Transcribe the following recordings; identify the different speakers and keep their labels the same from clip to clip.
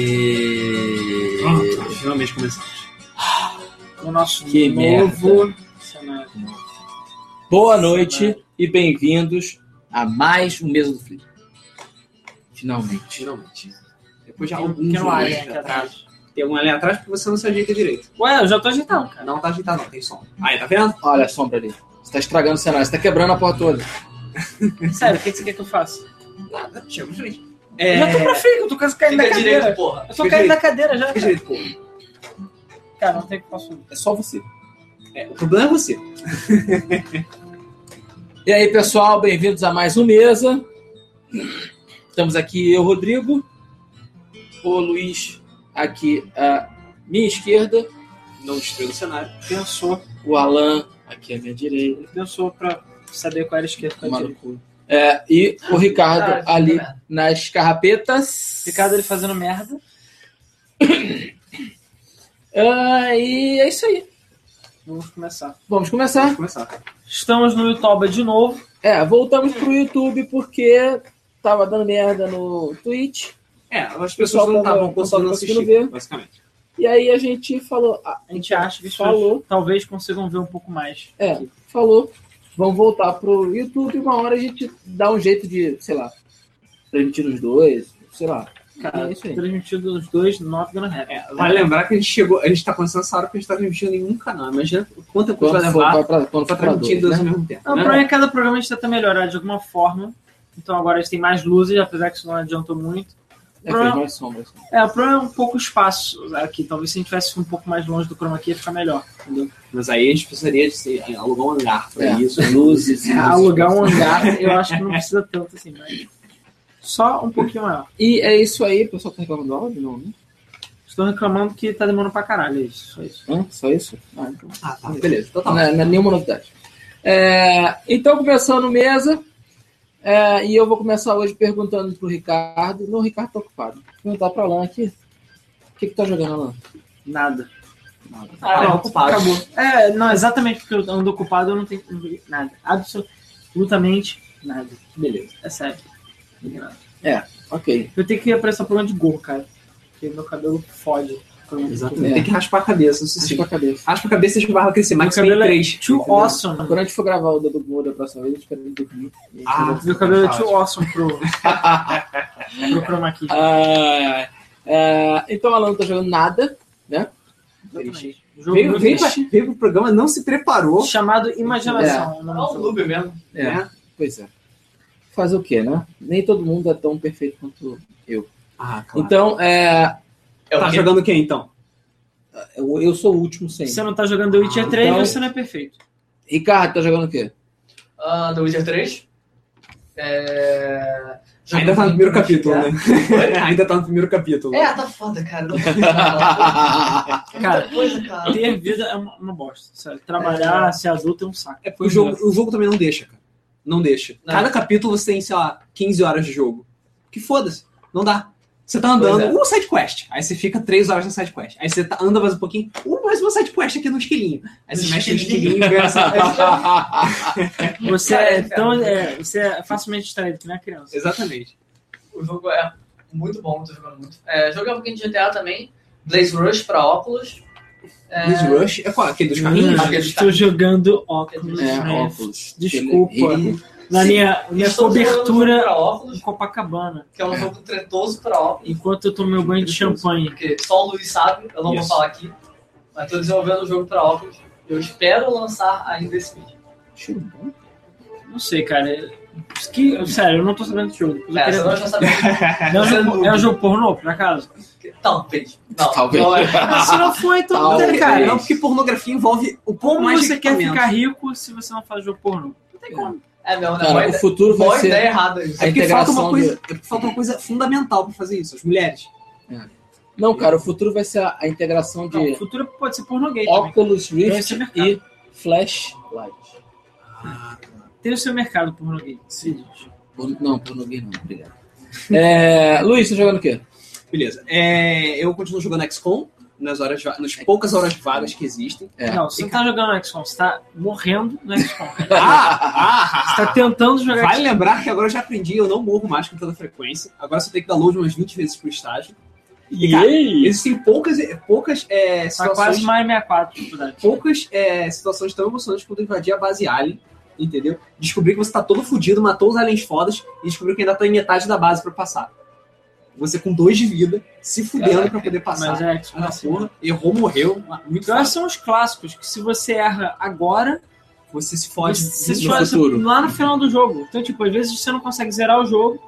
Speaker 1: Aê!
Speaker 2: Pronto, finalmente começamos. O nosso
Speaker 1: Que
Speaker 2: novo cenário.
Speaker 1: Boa noite e bem-vindos a mais um Mesa do Flip. Finalmente.
Speaker 2: Finalmente.
Speaker 1: Depois de
Speaker 2: Tem- um
Speaker 1: alguns
Speaker 2: tem uma
Speaker 1: anos
Speaker 2: linha aqui
Speaker 1: já tá-
Speaker 2: né, atrás. Tem uma linha atrás porque você não se ajeita direito.
Speaker 3: Ué, eu já tô ajeitando, cara.
Speaker 2: Não tá ajeitado, não, tem som. Aí, tá vendo?
Speaker 1: Olha a sombra ali. Você tá estragando o cenário, você tá quebrando a porra toda.
Speaker 3: Sério, o que que você quer que eu faça?
Speaker 2: Nada, chega direito.
Speaker 3: Eu
Speaker 2: É.
Speaker 3: já tô pra frente, eu tô quase caindo da
Speaker 2: Fica
Speaker 3: cadeira.
Speaker 2: direito, porra.
Speaker 3: Eu tô
Speaker 2: Fica
Speaker 3: caindo
Speaker 2: direito.
Speaker 3: da cadeira já.
Speaker 2: Fica
Speaker 3: Cara,
Speaker 2: direito, porra.
Speaker 3: Cara, não tem o que fazer.
Speaker 1: É só você.
Speaker 2: É, o problema é você.
Speaker 1: E aí, pessoal, bem-vindos a mais um Mesa. Estamos aqui eu, Rodrigo, o Luiz aqui à minha esquerda,
Speaker 2: Não destruiu o cenário. Pensou.
Speaker 1: o Alan aqui à minha direita.
Speaker 2: Ele pensou pra saber qual era a esquerda e qual
Speaker 1: Tomar
Speaker 2: era a
Speaker 1: no
Speaker 2: direita.
Speaker 1: cu. É, e o Ricardo
Speaker 3: Ah,
Speaker 1: ali
Speaker 3: merda.
Speaker 1: nas carrapetas.
Speaker 3: Ricardo ele fazendo merda.
Speaker 1: Ah, e é isso aí.
Speaker 2: Vamos começar.
Speaker 1: Vamos
Speaker 2: Vamos
Speaker 1: começar.
Speaker 2: começar.
Speaker 3: Estamos no Yotoba de novo.
Speaker 1: É, voltamos pro YouTube porque tava dando merda no Twitch.
Speaker 2: É, as pessoas não estavam conseguindo assistir,
Speaker 1: ver.
Speaker 2: basicamente.
Speaker 1: E aí a gente falou, ah,
Speaker 3: A gente acha que as pessoas
Speaker 1: falou,
Speaker 3: talvez consigam ver um pouco mais.
Speaker 1: É.
Speaker 3: aqui.
Speaker 1: falou, vamos voltar pro YouTube. Uma hora a gente dá um jeito de, sei lá, transmitir os dois, sei lá.
Speaker 3: Cara,
Speaker 1: É isso aí.
Speaker 3: transmitido nos dois, not gonna happen.
Speaker 2: É, vale lembrar que a gente chegou, a gente tá começando essa hora porque a gente tá transmitindo em um canal. Imagina quanto tempo
Speaker 1: Quando
Speaker 2: vai
Speaker 1: for,
Speaker 2: levar
Speaker 1: vai pra, quando for pra
Speaker 2: pra transmitir
Speaker 1: dois,
Speaker 2: dois
Speaker 1: né?
Speaker 2: ao mesmo tempo.
Speaker 3: Não, o
Speaker 2: né?
Speaker 3: problema é que cada programa a gente tenta melhorar de alguma forma. Então agora a gente tem mais luzes, apesar que isso não adiantou muito.
Speaker 1: É, fez mais sombra. assim.
Speaker 3: É, o problema é um pouco o espaço aqui. Talvez se a gente tivesse um pouco mais longe do chroma key, ia ficar melhor.
Speaker 2: Mas aí a gente precisaria de se- alugar um hangar pra
Speaker 1: É,
Speaker 2: isso.
Speaker 1: Luzes.
Speaker 3: É, alugar um hangar, eu acho que não precisa tanto assim, mas só um pouquinho maior.
Speaker 1: E é isso aí, o pessoal tá reclamando do áudio, não, né?
Speaker 3: Estou reclamando que tá demorando pra caralho, é isso, só isso.
Speaker 1: Hã? Só isso? Ah, então.
Speaker 2: Ah, tá. Beleza. Então tá.
Speaker 1: Não, é- não é nenhuma novidade. É, então, começando mesa, é, e eu vou começar hoje perguntando pro Ricardo. Não, o Ricardo tá ocupado. Vou perguntar pra Alan aqui. O que que tá jogando, Alan?
Speaker 3: Nada.
Speaker 2: Ah, não, ocupado.
Speaker 3: Acabou. É, não, exatamente porque eu ando ocupado, eu não tenho não tenho nada. Absolutamente nada.
Speaker 1: Beleza.
Speaker 3: É sério. Não tem nada.
Speaker 1: Ok.
Speaker 3: Eu tenho que ir pra essa porra de gorro, cara. Porque meu cabelo fode.
Speaker 2: Exatamente.
Speaker 1: É.
Speaker 2: Tem que raspar a cabeça, isso
Speaker 1: Deixa
Speaker 2: sim.
Speaker 1: pra cabeça.
Speaker 2: Raspa a cabeça e esbarra vai crescer. Max
Speaker 3: Meu
Speaker 2: tem
Speaker 3: cabelo é
Speaker 2: três.
Speaker 3: Too
Speaker 2: entendeu?
Speaker 3: awesome.
Speaker 1: Quando a gente for gravar o do Gol da próxima vez, a gente quer dormir. E a gente
Speaker 2: Ah.
Speaker 1: vai-
Speaker 3: Meu cabelo é
Speaker 2: Tá
Speaker 3: too awesome pro, pro chroma key.
Speaker 1: Ah, é, então, Alan não tá jogando nada, né?
Speaker 3: Exatamente. Um jogo
Speaker 2: Veio,
Speaker 3: muito
Speaker 2: veio, pra,
Speaker 3: triste.
Speaker 2: veio pro programa, não se preparou.
Speaker 3: chamado
Speaker 4: É.
Speaker 3: Imaginação. o nome
Speaker 4: um
Speaker 3: do jogo.
Speaker 2: mesmo.
Speaker 1: É.
Speaker 2: Né?
Speaker 1: Pois é. Fazer o quê, né? Nem todo mundo é tão perfeito quanto eu.
Speaker 2: Ah, claro.
Speaker 1: Então, é,
Speaker 2: tá jogando quem então?
Speaker 1: eu, eu sou o último sempre.
Speaker 3: Você não tá jogando The Witcher
Speaker 2: Ah,
Speaker 3: 3,
Speaker 1: então-
Speaker 3: você não é perfeito.
Speaker 1: Ricardo, tá jogando o quê?
Speaker 4: Ah, The Witcher 3. É...
Speaker 2: Ainda tá no primeiro capítulo, né?
Speaker 1: é.
Speaker 4: Oi?
Speaker 2: Ainda tá no primeiro capítulo.
Speaker 4: É, tá foda, cara. Não consigo falar. É
Speaker 3: Cara,
Speaker 4: muita coisa, cara.
Speaker 3: Ter vida é uma, uma bosta. Sério. Trabalhar, ser adulto é um saco.
Speaker 2: É porque o jogo, o jogo também não deixa, cara. Não deixa.
Speaker 4: Não.
Speaker 2: Cada capítulo você tem, sei lá, 15 horas de jogo. Que foda-se. Não dá. Você tá andando,
Speaker 4: Pois
Speaker 2: um side quest. Aí você fica 3 horas na side quest. Aí você tá- anda mais um pouquinho, um mais uma side quest aqui no esquilinho. Aí
Speaker 4: No
Speaker 2: você mexe no
Speaker 4: esquilinho.
Speaker 2: esquilinho e ganha essa...
Speaker 3: Você
Speaker 4: Cara,
Speaker 3: é
Speaker 4: cara.
Speaker 3: tão. é, você é facilmente distraído que nem a criança.
Speaker 2: Exatamente.
Speaker 4: O jogo é muito bom, tô jogando muito. É, joguei um pouquinho de GTA também. Blaze Rush pra óculos. É,
Speaker 2: This Rush é qual? Aquele dos
Speaker 3: Hum,
Speaker 2: carrinhos?
Speaker 4: Aquele
Speaker 3: estou jogando óculos,
Speaker 4: É,
Speaker 3: né?
Speaker 1: óculos.
Speaker 3: Desculpa.
Speaker 1: Ele-
Speaker 3: Na
Speaker 4: Sim,
Speaker 3: minha, minha
Speaker 4: estou jogando um jogo
Speaker 3: cobertura
Speaker 4: pra
Speaker 3: em
Speaker 4: óculos,
Speaker 3: Copacabana.
Speaker 4: que é um jogo tretoso pra óculos,
Speaker 3: Enquanto eu tomo meu banho de champanhe.
Speaker 4: porque só o Luiz sabe, eu não
Speaker 2: Isso.
Speaker 4: vou falar aqui. Mas tô desenvolvendo o jogo pra óculos. Eu espero lançar ainda esse vídeo.
Speaker 1: Cheiro bom.
Speaker 3: Não sei, cara. é- isso Que, sério, eu não tô sabendo do jogo. Eu
Speaker 4: É,
Speaker 3: queria-
Speaker 4: senão eu já sabia.
Speaker 3: Não, é um
Speaker 4: você
Speaker 3: jogo-
Speaker 4: não-
Speaker 3: é um jogo pornô, por acaso?
Speaker 4: que- Talvez. Não,
Speaker 1: Talvez.
Speaker 4: não é.
Speaker 3: Ah, se não for, então não
Speaker 2: Não,
Speaker 3: tem,
Speaker 1: Talvez.
Speaker 3: cara.
Speaker 2: não, é porque pornografia envolve o pouco
Speaker 3: Como
Speaker 2: mais de
Speaker 3: você quer
Speaker 2: equipamento.
Speaker 3: ficar rico se você não faz jogo pornô? Não tem como.
Speaker 4: É, não, não.
Speaker 1: Cara,
Speaker 4: é
Speaker 1: o futuro vai
Speaker 4: Boa
Speaker 1: ser.
Speaker 4: ideia errada isso.
Speaker 1: A
Speaker 2: É porque falta uma,
Speaker 1: integração
Speaker 2: coisa, é porque falta uma coisa fundamental pra fazer isso, as mulheres.
Speaker 1: Não, cara, o futuro vai ser a, a integração de
Speaker 3: Não, Então, o futuro pode ser pornô gay também.
Speaker 1: óculos Rift
Speaker 3: Esse é mercado.
Speaker 1: e flashlight.
Speaker 3: Tem o seu mercado pornô gay. Sim.
Speaker 1: Por- Não, por ninguém não, obrigado. É, Luiz, tá jogando o quê?
Speaker 2: Beleza. É, eu continuo jogando XCOM. nas horas, va- nas poucas horas vagas que existem.
Speaker 1: É.
Speaker 3: Não, você não tá jogando XCOM, você tá morrendo no XCOM.
Speaker 2: Ah, ah,
Speaker 3: Você tá tentando jogar
Speaker 2: Vale lembrar que agora eu já aprendi, eu não morro mais com tanta frequência. Agora você tem que dar load umas 20 vezes pro estágio. E, cara, existem poucas, poucas é,
Speaker 3: Tá quase
Speaker 2: situações,
Speaker 3: mais 64 de dificuldade.
Speaker 2: poucas é, situações tão emocionantes quanto invadir a base Alien, entendeu? Descobrir que você tá todo fudido, matou os aliens fodas e descobriu que ainda tá em metade da base pra passar. Você com dois de vida, se fudendo
Speaker 4: Caraca,
Speaker 2: pra poder passar.
Speaker 3: Mas é XCOM.
Speaker 2: Ah,
Speaker 3: assim, né?
Speaker 2: porra, errou, morreu. Muito
Speaker 3: Então, esses
Speaker 2: fácil.
Speaker 3: são os clássicos que se você erra agora,
Speaker 2: Você se fode
Speaker 3: você
Speaker 2: no
Speaker 3: se faz
Speaker 2: futuro.
Speaker 3: lá no final do jogo. Então, tipo, às vezes você não consegue zerar o jogo.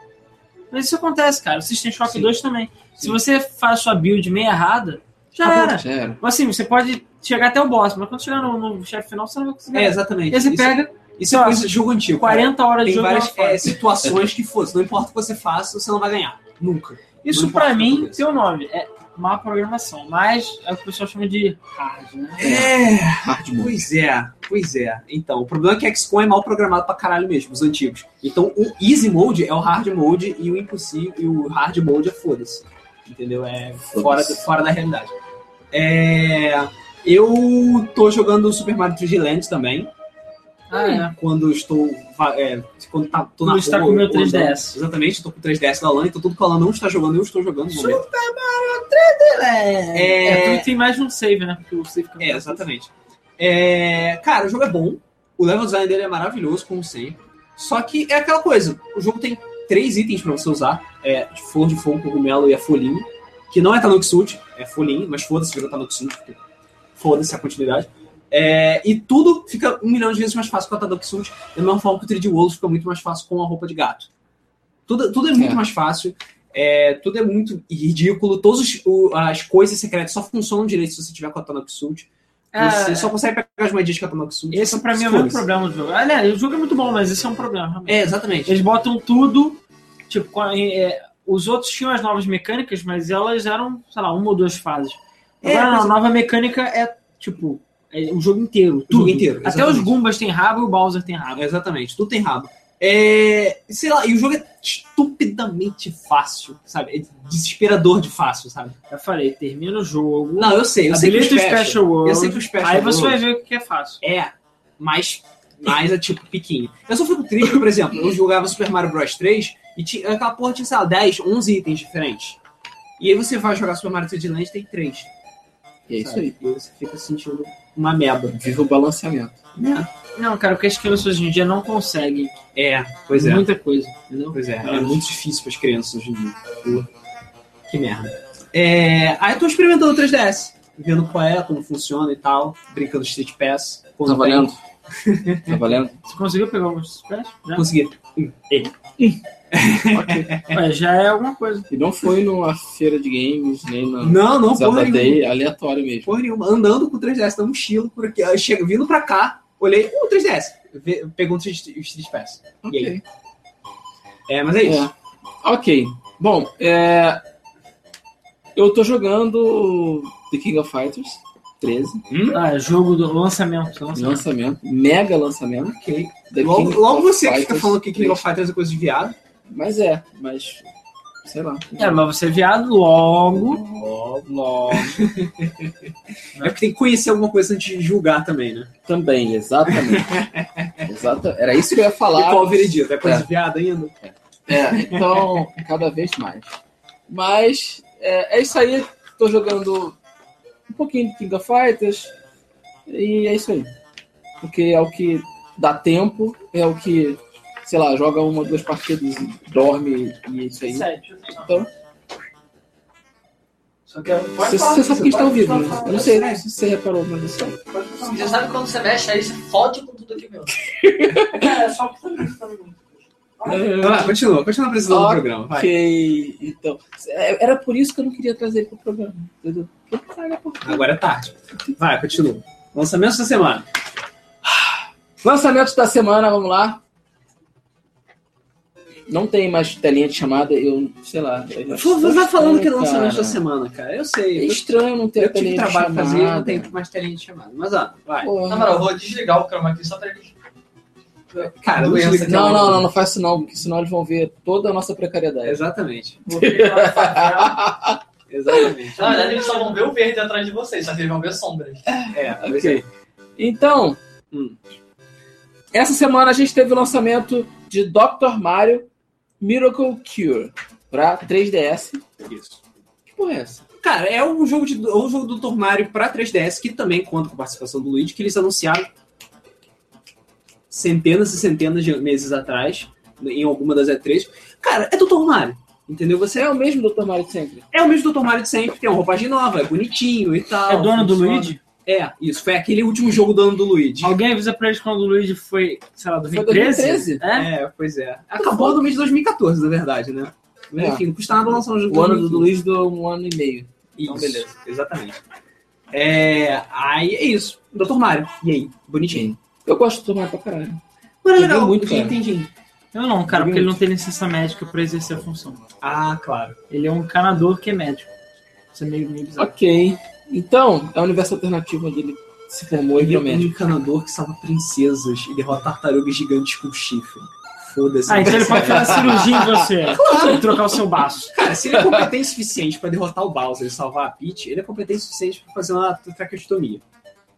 Speaker 3: Mas isso acontece, cara. O System Shock
Speaker 2: Sim.
Speaker 3: 2 também. Se
Speaker 2: Sim.
Speaker 3: você faz sua build meio errada, já
Speaker 1: Acabou.
Speaker 3: era.
Speaker 1: Ah, Já era.
Speaker 3: Assim, você pode chegar até o boss, mas quando chegar no, no chefe final, você não vai conseguir.
Speaker 2: É, exatamente.
Speaker 3: e aí você
Speaker 2: Isso-
Speaker 3: pega
Speaker 2: Isso é
Speaker 3: Nossa,
Speaker 2: coisa de jogo antigo. cara.
Speaker 3: 40 horas de
Speaker 2: Tem
Speaker 3: jogo lá
Speaker 2: várias
Speaker 3: fora.
Speaker 2: é, situações que fosse. Não importa o que você faça, você não vai ganhar. Nunca.
Speaker 3: Isso
Speaker 2: Não
Speaker 3: pra
Speaker 2: importa
Speaker 3: mim
Speaker 2: o
Speaker 3: tem um nome, é má programação, mas é o que o pessoal chama de hard, né?
Speaker 2: que aconteça. É.
Speaker 1: Hard mode.
Speaker 2: Pois é, pois é. Então, o problema é que XCOM é mal programado pra caralho mesmo, os antigos. Então, o easy mode é o hard mode e o impossível, e o hard mode é foda-se. Entendeu? É fora,
Speaker 1: Foda-se.
Speaker 2: fora da realidade. É, eu tô jogando o Super Mario 3D Land também.
Speaker 3: Ah, é.
Speaker 2: quando eu estou. va- é, quando tá, tô na
Speaker 3: Quando está
Speaker 2: rua,
Speaker 3: com o meu
Speaker 2: ou andando.
Speaker 3: 3DS.
Speaker 2: Exatamente, estou com o 3DS da Alan, então tudo que a Alan não está jogando, eu estou jogando no momento.
Speaker 3: É,
Speaker 2: É,
Speaker 3: tu tem mais de um save, né? Porque o save fica-
Speaker 2: é, exatamente. É, cara, o jogo é bom, o level design dele é maravilhoso, como sempre. Só que é aquela coisa: o jogo tem três itens para você usar: é, de flor de fogo, cogumelo e a folhinha, que não é Tanuxud, é folhinha, mas foda-se, virou Tanuxud, porque foda-se a continuidade. É, e tudo fica um milhão de vezes mais fácil com a Tanuxud, da mesma forma que o 3D World fica muito mais fácil com a roupa de gato. Tudo, tudo é muito
Speaker 1: É.
Speaker 2: mais fácil, é, tudo é muito ridículo, todas os- o- as coisas secretas só funcionam direito se você tiver com a Tanuxud.
Speaker 3: É,
Speaker 2: Você só consegue pegar as moedinhas com a Tanuxud.
Speaker 3: Esse pra mim é o meu problema do jogo. Aliás, o jogo é muito bom, mas esse é um problema, realmente.
Speaker 2: É, exatamente.
Speaker 3: Eles botam tudo, tipo, com a- é, os outros tinham as novas mecânicas, mas elas eram, sei lá, uma ou duas fases.
Speaker 2: É,
Speaker 3: Agora,
Speaker 2: mas-
Speaker 3: a nova mecânica é, tipo, é o jogo inteiro.
Speaker 2: O jogo
Speaker 3: tudo.
Speaker 2: inteiro,
Speaker 3: Até os
Speaker 2: exatamente.
Speaker 3: Goombas têm rabo e o Bowser tem rabo.
Speaker 2: Ah, exatamente, tudo tem rabo. É, sei lá, e o jogo é estupidamente fácil, sabe? É desesperador de fácil, sabe?
Speaker 3: Eu falei, termina o jogo.
Speaker 2: Não, eu sei, eu sei que o
Speaker 3: Habilita o
Speaker 2: special,
Speaker 3: Special World.
Speaker 2: eu sei que o special
Speaker 3: Aí você vai
Speaker 2: world
Speaker 3: ver o que é fácil.
Speaker 2: é mais, mais é tipo piquinho. Eu só fico triste, por exemplo, eu jogava Super Mario Bros 3 e tinha, aquela porra tinha, sei lá, 10, 11 itens diferentes. E aí você vai jogar Super Mario 3D Land e tem 3.
Speaker 1: É isso aí.
Speaker 2: E aí você fica sentindo uma merda.
Speaker 1: Viva o balanceamento.
Speaker 2: Né?
Speaker 3: Não, cara, o que as crianças hoje em dia não conseguem.
Speaker 2: É, pois é.
Speaker 3: Muita coisa, entendeu?
Speaker 2: Pois é, é
Speaker 3: É.
Speaker 2: muito difícil para as crianças hoje em dia. Pô, Que merda. É, aí eu tô experimentando o 3DS, vendo qual é, como funciona e tal, brincando Street Pass. quando
Speaker 1: Tá
Speaker 2: tem.
Speaker 1: valendo? tá valendo?
Speaker 3: Você conseguiu pegar alguns pés? Já?
Speaker 2: Consegui.
Speaker 1: ok.
Speaker 3: Ué, já é alguma coisa.
Speaker 1: E não foi numa feira de games, nem na
Speaker 2: Não, não, porra
Speaker 1: Ah, Zelda
Speaker 2: nenhuma,
Speaker 1: Day, aleatório mesmo.
Speaker 2: porra nenhuma. Andando com o 3DS na mochila, por aqui. Aí chego, vindo pra cá, olhei, uh, 3DS. Ve- Pegou o Street, o Street Pass. E aí?
Speaker 1: Ok.
Speaker 2: É, mas é isso.
Speaker 1: É. Ok. Bom, é... eu tô jogando The King of Fighters 13,
Speaker 2: Hum?
Speaker 3: Ah, é jogo do lançamento. lançamento.
Speaker 1: lançamento, mega lançamento.
Speaker 2: Ok.
Speaker 1: The
Speaker 2: Logo,
Speaker 1: King
Speaker 2: logo
Speaker 1: of
Speaker 2: você que fica
Speaker 1: Fighters
Speaker 2: falando que King
Speaker 1: 3.
Speaker 2: of Fighters é coisa de viado.
Speaker 1: Mas é, mas sei lá.
Speaker 3: É, mas você é viado logo.
Speaker 2: Logo, logo. é porque tem que conhecer alguma coisa antes de julgar também, né?
Speaker 1: Também, exatamente. Exata... Era isso que eu ia
Speaker 2: E
Speaker 1: falar.
Speaker 2: qual o veredito? É coisa
Speaker 1: É.
Speaker 2: de viado ainda?
Speaker 1: É, então, cada vez mais. Mas é, é isso aí. Tô jogando um pouquinho de King of Fighters. E é isso aí. Porque é o que dá tempo, é o que, sei lá, joga uma, duas partidas e dorme e é isso aí.
Speaker 3: Sete.
Speaker 1: Então,
Speaker 3: Só
Speaker 2: é-
Speaker 3: quero.
Speaker 1: você você sabe que está ouvindo, né? Eu não sei se você reparou, mas isso aí.
Speaker 4: Você já sabe que quando você mexe aí, você fode com tudo aqui mesmo.
Speaker 3: É, só que
Speaker 2: Vai lá, continua, continua precisando do programa. Vai.
Speaker 1: Ok, então. é, Era por isso que eu não queria trazer ele pro programa, entendeu? Porque cara, é por-
Speaker 2: Agora é tarde. Vai, continua. Lançamento da semana.
Speaker 1: Lançamentos da semana, vamos lá. Não tem mais telinha de chamada, eu sei lá. eu acho
Speaker 2: Vai falando que é
Speaker 1: estranho,
Speaker 2: lançamento
Speaker 1: cara.
Speaker 2: da semana, cara. Eu
Speaker 1: É
Speaker 2: sei.
Speaker 1: estranho não ter
Speaker 2: Eu
Speaker 1: telinha
Speaker 2: tive
Speaker 1: de chamada.
Speaker 2: trabalho pra fazer e não tenho mais telinha de chamada. Mas ó, vai.
Speaker 1: Porra.
Speaker 4: Na moral, eu vou desligar o chroma aqui só pra ele.
Speaker 2: Cara, um- não
Speaker 4: Doença
Speaker 2: desliga
Speaker 4: que é
Speaker 1: Não,
Speaker 2: tela.
Speaker 1: não, não, não faz isso não, porque senão eles vão ver toda a nossa precariedade.
Speaker 2: Exatamente.
Speaker 3: Vou pegar uma favela.
Speaker 2: Exatamente.
Speaker 4: Na verdade, eles só vão ver o verde atrás de vocês, só que eles vão ver sombras.
Speaker 2: É, pois é.
Speaker 1: Ok. Então,
Speaker 2: Hum.
Speaker 1: essa semana a gente teve o lançamento de Dr. Mario Miracle Cure pra 3DS.
Speaker 2: Isso.
Speaker 1: Que porra é essa?
Speaker 2: Cara, é um jogo, de, é um jogo do Dr. Mario pra 3DS que também conta com a participação do Luigi, que eles anunciaram centenas e centenas de meses atrás, em alguma das E3. Cara, é Dr. Mario, entendeu? Você
Speaker 1: É o mesmo Dr. Mario de sempre.
Speaker 2: é o mesmo Dr. Mario de sempre, tem uma roupagem nova, é bonitinho e tal.
Speaker 3: É dono do
Speaker 2: funciona.
Speaker 3: Luigi?
Speaker 2: É, isso. Foi aquele último jogo dono do Luigi.
Speaker 3: Alguém avisa pra eles quando o Luigi foi, sei lá,
Speaker 1: Foi
Speaker 3: 2013?
Speaker 1: 2013?
Speaker 3: É?
Speaker 2: É, pois é. Acabou no mês de 2014, na verdade, né? Mas
Speaker 1: É.
Speaker 2: enfim, não custa nada lançar um jogo
Speaker 1: O ano
Speaker 2: de
Speaker 1: do
Speaker 2: 2015.
Speaker 1: Luiz do um ano e meio.
Speaker 2: Isso,
Speaker 1: Então, beleza.
Speaker 2: Exatamente. É, aí é isso. Dr. Mario. E aí? Bonitinho.
Speaker 1: Eu gosto de tomar pra caralho.
Speaker 2: Mas é
Speaker 1: Joguei
Speaker 2: legal.
Speaker 1: muito,
Speaker 2: Muito,
Speaker 1: cara.
Speaker 2: entendi.
Speaker 3: Eu não, cara,
Speaker 1: Joguei
Speaker 3: porque ele não
Speaker 1: muito.
Speaker 3: tem licença médica pra exercer a função.
Speaker 2: Ah, claro.
Speaker 3: Ele é um encanador que é médico. Isso é meio, meio bizarro.
Speaker 1: Ok. Então, é o universo alternativo onde ele se formou e
Speaker 2: Ele é
Speaker 1: virou
Speaker 2: um
Speaker 1: médico.
Speaker 2: encanador que salva princesas e derrota tartarugas gigantes com chifre. Foda-se.
Speaker 3: Ah, então ele pode fazer cirurgia em você. Claro. Trocar o seu baço.
Speaker 2: Cara, se ele é competente o suficiente pra derrotar o Bowser e salvar a Peach, ele é competente o suficiente pra fazer uma traqueostomia.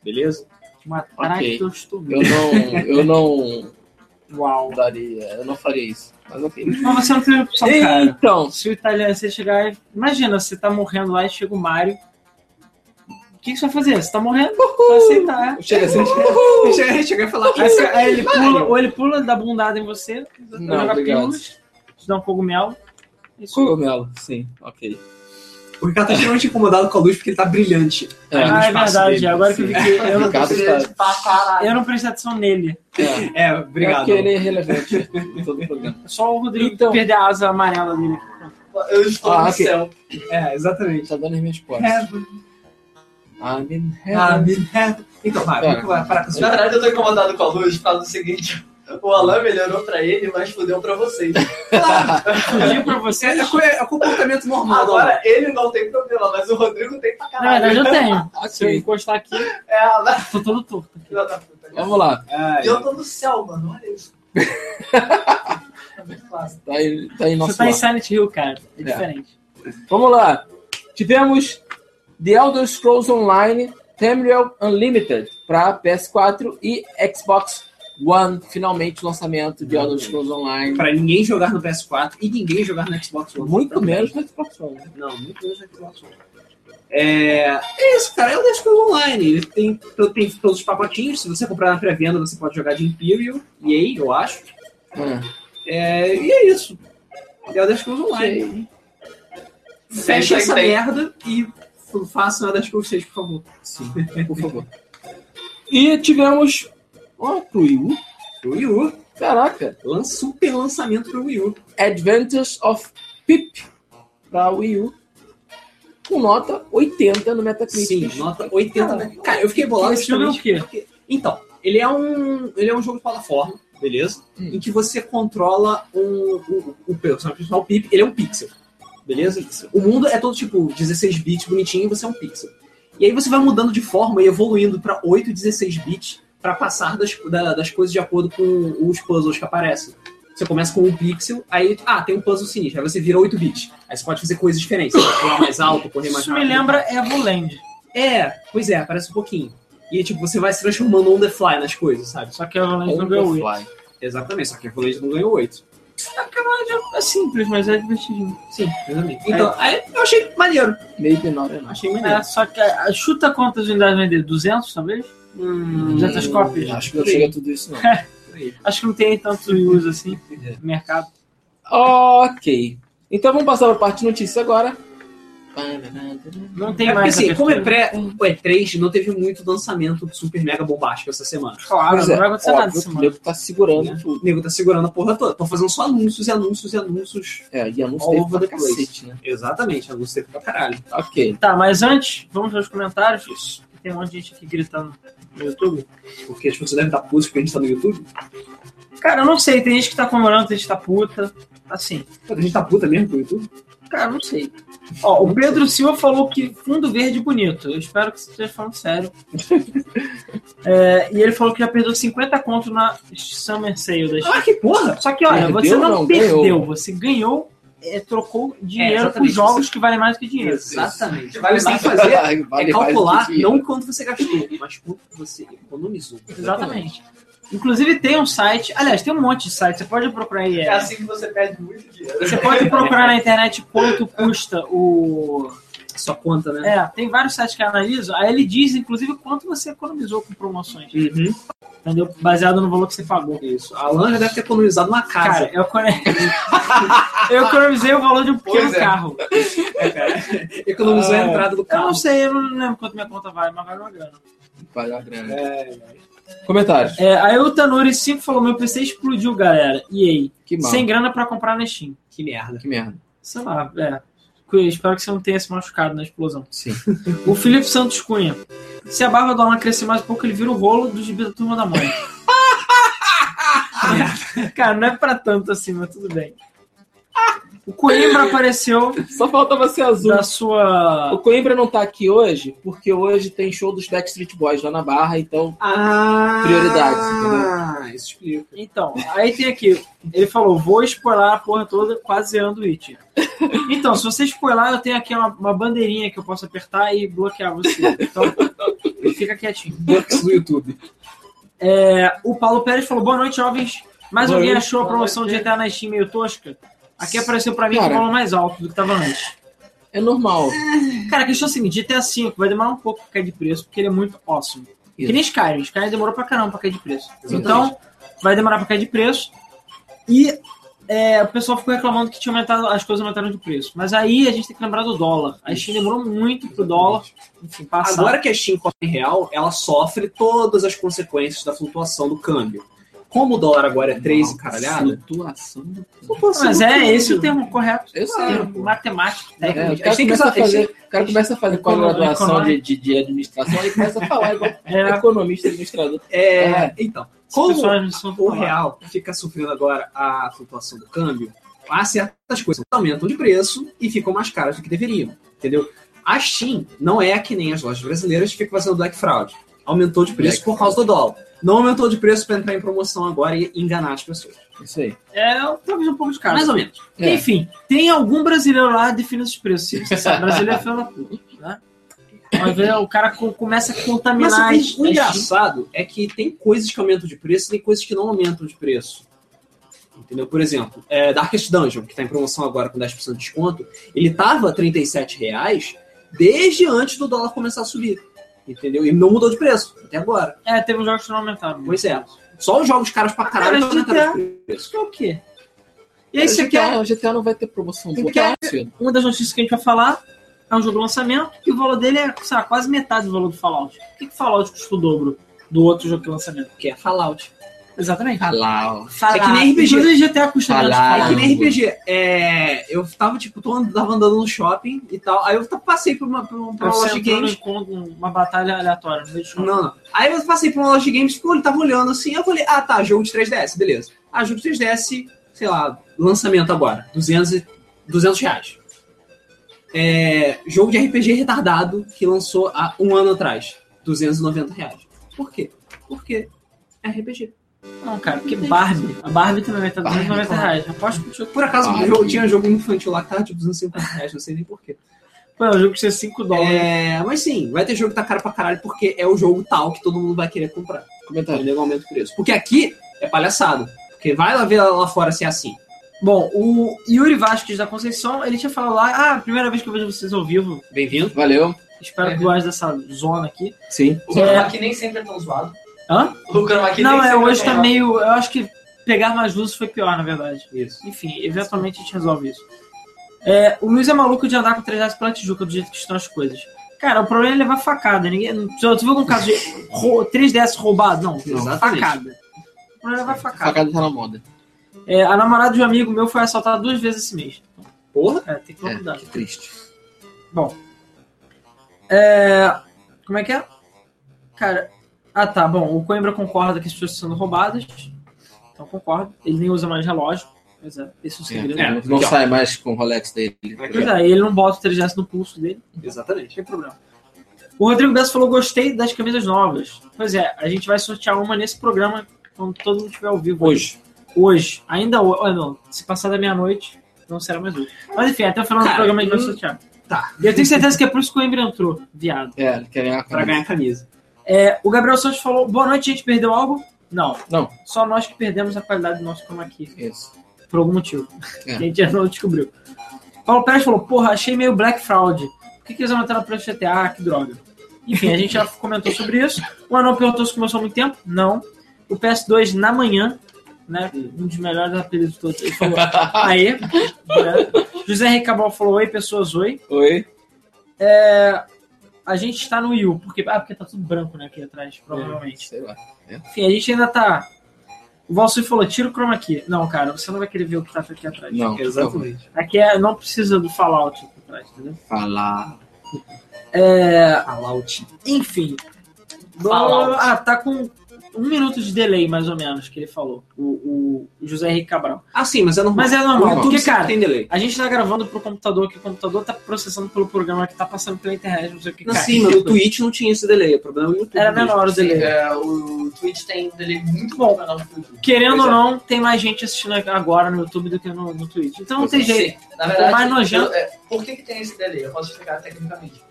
Speaker 2: Beleza?
Speaker 3: Uma
Speaker 1: Ok.
Speaker 3: tractostomia.
Speaker 1: Eu não, eu não
Speaker 3: Uau.
Speaker 1: daria, eu não faria isso. Mas ok.
Speaker 3: Mas você é um não tem opção, cara.
Speaker 1: Então,
Speaker 3: Se o italiano, você chegar e... Imagina, você tá morrendo lá e chega o Mario. O que, que você vai fazer? Você tá morrendo? Vai aceitar.
Speaker 1: chega assim.
Speaker 2: Chegar chegar e "Ah, falar.
Speaker 3: Aí, você- aí ele
Speaker 2: Mario.
Speaker 3: pula, ou ele pula, dá bundada em você,
Speaker 1: Não,
Speaker 3: joga
Speaker 1: obrigado.
Speaker 3: pílulas, te dá um cogumelo. Isso.
Speaker 1: Cogumelo, sim, ok.
Speaker 2: O Ricardo tá geralmente incomodado com a luz porque ele tá brilhante.
Speaker 1: É,
Speaker 2: Aí no
Speaker 3: Ah, é
Speaker 2: espaço
Speaker 3: verdade,
Speaker 2: dele.
Speaker 3: agora que eu vi que eu não,
Speaker 1: Ricardo está.
Speaker 4: Pra caralho.
Speaker 3: eu não prestei atenção nele.
Speaker 1: É,
Speaker 2: É,
Speaker 1: é
Speaker 2: obrigado.
Speaker 1: porque ele é relevante em todo o programa.
Speaker 3: Só o Rodrigo
Speaker 1: Então.
Speaker 3: perder a asa amarela dele.
Speaker 4: Eu estou
Speaker 1: Ah,
Speaker 4: no
Speaker 1: ok.
Speaker 4: céu.
Speaker 2: É, exatamente.
Speaker 1: Tá dando as
Speaker 3: É.
Speaker 1: minhas costas.
Speaker 2: Heaven,
Speaker 1: I'm in heaven.
Speaker 3: Ah,
Speaker 2: heaven, heaven. Então, vai,
Speaker 1: Pera.
Speaker 2: vamos lá, parar com isso.
Speaker 4: Na verdade, eu tô incomodado com a luz por causa do seguinte. O Alan melhorou pra ele, mas fudeu pra vocês.
Speaker 3: Fugiu pra você.
Speaker 2: É, co- é o comportamento normal.
Speaker 4: Agora ele não tem problema, mas o Rodrigo tem pra
Speaker 3: Na
Speaker 4: caralho.
Speaker 3: verdade, eu tenho. Se eu
Speaker 1: Ok.
Speaker 3: encostar aqui,
Speaker 4: É, Alan.
Speaker 3: tô todo torto.
Speaker 4: Filha da puta.
Speaker 1: Vamos lá.
Speaker 2: Alan.
Speaker 4: E eu tô no céu, mano, olha isso. É muito clássico.
Speaker 1: Tá aí, tá aí nosso
Speaker 3: Você tá em
Speaker 1: lar.
Speaker 3: Silent Hill, cara. É,
Speaker 1: É.
Speaker 3: diferente.
Speaker 1: Vamos lá. Tivemos The Elder Scrolls Online Tamriel Unlimited para PS4 e Xbox One. Finalmente o lançamento de Elder Scrolls Online.
Speaker 2: Pra ninguém jogar no PS4 e ninguém jogar no Xbox One.
Speaker 1: Muito menos no Xbox One. né?
Speaker 2: Não, muito menos no Xbox One. É, é isso, cara. É o Elder Scrolls Online. Ele tem, tem todos os pacotinhos. Se você comprar na pré-venda, você pode jogar de Imperial. E aí, eu acho.
Speaker 1: É.
Speaker 2: É, e é isso. É o Death Cruise Online. Fecha
Speaker 4: Hashtag
Speaker 2: essa
Speaker 4: tem.
Speaker 2: merda e f- faça o Death Cruise 6, por favor.
Speaker 1: Sim, por favor. E tivemos. Ó, pro Wii U.
Speaker 2: Pro Wii U,
Speaker 1: Caraca.
Speaker 2: lan- super lançamento pro Wii U.
Speaker 1: Adventures of Pip para Wii U. Com nota 80 no
Speaker 2: Sim,
Speaker 1: Metacritic.
Speaker 2: nota 80. né? Cara, eu fiquei bolado.
Speaker 3: Esse jogo é o
Speaker 2: justamente
Speaker 3: quê?
Speaker 2: porque- Então, ele é um, ele é um jogo de plataforma, beleza?
Speaker 1: Hum.
Speaker 2: Em que você controla um, o- o personagem principal, o Pip, ele é um pixel, beleza? O mundo é todo tipo 16 bits, bonitinho, e você é um pixel. E aí você vai mudando de forma e evoluindo pra 8 e 16 bits pra passar das, da- das coisas de acordo com os puzzles que aparecem. Você começa com um pixel, aí, ah, tem um puzzle sinistro, aí você vira 8 bits. Aí você pode fazer coisas diferentes, você pode pular mais alto, correr mais
Speaker 3: Isso
Speaker 2: rápido.
Speaker 3: me lembra Evoland.
Speaker 2: É, pois é, parece um pouquinho. E tipo, você vai se transformando on the fly nas coisas, sabe?
Speaker 3: Só que Evoland não ganhou oito.
Speaker 2: Exatamente, só que a Evolution não ganhou 8.
Speaker 3: É simples, mas é divertidinho.
Speaker 2: Sim, exatamente. Então, aí eu achei maneiro.
Speaker 1: Maybe not enough.
Speaker 2: Achei
Speaker 3: É,
Speaker 2: maneiro.
Speaker 3: só que a- a- chuta quantas unidades vender? 200, talvez?
Speaker 2: Hum,
Speaker 1: tá
Speaker 3: 200 cópias?
Speaker 1: Acho que não chega a tudo isso, não.
Speaker 2: É,
Speaker 3: Acho que não tem tanto uso assim no mercado.
Speaker 1: Ok. Então vamos passar para a parte de notícia agora.
Speaker 3: Não tem
Speaker 2: É porque
Speaker 3: mais.
Speaker 2: assim, como é
Speaker 3: abertura.
Speaker 2: pré, o E3 não teve muito lançamento super mega bombástico essa semana.
Speaker 3: Claro,
Speaker 1: Pois
Speaker 3: ah, não
Speaker 1: é,
Speaker 3: vai acontecer nada
Speaker 1: óbvio
Speaker 3: essa
Speaker 1: que o
Speaker 3: semana.
Speaker 1: nego tá segurando
Speaker 2: O
Speaker 1: tudo.
Speaker 2: nego tá segurando a porra toda. Tô fazendo só anúncios e anúncios e anúncios.
Speaker 1: É, e anúncio
Speaker 2: All
Speaker 1: teve
Speaker 2: over
Speaker 1: pra
Speaker 2: the place.
Speaker 1: cacete, né?
Speaker 2: Exatamente, anúncio teve pra caralho.
Speaker 1: Ok.
Speaker 3: Tá, mas antes, vamos ver os comentários. Tem um monte de gente aqui gritando no YouTube.
Speaker 2: Porque as pessoas devem estar putas porque a gente tá no YouTube.
Speaker 3: Cara, eu não sei, tem gente que tá comemorando, tem gente que tá puta. Assim,
Speaker 2: A gente tá puta mesmo com o YouTube.
Speaker 3: cara, não sei. Ó, o Pedro Silva falou que fundo verde bonito. Eu espero que você esteja falando sério. É, e ele falou que já perdeu 50 conto na Summer Sale da Steam.
Speaker 2: Ah, que porra!
Speaker 3: Só que, olha,
Speaker 1: Perdeu,
Speaker 3: você não,
Speaker 1: não,
Speaker 3: perdeu,
Speaker 1: ganhou.
Speaker 3: você ganhou é, trocou dinheiro por
Speaker 4: exatamente,
Speaker 3: jogos que valem mais que dinheiro.
Speaker 2: Exatamente. O que
Speaker 4: Vale
Speaker 2: você tem
Speaker 4: mais
Speaker 2: que fazer
Speaker 1: Vale
Speaker 2: é
Speaker 1: mais do
Speaker 2: calcular
Speaker 1: que-
Speaker 2: não quanto você gastou, mas quanto você economizou.
Speaker 3: Exatamente. Inclusive tem um site, aliás, tem um monte de site, você pode procurar aí.
Speaker 4: É
Speaker 3: é.
Speaker 4: assim que você perde muito dinheiro.
Speaker 3: Você pode procurar na internet quanto custa o.
Speaker 2: Sua conta, né?
Speaker 3: É, tem vários sites que analisam, aí ele diz, inclusive, quanto você economizou com promoções,
Speaker 2: Uhum.
Speaker 3: entendeu? Baseado no valor que você pagou.
Speaker 2: Isso. A Alan já deve ter economizado uma casa.
Speaker 3: Cara, eu, econo- eu economizei o valor de um pequeno
Speaker 4: Pois é.
Speaker 3: carro.
Speaker 2: Economizou
Speaker 1: Ah,
Speaker 2: a entrada do
Speaker 3: Eu não
Speaker 2: carro.
Speaker 3: sei, eu não lembro quanto minha conta vale, mas vale uma grana.
Speaker 1: Vale a grana.
Speaker 2: É,
Speaker 1: Comentários.
Speaker 3: É, aí o Tanuri 5 falou: meu PC explodiu, galera. E aí?
Speaker 1: Que mal.
Speaker 3: Sem grana pra comprar na Steam.
Speaker 2: que merda.
Speaker 1: Que merda.
Speaker 3: Sei lá, é. Eu Espero que você não tenha se machucado na explosão.
Speaker 1: Sim.
Speaker 3: O Felipe Santos Cunha. Se a barba do Alan crescer mais um pouco, ele vira o rolo do gibi da turma da mãe. É. Cara, não é pra tanto assim, mas tudo bem. O Coimbra apareceu
Speaker 1: Só faltava ser azul.
Speaker 3: da sua.
Speaker 1: O Coimbra não tá aqui hoje, porque hoje tem show dos Backstreet Boys lá na Barra, então
Speaker 2: Ah,
Speaker 1: Prioridades,
Speaker 2: Ah, isso explica.
Speaker 3: Então, aí tem aqui. Ele falou: vou spoiler a porra toda, quase zerando o It. Então, se você spoiler, eu tenho aqui uma, uma bandeirinha que eu posso apertar e bloquear você. Então, fica quietinho.
Speaker 2: Bucks do YouTube.
Speaker 3: O Paulo Pérez falou: boa noite, jovens. Mais
Speaker 1: Boa
Speaker 3: alguém
Speaker 1: noite,
Speaker 3: achou a
Speaker 4: boa
Speaker 3: promoção de
Speaker 4: noite.
Speaker 3: GTA na Steam meio tosca? Aqui apareceu pra mim
Speaker 1: Cara.
Speaker 3: que o valor mais alto do que tava antes.
Speaker 1: é normal.
Speaker 3: Cara, a questão é a seguinte: GTA V vai demorar um pouco pra cair de preço, porque ele é muito awesome.
Speaker 1: Isso.
Speaker 3: Que nem Skyrim. Skyrim demorou pra caramba pra cair de preço.
Speaker 1: Exatamente.
Speaker 3: Então, vai demorar pra cair de preço. E é, o pessoal ficou reclamando que tinha aumentado, as coisas aumentaram de preço. Mas aí a gente tem que lembrar do dólar. A Steam demorou muito pro dólar, enfim, passar.
Speaker 2: Agora que a Steam corre em real, ela sofre todas as consequências da flutuação do câmbio. Como o dólar agora é 3 e caralhada,
Speaker 1: Flutuação do
Speaker 3: Mas é esse o termo correto.
Speaker 1: Eu sei.
Speaker 3: Matemática,
Speaker 1: É,
Speaker 3: técnica.
Speaker 1: o cara
Speaker 2: tem que
Speaker 1: começa a
Speaker 2: usar- a gente
Speaker 1: fazer, o cara começa a fazer pós-graduação de, de, de administração e começa a falar igual
Speaker 3: É.
Speaker 1: economista, administrador.
Speaker 2: é...
Speaker 1: É.
Speaker 2: Então,
Speaker 3: As
Speaker 2: como
Speaker 3: pessoas não são
Speaker 2: o
Speaker 3: falar.
Speaker 2: real fica sofrendo agora a flutuação do câmbio, há certas coisas que aumentam de preço e ficam mais caras do que deveriam, entendeu? A Steam não é que nem as lojas brasileiras que ficam fazendo black fraud. Aumentou de preço
Speaker 1: Black
Speaker 2: por causa do dólar. Não aumentou de preço para entrar em promoção agora e enganar as pessoas.
Speaker 1: Isso aí.
Speaker 3: É, talvez um pouco de cara.
Speaker 2: Mais ou menos.
Speaker 1: É.
Speaker 3: Enfim, tem algum brasileiro lá definindo os preços. se Você sabe, brasileiro é filho da puta, né? Uma vez o cara co- começa a
Speaker 2: Mas um
Speaker 3: contaminar
Speaker 2: sabe,
Speaker 3: as-
Speaker 2: o
Speaker 3: as-
Speaker 2: engraçado é que tem coisas que aumentam de preço e tem coisas que não aumentam de preço. Entendeu? Por exemplo, é, Darkest Dungeon, que está em promoção agora com 10% de desconto, ele tava R$ 37 reais desde antes do dólar começar a subir. Entendeu? E não mudou de preço até agora.
Speaker 3: É, teve uns jogos que não aumentaram. muito.
Speaker 2: Pois é. Só os jogos caros pra caralho
Speaker 3: Cara,
Speaker 2: que aumentaram de preço.
Speaker 3: Isso que é o quê? E aí você
Speaker 2: é
Speaker 1: O GTA
Speaker 3: quer...
Speaker 1: não, É, O GTA não vai ter promoção é
Speaker 3: Você
Speaker 1: boa
Speaker 3: quer-
Speaker 1: tão cedo.
Speaker 3: Uma das notícias que a gente vai falar é um jogo de lançamento e o valor dele é, sei lá, quase metade do valor do Fallout. Por que, que Fallout custa o dobro do outro jogo de lançamento?
Speaker 2: Que é Fallout.
Speaker 3: Exatamente.
Speaker 1: Ah, Lá, ó.
Speaker 3: Fallout.
Speaker 2: É que nem RPG.
Speaker 3: Inclusive GTA custa menos
Speaker 1: Fallout.
Speaker 3: que
Speaker 2: É que
Speaker 3: Fallout.
Speaker 2: nem RPG. É, eu tava, tipo, tô and- tava andando no shopping e tal. Aí eu t- passei por uma, por uma, por uma
Speaker 3: Você
Speaker 2: loja de
Speaker 3: entrou num
Speaker 2: games.
Speaker 3: encontro, uma batalha aleatória né? no meio de shopping.
Speaker 2: Não, não. Aí eu passei pra uma loja de games, pô, ele tava olhando assim, eu falei, ah tá, jogo de 3DS, beleza. Ah, jogo de 3DS, sei lá, lançamento agora, 200, e- 200 reais. É, jogo de RPG retardado que lançou há um ano atrás, 290 reais. Por quê? Porque é RPG.
Speaker 3: Não, Ah, cara, porque Barbie. A Barbie também vai estar
Speaker 1: Barbie,
Speaker 3: 290
Speaker 2: claro.
Speaker 3: reais. Aposto que o jogo.
Speaker 2: Por acaso,
Speaker 1: Ah,
Speaker 2: o jogo,
Speaker 1: que-
Speaker 2: tinha jogo infantil lá que tava tipo 250 reais, não sei nem porquê.
Speaker 3: Pô, o jogo custa 5 dólares.
Speaker 2: É, mas sim, vai ter jogo que tá caro pra caralho porque é o jogo tal que todo mundo vai querer comprar. Tá,
Speaker 1: Comentário.
Speaker 2: nego aumenta o preço. Porque aqui é palhaçada. Porque vai lá ver lá fora se é assim.
Speaker 3: Bom, o Yuri Vasquez da Conceição, ele tinha falado lá, ah, primeira vez que eu vejo vocês ao vivo.
Speaker 2: Bem-vindo.
Speaker 1: Valeu.
Speaker 3: Espero
Speaker 4: É.
Speaker 3: que goste dessa zona aqui.
Speaker 1: Sim.
Speaker 4: O chroma key nem sempre é tão zoado.
Speaker 3: Hã?
Speaker 4: O chroma key nem
Speaker 3: não, é,
Speaker 4: sempre
Speaker 3: hoje
Speaker 4: é
Speaker 3: tá
Speaker 4: tão zoado.
Speaker 3: meio. Eu acho que pegar mais luzes foi pior, na verdade.
Speaker 2: Isso.
Speaker 3: Enfim, eventualmente a gente resolve isso. É, o Luiz é maluco de andar com 3 reais pela Tijuca, do jeito que estão as coisas. Cara, o problema é levar facada. Ninguém, tu, tu viu algum caso de rou- 3DS roubado? Não,
Speaker 2: Exatamente.
Speaker 3: facada. O problema é levar facada.
Speaker 1: Facada tá na moda.
Speaker 3: É, a namorada de um amigo meu foi assaltada duas vezes esse mês.
Speaker 2: Porra.
Speaker 3: É, tem que tomar
Speaker 1: É,
Speaker 3: cuidado.
Speaker 1: que triste.
Speaker 3: Como é que é? Cara, ah tá, bom, o Coimbra concorda que as pessoas estão sendo roubadas. Então concordo. Ele nem usa mais relógio. Pois é, esse é o segredo.
Speaker 1: É,
Speaker 3: dele.
Speaker 1: não não sai mais com o Rolex dele.
Speaker 3: Pois é, ele não bota o 3 no pulso dele, não
Speaker 2: Exatamente.
Speaker 3: tem problema. O Rodrigo Bessa falou: gostei das camisas novas. Pois é, a gente vai sortear uma nesse programa quando todo mundo estiver ao vivo.
Speaker 1: Hoje.
Speaker 3: Hoje. Ainda hoje. Ah, não. Se passar da meia-noite, não será mais útil. Mas enfim, até o final do
Speaker 2: Cara,
Speaker 3: programa a gente vai
Speaker 2: hum.
Speaker 3: sortear.
Speaker 2: Tá.
Speaker 3: E eu tenho certeza que é por isso que o Embre entrou, viado.
Speaker 1: É, ele quer ganhar a
Speaker 2: Pra
Speaker 1: camisa.
Speaker 2: ganhar a camisa.
Speaker 3: É, o Gabriel Santos falou: boa noite, gente. Perdeu algo? Não.
Speaker 1: Não.
Speaker 3: Só nós que perdemos a qualidade do nosso chroma key.
Speaker 1: Isso.
Speaker 3: Por algum motivo.
Speaker 1: É.
Speaker 3: A gente ainda não descobriu. Paulo Pérez falou: porra, achei meio Black Fraud. Por que, que eles anotaram o preço do GTA? Ah, que droga. Enfim, a gente já comentou sobre isso. O Anão perguntou se começou há muito tempo. Não. O PS2 na manhã, né? Um dos melhores apelidos de todos. Ele falou: aê. né? José R. Cabral falou: oi, pessoas, oi.
Speaker 1: Oi?
Speaker 3: A gente está no Wii U, porque, ah, porque tá tudo branco né, aqui atrás, provavelmente.
Speaker 1: Sei lá.
Speaker 3: Enfim, a gente ainda tá. O Valsir falou, tira o chroma aqui. Não, cara, você não vai querer ver o que tá aqui atrás.
Speaker 1: Não.
Speaker 2: Exatamente.
Speaker 3: Aqui é, não precisa do Fallout aqui atrás, entendeu?
Speaker 1: Falar.
Speaker 2: Ah, Fallout.
Speaker 3: Enfim. blá, blá, blá, blá. Ah, tá com um minuto de delay, mais ou menos, que ele falou. O, o José Henrique Cabral.
Speaker 2: Ah, sim, mas é normal.
Speaker 3: Mas é
Speaker 2: O
Speaker 3: normal,
Speaker 2: YouTube
Speaker 3: porque,
Speaker 2: sempre
Speaker 3: cara,
Speaker 2: tem delay.
Speaker 3: a gente tá gravando pro computador, que o computador tá processando pelo programa que tá passando pela internet, não sei o que.
Speaker 2: Não,
Speaker 3: cara.
Speaker 2: sim, mas o Twitch não tinha esse delay. O problema é o YouTube.
Speaker 3: Era
Speaker 2: mesmo.
Speaker 3: menor o
Speaker 4: Sim,
Speaker 3: delay.
Speaker 4: é, o Twitch tem um delay muito bom pra canal do YouTube.
Speaker 3: Querendo
Speaker 2: Pois
Speaker 3: ou
Speaker 2: é.
Speaker 3: não, tem mais gente assistindo agora no YouTube do que no, no Twitch. Então não tem
Speaker 2: é.
Speaker 1: Pois
Speaker 3: jeito.
Speaker 4: Sim, na verdade,
Speaker 3: mais nojento-
Speaker 4: eu- é, por que, que tem esse delay? Eu posso explicar tecnicamente.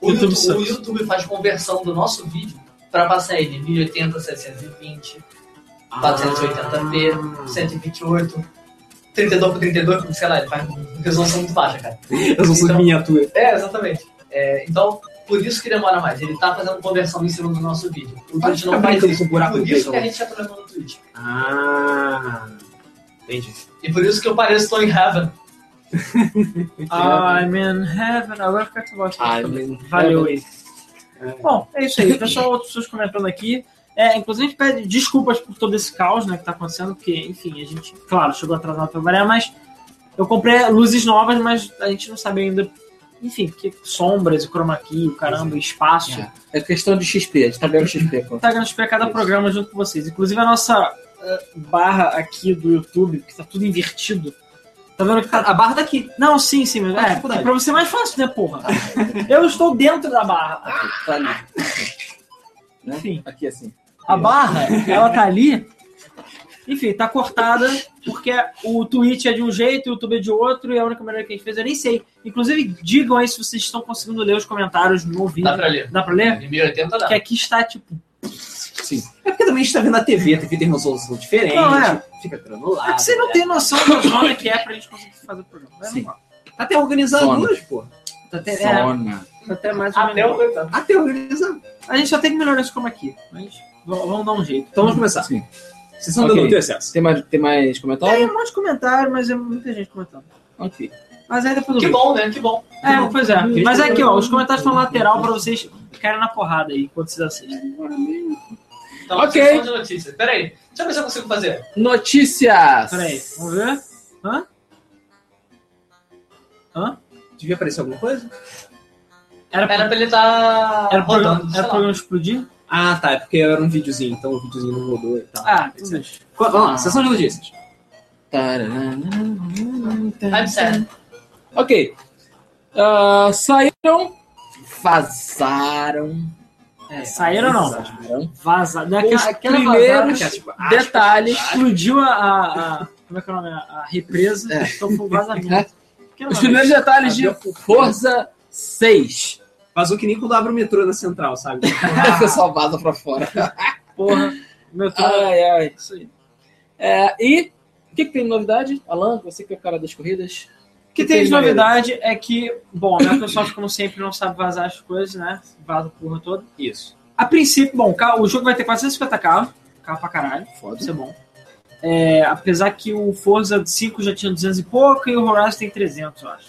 Speaker 4: O
Speaker 3: YouTube
Speaker 4: YouTube, o
Speaker 3: sucks.
Speaker 4: YouTube faz conversão do nosso vídeo para passar ele 1080, 720,
Speaker 3: Ah.
Speaker 4: 480p, 128, 32 por 32, porque, sei lá, ele faz resolução muito baixa, cara.
Speaker 2: Eu sou
Speaker 4: Então-
Speaker 2: de miniatura.
Speaker 4: É, exatamente. É, então, por isso que demora mais. Ele tá fazendo conversão em cima do nosso vídeo. O
Speaker 2: Para
Speaker 4: Twitch
Speaker 2: de
Speaker 4: não
Speaker 2: ficar
Speaker 4: faz
Speaker 2: brincando
Speaker 4: isso.
Speaker 2: com o buraco
Speaker 4: Por
Speaker 2: do peito.
Speaker 4: isso
Speaker 2: né?
Speaker 4: que a gente tá trabalhando no Twitch.
Speaker 2: Ah. Entendi.
Speaker 4: E por isso que eu pareço Tony Heaven.
Speaker 3: I'm in heaven. Agora fica que eu gosto.
Speaker 1: Ah,
Speaker 3: Valeu aí.
Speaker 2: É.
Speaker 3: Bom, é isso aí. Pessoal, outras pessoas comentando aqui. É, inclusive, a gente pede desculpas por todo esse caos né, que tá acontecendo, porque, enfim, a gente, claro, chegou atrasado pra variar, mas eu comprei luzes novas, mas a gente não sabe ainda, enfim, porque sombras e chroma key, o caramba, espaço.
Speaker 1: É questão de XP, a gente tá vendo XP. pô.
Speaker 3: Instagram explica cada programa junto com vocês. Inclusive a nossa eh, barra aqui do YouTube, que tá tudo invertido. Tá vendo que tá.
Speaker 2: A barra daqui.
Speaker 3: Não, sim, sim, mas
Speaker 2: Ah,
Speaker 3: é,
Speaker 2: dificuldade.
Speaker 3: é pra você é mais fácil, né, porra? Eu estou dentro da barra.
Speaker 1: Tá ali. Né?
Speaker 3: Enfim,
Speaker 1: Aqui assim.
Speaker 3: a barra, ela tá ali. Enfim, tá cortada, porque o Twitch é de um jeito, o YouTube é de outro, e a única maneira que a gente fez, eu nem sei. Inclusive, digam aí se vocês estão conseguindo ler os comentários no vídeo.
Speaker 4: Dá pra ler.
Speaker 3: Dá pra ler?
Speaker 4: Em 1080 dá.
Speaker 3: É. Que aqui está, tipo,
Speaker 1: Sim.
Speaker 2: É porque também a gente tá vendo a TV, a TV tem resolução diferente.
Speaker 3: Não, é.
Speaker 2: Fica
Speaker 3: é
Speaker 2: granulado.
Speaker 3: que você não tem noção da zona que é pra gente conseguir fazer o programa. Mas
Speaker 1: Sim.
Speaker 2: Tá Até organizar
Speaker 1: Sono.
Speaker 2: duas, pô.
Speaker 3: Tá até, é,
Speaker 1: Zona.
Speaker 3: tá até mais ou
Speaker 4: Até
Speaker 3: menos.
Speaker 4: o coitado.
Speaker 2: Até organizar.
Speaker 3: A gente só tem que melhorar isso como aqui. Mas v- vamos dar um jeito.
Speaker 2: Então vamos começar.
Speaker 1: Sim.
Speaker 2: Vocês estão
Speaker 1: Ok.
Speaker 2: dando muito excesso.
Speaker 1: Tem mais, tem mais comentário?
Speaker 3: Tem um monte de comentário, mas é muita gente comentando.
Speaker 1: Ok.
Speaker 3: Mas aí depois
Speaker 4: Que
Speaker 3: eu vejo.
Speaker 4: bom, né? Que bom.
Speaker 3: É, pois é. Mas é aqui, ó. Os comentários estão na lateral pra vocês ficarem na porrada aí enquanto vocês assistem.
Speaker 4: Então,
Speaker 1: Ok.
Speaker 4: sessão de notícias. Peraí, deixa eu ver se eu consigo fazer.
Speaker 1: Notícias!
Speaker 3: Pera aí, vamos ver? Hã?
Speaker 2: Devia aparecer alguma coisa?
Speaker 3: Era,
Speaker 4: Era
Speaker 3: era,
Speaker 4: pra ele estar
Speaker 3: era, programa,
Speaker 4: rodando, sei
Speaker 3: era
Speaker 4: lá.
Speaker 3: programa explodir?
Speaker 2: Ah, tá. É porque era um videozinho, então o videozinho não rodou e tal.
Speaker 3: Ah,
Speaker 2: Etc.
Speaker 3: tudo bem.
Speaker 2: Qu- Vamos lá, sessão de notícias.
Speaker 4: I'm sad.
Speaker 1: Ok. Ah, saíram, vazaram.
Speaker 3: É, saíram ou não? né,
Speaker 1: Vazaram.
Speaker 3: Vazaram.
Speaker 1: Os primeiros detalhes.
Speaker 3: Explodiu a, a- a- Como é que é o nome? A, a represa.
Speaker 1: É.
Speaker 3: Então foi um vazamento. é Aquela
Speaker 1: Os
Speaker 3: vez.
Speaker 1: primeiros detalhes
Speaker 3: Ah,
Speaker 1: de Forza 6.
Speaker 2: Vazou que nem quando abre o metrô na central, sabe?
Speaker 1: O pessoal vaza pra fora.
Speaker 3: Porra. Meu Deus.
Speaker 1: Ai, ai.
Speaker 3: Isso aí.
Speaker 1: É, e o que, que tem de novidade? Alan, você que é o cara das corridas.
Speaker 3: O que tem de novidade é que, bom, a Microsoft, como sempre, não sabe vazar as coisas, né? Vaza a porra toda.
Speaker 2: Isso.
Speaker 3: A princípio, bom, ca- o jogo vai ter 450 carros. Carro pra caralho,
Speaker 1: Foda.
Speaker 3: isso é bom. É, apesar que o Forza 5 já tinha 200 e pouco e o Horizon tem 300, eu acho.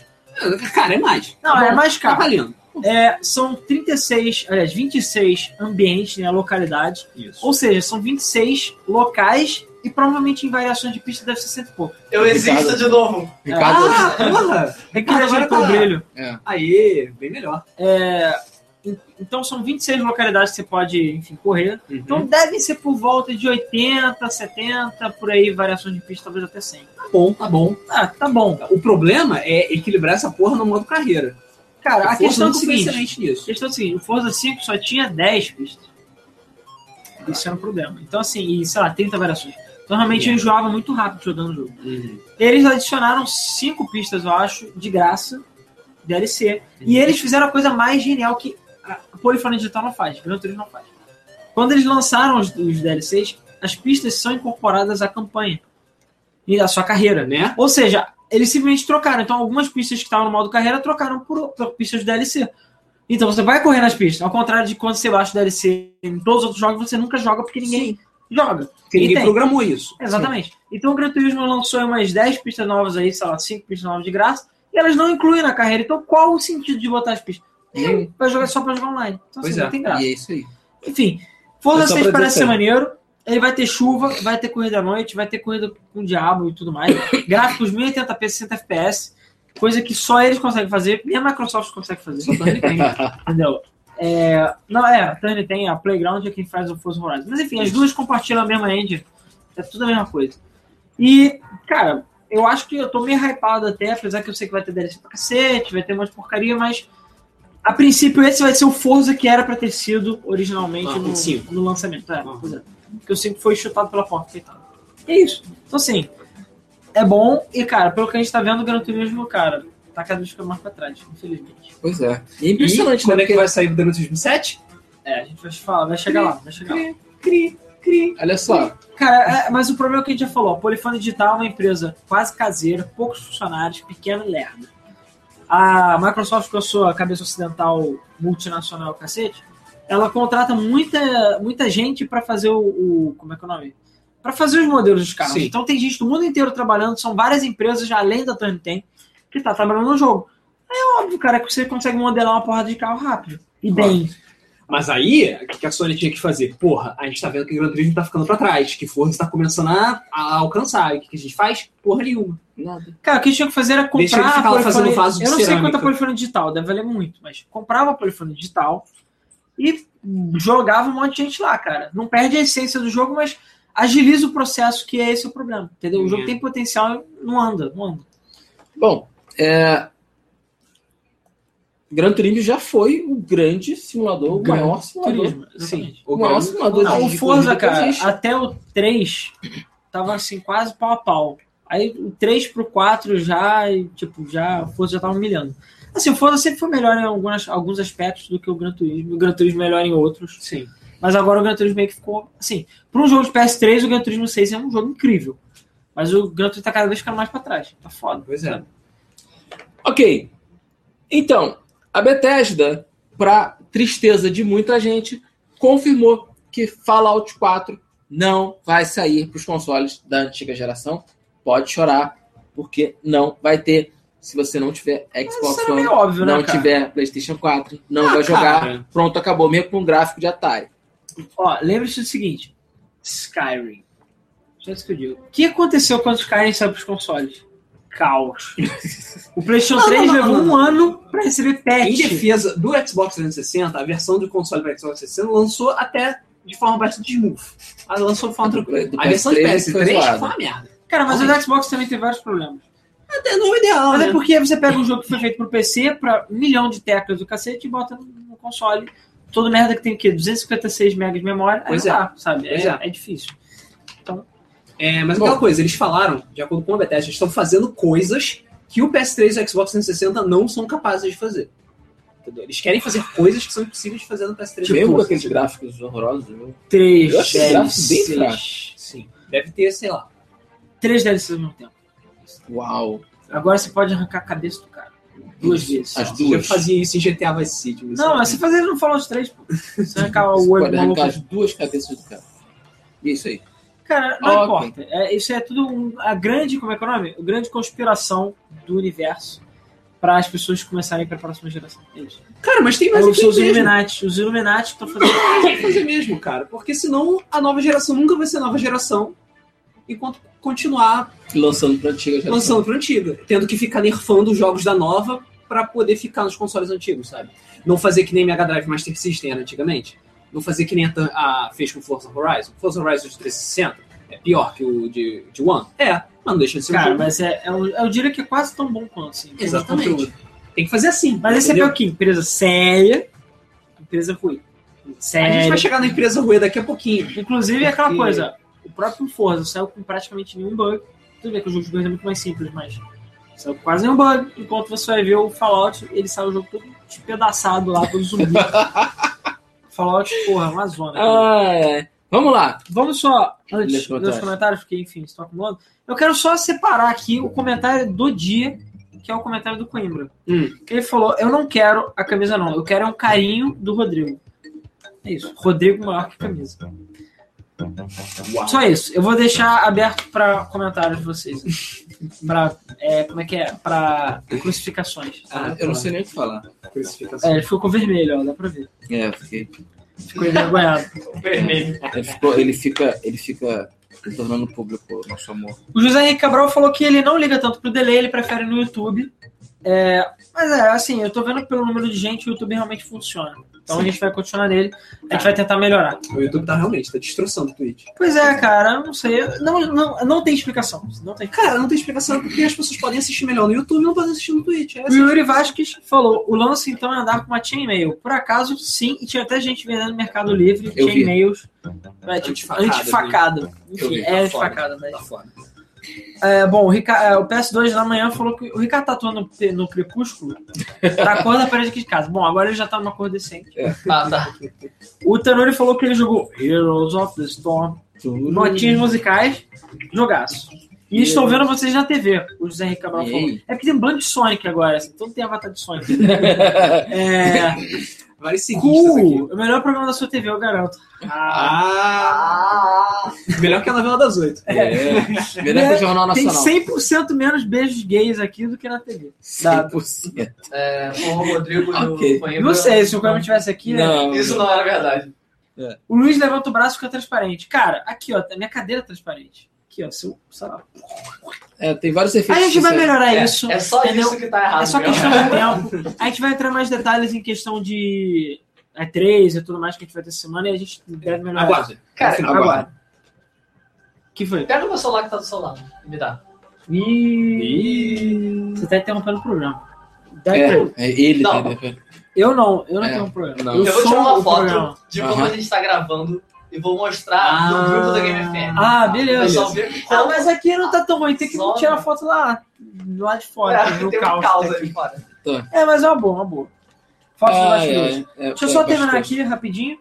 Speaker 2: Cara, é mais.
Speaker 3: Não, é mais
Speaker 2: Tá
Speaker 3: caro.
Speaker 2: valendo.
Speaker 3: É, são 36, aliás, 26 ambientes, né? Localidades.
Speaker 2: Isso.
Speaker 3: Ou seja, são 26 locais e provavelmente em variações de pista deve ser 100 e pouco.
Speaker 4: Eu existo
Speaker 1: Obrigado.
Speaker 4: de novo.
Speaker 1: Ricardo.
Speaker 2: Ah, porra!
Speaker 3: É que
Speaker 2: Cara, agora
Speaker 3: ele ajeita o
Speaker 2: tá-
Speaker 3: brilho.
Speaker 1: É.
Speaker 2: Aê, bem melhor.
Speaker 3: É, en- então são 26 localidades que você pode enfim, correr. Então devem ser por volta de 80, 70, por aí, variações de pista, talvez até 100.
Speaker 2: Tá bom, tá bom.
Speaker 3: Ah, tá bom.
Speaker 2: O problema é equilibrar essa porra no modo carreira.
Speaker 3: Cara, a
Speaker 2: Forza
Speaker 3: questão é o
Speaker 2: nunca foi
Speaker 3: seguinte.
Speaker 2: excelente
Speaker 3: A
Speaker 2: nisso.
Speaker 3: questão é o seguinte, o Forza 5 Então, só tinha 10 pistas. Isso era um problema. Então assim, e sei assim, lá, 30 variações. Normalmente eu enjoava muito rápido jogando o jogo. Eles adicionaram cinco pistas, eu acho, de graça, DLC. E eles fizeram a coisa mais genial que a Polifonia Digital não faz, Gran Turismo não faz. Quando eles lançaram os, os DLCs, as pistas são incorporadas à campanha e à sua carreira.
Speaker 2: Né?
Speaker 3: Ou seja, eles simplesmente trocaram. Então, algumas pistas que estavam no modo carreira trocaram por, por pistas de DLC. Então, você vai correr nas pistas. Ao contrário de quando você baixa o DLC em todos os outros jogos, você nunca joga porque ninguém joga.
Speaker 2: Porque ninguém
Speaker 3: Entende?
Speaker 2: programou isso.
Speaker 3: Exatamente. Então, o Gran Turismo lançou aí umas 10 pistas novas aí, sei lá, 5 pistas novas de graça, e elas não incluem na carreira. Então, qual o sentido de botar as pistas?
Speaker 1: Nenhum.
Speaker 3: Vai jogar só pra jogar online. Então,
Speaker 2: Pois
Speaker 3: assim,
Speaker 2: é.
Speaker 3: não tem graça.
Speaker 1: E é isso aí.
Speaker 3: Enfim,
Speaker 2: É
Speaker 3: Forza
Speaker 2: só
Speaker 3: 6
Speaker 2: pra
Speaker 3: parece
Speaker 2: dizer é.
Speaker 3: ser
Speaker 2: sério.
Speaker 3: maneiro. Ele vai ter chuva, vai ter corrida à noite, vai ter corrida com o diabo e tudo mais. Gráficos 1080p, 60 FPS. Coisa que só eles conseguem fazer, nem a Microsoft consegue fazer. Só a Turner tem, entendeu? É, não, é, a Turner tem, a Playground é quem faz o Forza Horizon. Mas enfim, as duas compartilham a mesma engine. É tudo a mesma coisa. E, cara, eu acho que eu tô meio hypado até, apesar que eu sei que vai ter DLC pra cacete, vai ter um monte de porcaria, mas a princípio esse vai ser o Forza que era pra ter sido originalmente
Speaker 2: Ah, o
Speaker 3: no,
Speaker 2: cinco.
Speaker 3: no lançamento. É,
Speaker 2: Ah.
Speaker 3: pois é. Porque o 5 foi chutado pela porta. coitado. E É isso. Então, assim, é bom e, cara, pelo que a gente tá vendo, o Gran Turismo, cara, tá cada vez ficando mais pra trás, infelizmente.
Speaker 1: Pois é. E é
Speaker 2: Impressionante,
Speaker 1: impressionante,
Speaker 2: quando
Speaker 1: né?
Speaker 2: é que
Speaker 1: Porque,
Speaker 2: vai sair o Gran Turismo 7?
Speaker 3: É, a gente vai falar, vai chegar lá, vai chegar lá.
Speaker 2: Cri, cri.
Speaker 1: olha só,
Speaker 3: Cara, é, mas o problema é o que a gente já falou. A Polifone Digital é uma empresa quase caseira, poucos funcionários, pequena e lerda. A Microsoft, com a sua cabeça ocidental multinacional cacete, ela contrata muita, muita gente pra fazer o, o- Como é que é o nome? Pra fazer os modelos dos carros.
Speaker 2: Sim.
Speaker 3: Então tem gente do mundo inteiro trabalhando, são várias empresas, já além da Turnitin, que tá trabalhando no jogo. É óbvio, cara, que você consegue modelar uma porrada de carro rápido. E bem.
Speaker 2: Mas aí, o que a Sony tinha que fazer? Porra, a gente tá vendo que o Gran Turismo tá ficando pra trás, que Forza tá começando a, a alcançar. E o que que a gente faz? Porra nenhuma.
Speaker 1: é nada.
Speaker 3: Cara, o que tinha que fazer era
Speaker 2: Deixa ele
Speaker 3: comprar
Speaker 2: ficar
Speaker 3: a
Speaker 2: lá fazendo
Speaker 3: polifone.
Speaker 2: vaso de
Speaker 3: Eu não sei
Speaker 2: cerâmica.
Speaker 3: quanto a polifone digital, deve valer muito, mas comprava a polifone digital e jogava um monte de gente lá, cara. Não perde a essência do jogo, mas agiliza o processo, que é esse o problema, entendeu? O jogo
Speaker 2: É.
Speaker 3: tem potencial, não anda, não anda.
Speaker 1: Bom, é... Gran Turismo já foi o grande simulador, o
Speaker 3: Gran
Speaker 1: maior simulador.
Speaker 3: Turismo, exatamente.
Speaker 2: O
Speaker 1: maior
Speaker 2: Gran-
Speaker 1: simulador
Speaker 3: Não, o
Speaker 1: de
Speaker 3: Forza,
Speaker 1: corrida que
Speaker 3: cara,
Speaker 1: existe.
Speaker 3: até o 3 tava assim, quase pau a pau. Aí o 3 pro 4 já, e, tipo, já o Forza já tava humilhando. Assim, o Forza sempre foi melhor em algumas, alguns aspectos do que o Gran Turismo. O Gran Turismo melhor em outros.
Speaker 2: Sim.
Speaker 3: Mas agora o Gran Turismo meio que ficou. Assim, para um jogo de PS3, o Gran Turismo 6 é um jogo incrível. Mas o Gran Turismo tá cada vez ficando mais pra trás. Tá foda.
Speaker 2: Pois é.
Speaker 1: Ok. Então, a Bethesda, para tristeza de muita gente, confirmou que Fallout 4 não vai sair para os consoles da antiga geração. Pode chorar, porque não vai ter. Se você não tiver
Speaker 3: Mas
Speaker 1: Xbox
Speaker 3: isso era
Speaker 1: One,
Speaker 3: meio óbvio,
Speaker 1: não
Speaker 3: né, cara?
Speaker 1: tiver PlayStation 4, não
Speaker 2: Ah,
Speaker 1: vai jogar.
Speaker 2: cara.
Speaker 1: Pronto, acabou. Mesmo com um gráfico de Atari.
Speaker 3: Ó, lembre-se do seguinte: Skyrim. Só isso que eu digo. O que aconteceu quando Skyrim saiu pros consoles? Caos. O PlayStation
Speaker 2: Não, não,
Speaker 3: 3
Speaker 2: não,
Speaker 3: levou
Speaker 2: não, é
Speaker 3: um
Speaker 2: não.
Speaker 3: ano pra receber
Speaker 2: Em
Speaker 3: patch.
Speaker 2: defesa do Xbox 360, a versão do console para Xbox 360 lançou até de forma bastante smooth. Ela lançou de forma
Speaker 1: Do-
Speaker 2: tranquila.
Speaker 1: do
Speaker 2: A versão de
Speaker 1: PS3 foi
Speaker 2: PS3
Speaker 1: zoada.
Speaker 2: foi uma merda.
Speaker 3: Cara, mas o Xbox também tem vários problemas.
Speaker 2: Até não é o ideal,
Speaker 3: Mas
Speaker 2: né?
Speaker 3: é porque você pega um jogo que foi feito pro PC, pra um milhão de teclas do cacete e bota no- no console. Todo merda que tem o quê? 256 MB de memória, aí
Speaker 2: Pois
Speaker 3: não
Speaker 2: é.
Speaker 3: dá, sabe?
Speaker 2: Pois
Speaker 3: É,
Speaker 2: é.
Speaker 3: é difícil.
Speaker 2: É, mas
Speaker 1: Bom.
Speaker 2: aquela coisa, eles falaram, de acordo com a Bethesda, eles estão fazendo coisas que o PS3 e o Xbox 360 não são capazes de fazer. Entendeu? Eles querem fazer coisas que são impossíveis de fazer no PS3.
Speaker 1: mesmo com
Speaker 2: Tipo,
Speaker 1: aqueles gráficos horrorosos. viu?
Speaker 3: Três
Speaker 1: Eu achei o gráfico bem
Speaker 3: DLCs.
Speaker 2: Sim. Deve ter, sei lá.
Speaker 3: Três DLCs ao mesmo tempo.
Speaker 1: Uau.
Speaker 3: Agora você pode arrancar a cabeça do cara. Duas vezes.
Speaker 1: As
Speaker 2: Eu
Speaker 1: duas.
Speaker 2: fazia isso em GTA Vice City.
Speaker 3: Não, mas se fazer no Fallout 3, pô. Você arrancar o olho
Speaker 1: Pode
Speaker 3: do maluco.
Speaker 1: arrancar as duas cabeças do cara. E é isso aí.
Speaker 3: Cara, não
Speaker 1: Ah,
Speaker 3: importa. É, isso é tudo um- a grande, como é que é o nome? A grande conspiração do universo para as pessoas começarem para a próxima geração. É isso.
Speaker 2: Cara, mas tem
Speaker 3: É
Speaker 2: mais
Speaker 3: os
Speaker 2: isso
Speaker 3: seus
Speaker 2: mesmo.
Speaker 3: Illuminati. Os Illuminati estão fazendo.
Speaker 2: Tem que fazer mesmo, cara. Porque senão a nova geração nunca vai ser nova geração. Enquanto continuar
Speaker 1: Lançando para antiga geração.
Speaker 2: lançando pro antigo. Tendo que ficar nerfando os jogos da nova pra poder ficar nos consoles antigos, sabe? Não fazer que nem Mega Drive Master System era antigamente. Não fazer que nem a, Tan- a fez com Forza Horizon. Forza Horizon de 360 é pior que o de, de One? É, mas não deixa de ser
Speaker 3: Cara,
Speaker 2: um jogo.
Speaker 3: mas é, é um- eu diria que é quase tão bom quanto assim. em termos de
Speaker 2: Exatamente.
Speaker 3: conteúdo.
Speaker 2: Tem que fazer assim.
Speaker 3: Mas esse é
Speaker 2: entendeu?
Speaker 3: o que? Empresa séria, empresa ruim.
Speaker 2: A gente
Speaker 3: Séria.
Speaker 2: vai chegar na empresa ruim daqui a pouquinho.
Speaker 3: Inclusive, é aquela
Speaker 2: E-
Speaker 3: coisa. O próprio Forza saiu com praticamente nenhum bug. Tudo bem que o jogo de dois é muito mais simples, mas saiu com quase nenhum bug. Enquanto você vai ver o Fallout, ele saiu o jogo todo despedaçado lá pelo zumbi. Fallout, porra, é uma zona.
Speaker 1: Ah, é. Vamos lá.
Speaker 3: Vamos só,
Speaker 1: Lê
Speaker 3: antes
Speaker 1: os
Speaker 3: dos
Speaker 1: comentários.
Speaker 3: comentários, porque enfim, estou acumulando. Eu quero só separar aqui
Speaker 1: Uhum.
Speaker 3: o comentário do dia, que é o comentário do Coimbra.
Speaker 1: Hum.
Speaker 3: Ele falou: Eu não quero a camisa, não. Eu quero é um carinho do Rodrigo. É isso. Rodrigo maior que camisa. Só isso. Eu vou deixar aberto para comentários de vocês. pra, é, como é que é? Para crucificações.
Speaker 1: Ah, eu não sei nem o que falar.
Speaker 3: É, ele ficou com vermelho, ó, dá pra ver.
Speaker 1: É, porque
Speaker 3: Ficou envergonhado.
Speaker 4: Vermelho.
Speaker 1: ele, ficou- ele fica, ele fica tornando público o nosso amor.
Speaker 3: O José Henrique Cabral falou que ele não liga tanto pro delay, ele prefere no YouTube. É, mas é, assim, eu tô vendo pelo número de gente, o YouTube realmente funciona. Então a gente vai continuar nele, a gente vai tentar melhorar.
Speaker 2: O YouTube tá realmente, tá destroçando o Twitch.
Speaker 3: Pois é, cara, eu não sei. Não, não, não tem explicação. Não tem.
Speaker 2: Cara, não tem explicação porque as pessoas podem assistir melhor no YouTube e não podem assistir no Twitch. É
Speaker 3: O Yuri Vasquez falou: o lance então é andar com uma chainmail. Por acaso, sim, e tinha até gente vendendo no Mercado Livre,
Speaker 1: Eu vi. Então, tá
Speaker 3: chainmails. É, tipo,
Speaker 2: Antifacada,
Speaker 3: antifacada.
Speaker 1: né? Eu vi,
Speaker 3: Enfim,
Speaker 1: tá
Speaker 3: é
Speaker 2: foda.
Speaker 3: antifacada, né?
Speaker 2: Tá foda.
Speaker 3: É, bom, o, Rica- é, o PS2 da manhã falou que o Ricardo tá atuando no, no crepúsculo da cor da parede aqui de casa. Bom, agora ele já tá numa cor decente.
Speaker 4: Ah, tá.
Speaker 3: O Tanuri falou que ele jogou Heroes of the Storm, notinhas musicais, jogaço. E estou vendo vocês na TV, o José Henrique Cabral falou.
Speaker 1: Ei.
Speaker 3: É porque tem um bando de Sonic agora, assim, todo tem avatar de Sonic. É,
Speaker 2: Vários seguidores aqui.
Speaker 3: cool, o melhor programa da sua TV, eu garanto. Ah,
Speaker 2: Ah,
Speaker 4: Ah,
Speaker 2: melhor que a novela das oito.
Speaker 1: É. Melhor que o Jornal
Speaker 3: tem
Speaker 1: Nacional.
Speaker 3: 100% menos beijos gays aqui do que na TV. Dado.
Speaker 1: 100%.
Speaker 4: é, o Rodrigo e
Speaker 1: Ok.
Speaker 4: o Coimbra.
Speaker 3: Não sei, se o programa estivesse aqui, né?
Speaker 1: Não.
Speaker 4: Isso não era verdade.
Speaker 3: O Luiz levanta o braço e fica transparente. Cara, aqui, ó, a minha cadeira é transparente. Aqui, ó, seu. sei lá.
Speaker 1: É, tem vários efeitos.
Speaker 3: Aí a gente vai
Speaker 1: especiais.
Speaker 3: melhorar
Speaker 4: É,
Speaker 3: isso.
Speaker 4: é só
Speaker 3: entendeu?
Speaker 4: isso que tá errado.
Speaker 3: É só
Speaker 4: mesmo.
Speaker 3: questão de tempo. A gente vai entrar mais detalhes em questão de E3 e tudo mais que a gente vai ter essa semana e a gente deve melhorar.
Speaker 2: Aguarde.
Speaker 4: Cara,
Speaker 3: isso. Aguarda. O que foi?
Speaker 4: pega o meu celular que tá do seu lado e me dá.
Speaker 3: Ih,
Speaker 2: Ih.
Speaker 3: você tá interrompendo o programa. Dá pra-
Speaker 1: É, é ele
Speaker 4: Não.
Speaker 1: tá entendendo.
Speaker 3: Eu não, eu não
Speaker 1: É,
Speaker 3: interrompo o programa.
Speaker 1: não.
Speaker 3: Eu,
Speaker 4: Eu vou
Speaker 3: sou
Speaker 4: tirar uma
Speaker 3: o programa.
Speaker 4: foto de como
Speaker 1: Aham.
Speaker 4: a gente tá gravando e vou mostrar no grupo da Game FM.
Speaker 3: Ah,
Speaker 4: O
Speaker 3: beleza.
Speaker 4: pessoal vê
Speaker 3: Ah,
Speaker 4: qual
Speaker 3: mas aqui não tá tão ruim, tem que
Speaker 4: Só- um
Speaker 3: tirar foto lá, lá de fora,
Speaker 4: é,
Speaker 3: no
Speaker 4: tem um
Speaker 3: caos.
Speaker 4: caos
Speaker 3: tá aqui.
Speaker 4: ali fora.
Speaker 3: É, mas é uma boa, uma boa. Foto dos
Speaker 1: Ai,
Speaker 3: bastidores.
Speaker 1: ai, é,
Speaker 3: Deixa eu
Speaker 1: é,
Speaker 3: só
Speaker 1: bastante.
Speaker 3: terminar aqui rapidinho.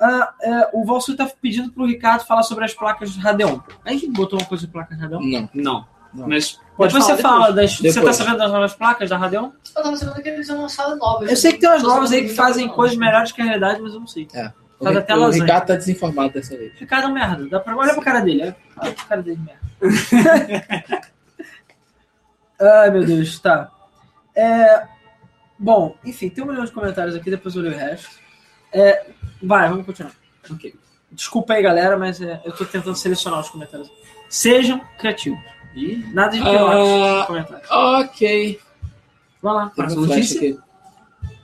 Speaker 3: Ah, é, o Valsu tá pedindo pro Ricardo falar sobre as placas Radeon. A gente botou uma coisa de placas Radeon.
Speaker 1: Não.
Speaker 2: Não.
Speaker 1: Não.
Speaker 2: Mas pode
Speaker 3: Depois
Speaker 2: falar,
Speaker 3: você fala das. Você
Speaker 1: Depois.
Speaker 3: tá sabendo das novas placas da Radeon?
Speaker 4: Eu tava sabendo que eles iam lançar novas.
Speaker 3: Eu sei que tem umas
Speaker 4: Tô
Speaker 3: novas aí
Speaker 4: sabendo
Speaker 3: que
Speaker 4: muita
Speaker 3: fazem
Speaker 4: coisa
Speaker 3: coisas
Speaker 4: nova.
Speaker 3: melhores que a realidade, mas eu não sei.
Speaker 1: O,
Speaker 3: Tá da
Speaker 1: Ri-
Speaker 3: tela
Speaker 1: o
Speaker 3: azul.
Speaker 1: Ricardo tá desinformado dessa vez.
Speaker 3: Ricardo é um merda. Dá pra olhar pra cara dele. Olha pra cara dele, merda. Ai, meu Deus, tá. É, Bom, enfim, tem um milhão de comentários aqui, depois eu leio o resto. É, Vai, vamos continuar.
Speaker 2: Ok.
Speaker 3: Desculpa aí, galera, mas é, eu tô tentando selecionar os comentários. Sejam criativos.
Speaker 2: Ih.
Speaker 3: Nada de
Speaker 1: Ah.
Speaker 3: pilotes nos comentários.
Speaker 1: Ok.
Speaker 3: Vai lá.
Speaker 1: Tem um
Speaker 2: Próxima
Speaker 1: flash
Speaker 2: notícia?
Speaker 1: aqui.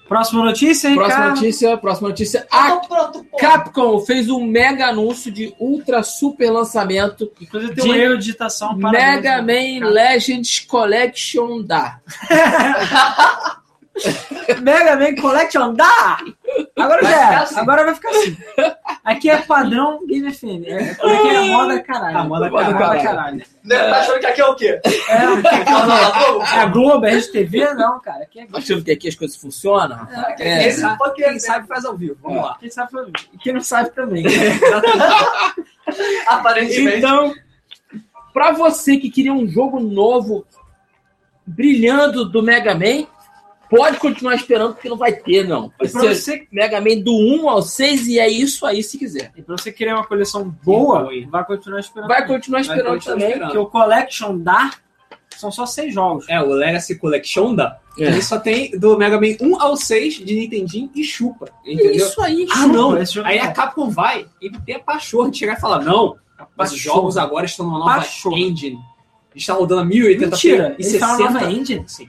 Speaker 3: Próxima notícia, hein,
Speaker 1: Próxima
Speaker 3: cara?
Speaker 1: notícia, próxima notícia. A
Speaker 4: Então pronto, pô.
Speaker 1: Capcom fez um mega anúncio de ultra super lançamento
Speaker 3: Inclusive tem um
Speaker 1: De
Speaker 3: erro de digitação para.
Speaker 1: Mega Man Legends Collection da.
Speaker 3: Mega Man Collection, dá! Agora
Speaker 4: Vai
Speaker 3: já
Speaker 4: ficar
Speaker 3: é.
Speaker 4: assim.
Speaker 3: Agora vai ficar assim. Aqui é padrão Game FM. É, como é que é? Moda caralho.
Speaker 2: A moda
Speaker 1: caralho.
Speaker 3: caralho.
Speaker 4: Tá achando que aqui é o quê?
Speaker 3: É,
Speaker 4: Não, não, não.
Speaker 3: é a Globo, é a RedeTV? Não, cara. Aqui é Globo.
Speaker 1: Tá Achando que aqui as coisas funcionam? É.
Speaker 4: Esse é um pouquinho,
Speaker 2: Quem sabe faz ao vivo. Vamos
Speaker 1: É.
Speaker 2: lá.
Speaker 3: Quem sabe pra mim. E quem não sabe também.
Speaker 4: aparentemente.
Speaker 1: Então, pra você que queria um jogo novo, brilhando do Mega Man, pode continuar esperando, porque não vai ter, não.
Speaker 3: E
Speaker 1: Vai ser
Speaker 3: pra, você,
Speaker 1: Mega Man do 1 ao 6 e é isso aí, se quiser.
Speaker 3: e pra você querer uma coleção boa, vai continuar esperando.
Speaker 1: Vai continuar esperando
Speaker 2: Vai continuar
Speaker 1: também.
Speaker 2: esperando.
Speaker 3: Porque o Collection dá são só seis jogos.
Speaker 2: É, o Legacy Collection da. Ele
Speaker 1: É.
Speaker 2: só tem do Mega Man 1 ao 6 de Nintendinho e chupa. Entendeu?
Speaker 1: É Isso aí,
Speaker 2: Ah, não.
Speaker 3: Esse jogo
Speaker 2: Aí
Speaker 3: não. é
Speaker 2: a Capcom vai e tem a pachorra de chegar e falar: não, os
Speaker 3: Pachorra.
Speaker 2: jogos agora estão numa nova
Speaker 3: Pachorra.
Speaker 2: engine. Está rodando a 1080p
Speaker 3: Mentira,
Speaker 2: e
Speaker 3: ele tá na
Speaker 2: 60.
Speaker 3: nova engine?
Speaker 2: Sim.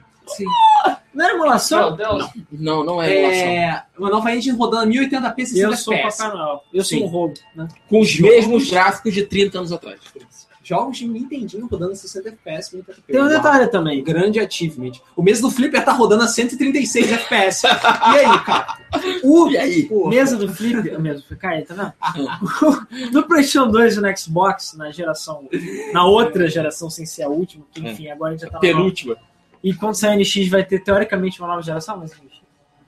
Speaker 3: Não era emulação?
Speaker 4: Meu Deus.
Speaker 1: não, não é, emulação.
Speaker 2: É, uma nova engine rodando a 1080p e 60
Speaker 3: Eu sou o
Speaker 2: FPS.
Speaker 3: Papai Noel. Eu sou
Speaker 2: Sim.
Speaker 3: um roubo. Né?
Speaker 1: Com os mesmos gráficos de 30 anos atrás.
Speaker 2: jogos de Nintendinho rodando a 60 FPS, 1080p.
Speaker 3: Tem um
Speaker 2: Uau.
Speaker 3: detalhe também.
Speaker 2: Grande achievement. O mesmo do Flipper tá rodando a 136 FPS. E aí, cara?
Speaker 3: O
Speaker 1: E aí?
Speaker 2: Pô,
Speaker 3: mesa do Flip, a mesa do Flip, cara, tá vendo? no PlayStation 2 e no Xbox, na geração, na outra geração sem ser a última, que, enfim, agora a gente já tá na nova.
Speaker 1: Penúltima.
Speaker 3: E quando sair a NX vai ter teoricamente uma nova geração, mas enfim,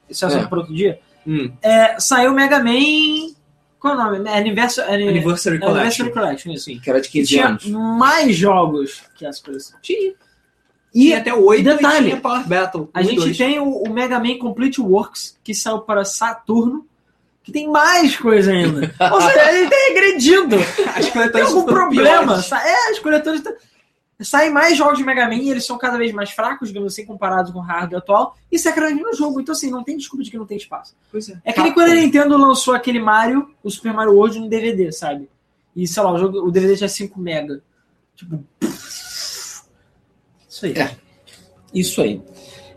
Speaker 3: isso é
Speaker 1: É.
Speaker 3: só para outro dia.
Speaker 2: hum,
Speaker 3: É, saiu o Mega Man. Qual é o nome? É Anniversa- é-
Speaker 2: Anniversary
Speaker 3: é Anniversary
Speaker 2: Collection.
Speaker 3: Collection, isso.
Speaker 1: Que era de
Speaker 3: Que
Speaker 1: 15
Speaker 3: tinha
Speaker 1: anos.
Speaker 3: mais jogos que as coisas.
Speaker 2: Tinha.
Speaker 3: E
Speaker 2: Tinha até o 8
Speaker 3: e detalhe,
Speaker 2: e tinha Power Battle.
Speaker 3: a
Speaker 2: um e
Speaker 3: gente
Speaker 2: dois.
Speaker 3: tem o, o Mega Man Complete Works, que saiu para Saturno, que tem mais coisa ainda. Ou seja, ele tá regredindo.
Speaker 2: As coletâneas
Speaker 3: Tem algum
Speaker 2: foram
Speaker 3: problema?
Speaker 2: piores.
Speaker 3: Sa- É, as coletoras. tá- Saem mais jogos de Mega Man e eles são cada vez mais fracos, digamos assim, comparados com o hardware atual. Isso é grande no jogo, então assim, não tem desculpa de que não tem espaço.
Speaker 2: Pois é.
Speaker 3: É que nem quando a Nintendo lançou aquele Mario, o Super Mario World, no DVD, sabe? E, sei lá, o, jogo, o DVD tinha 5 mega. Tipo... Isso aí.
Speaker 1: É. Isso aí.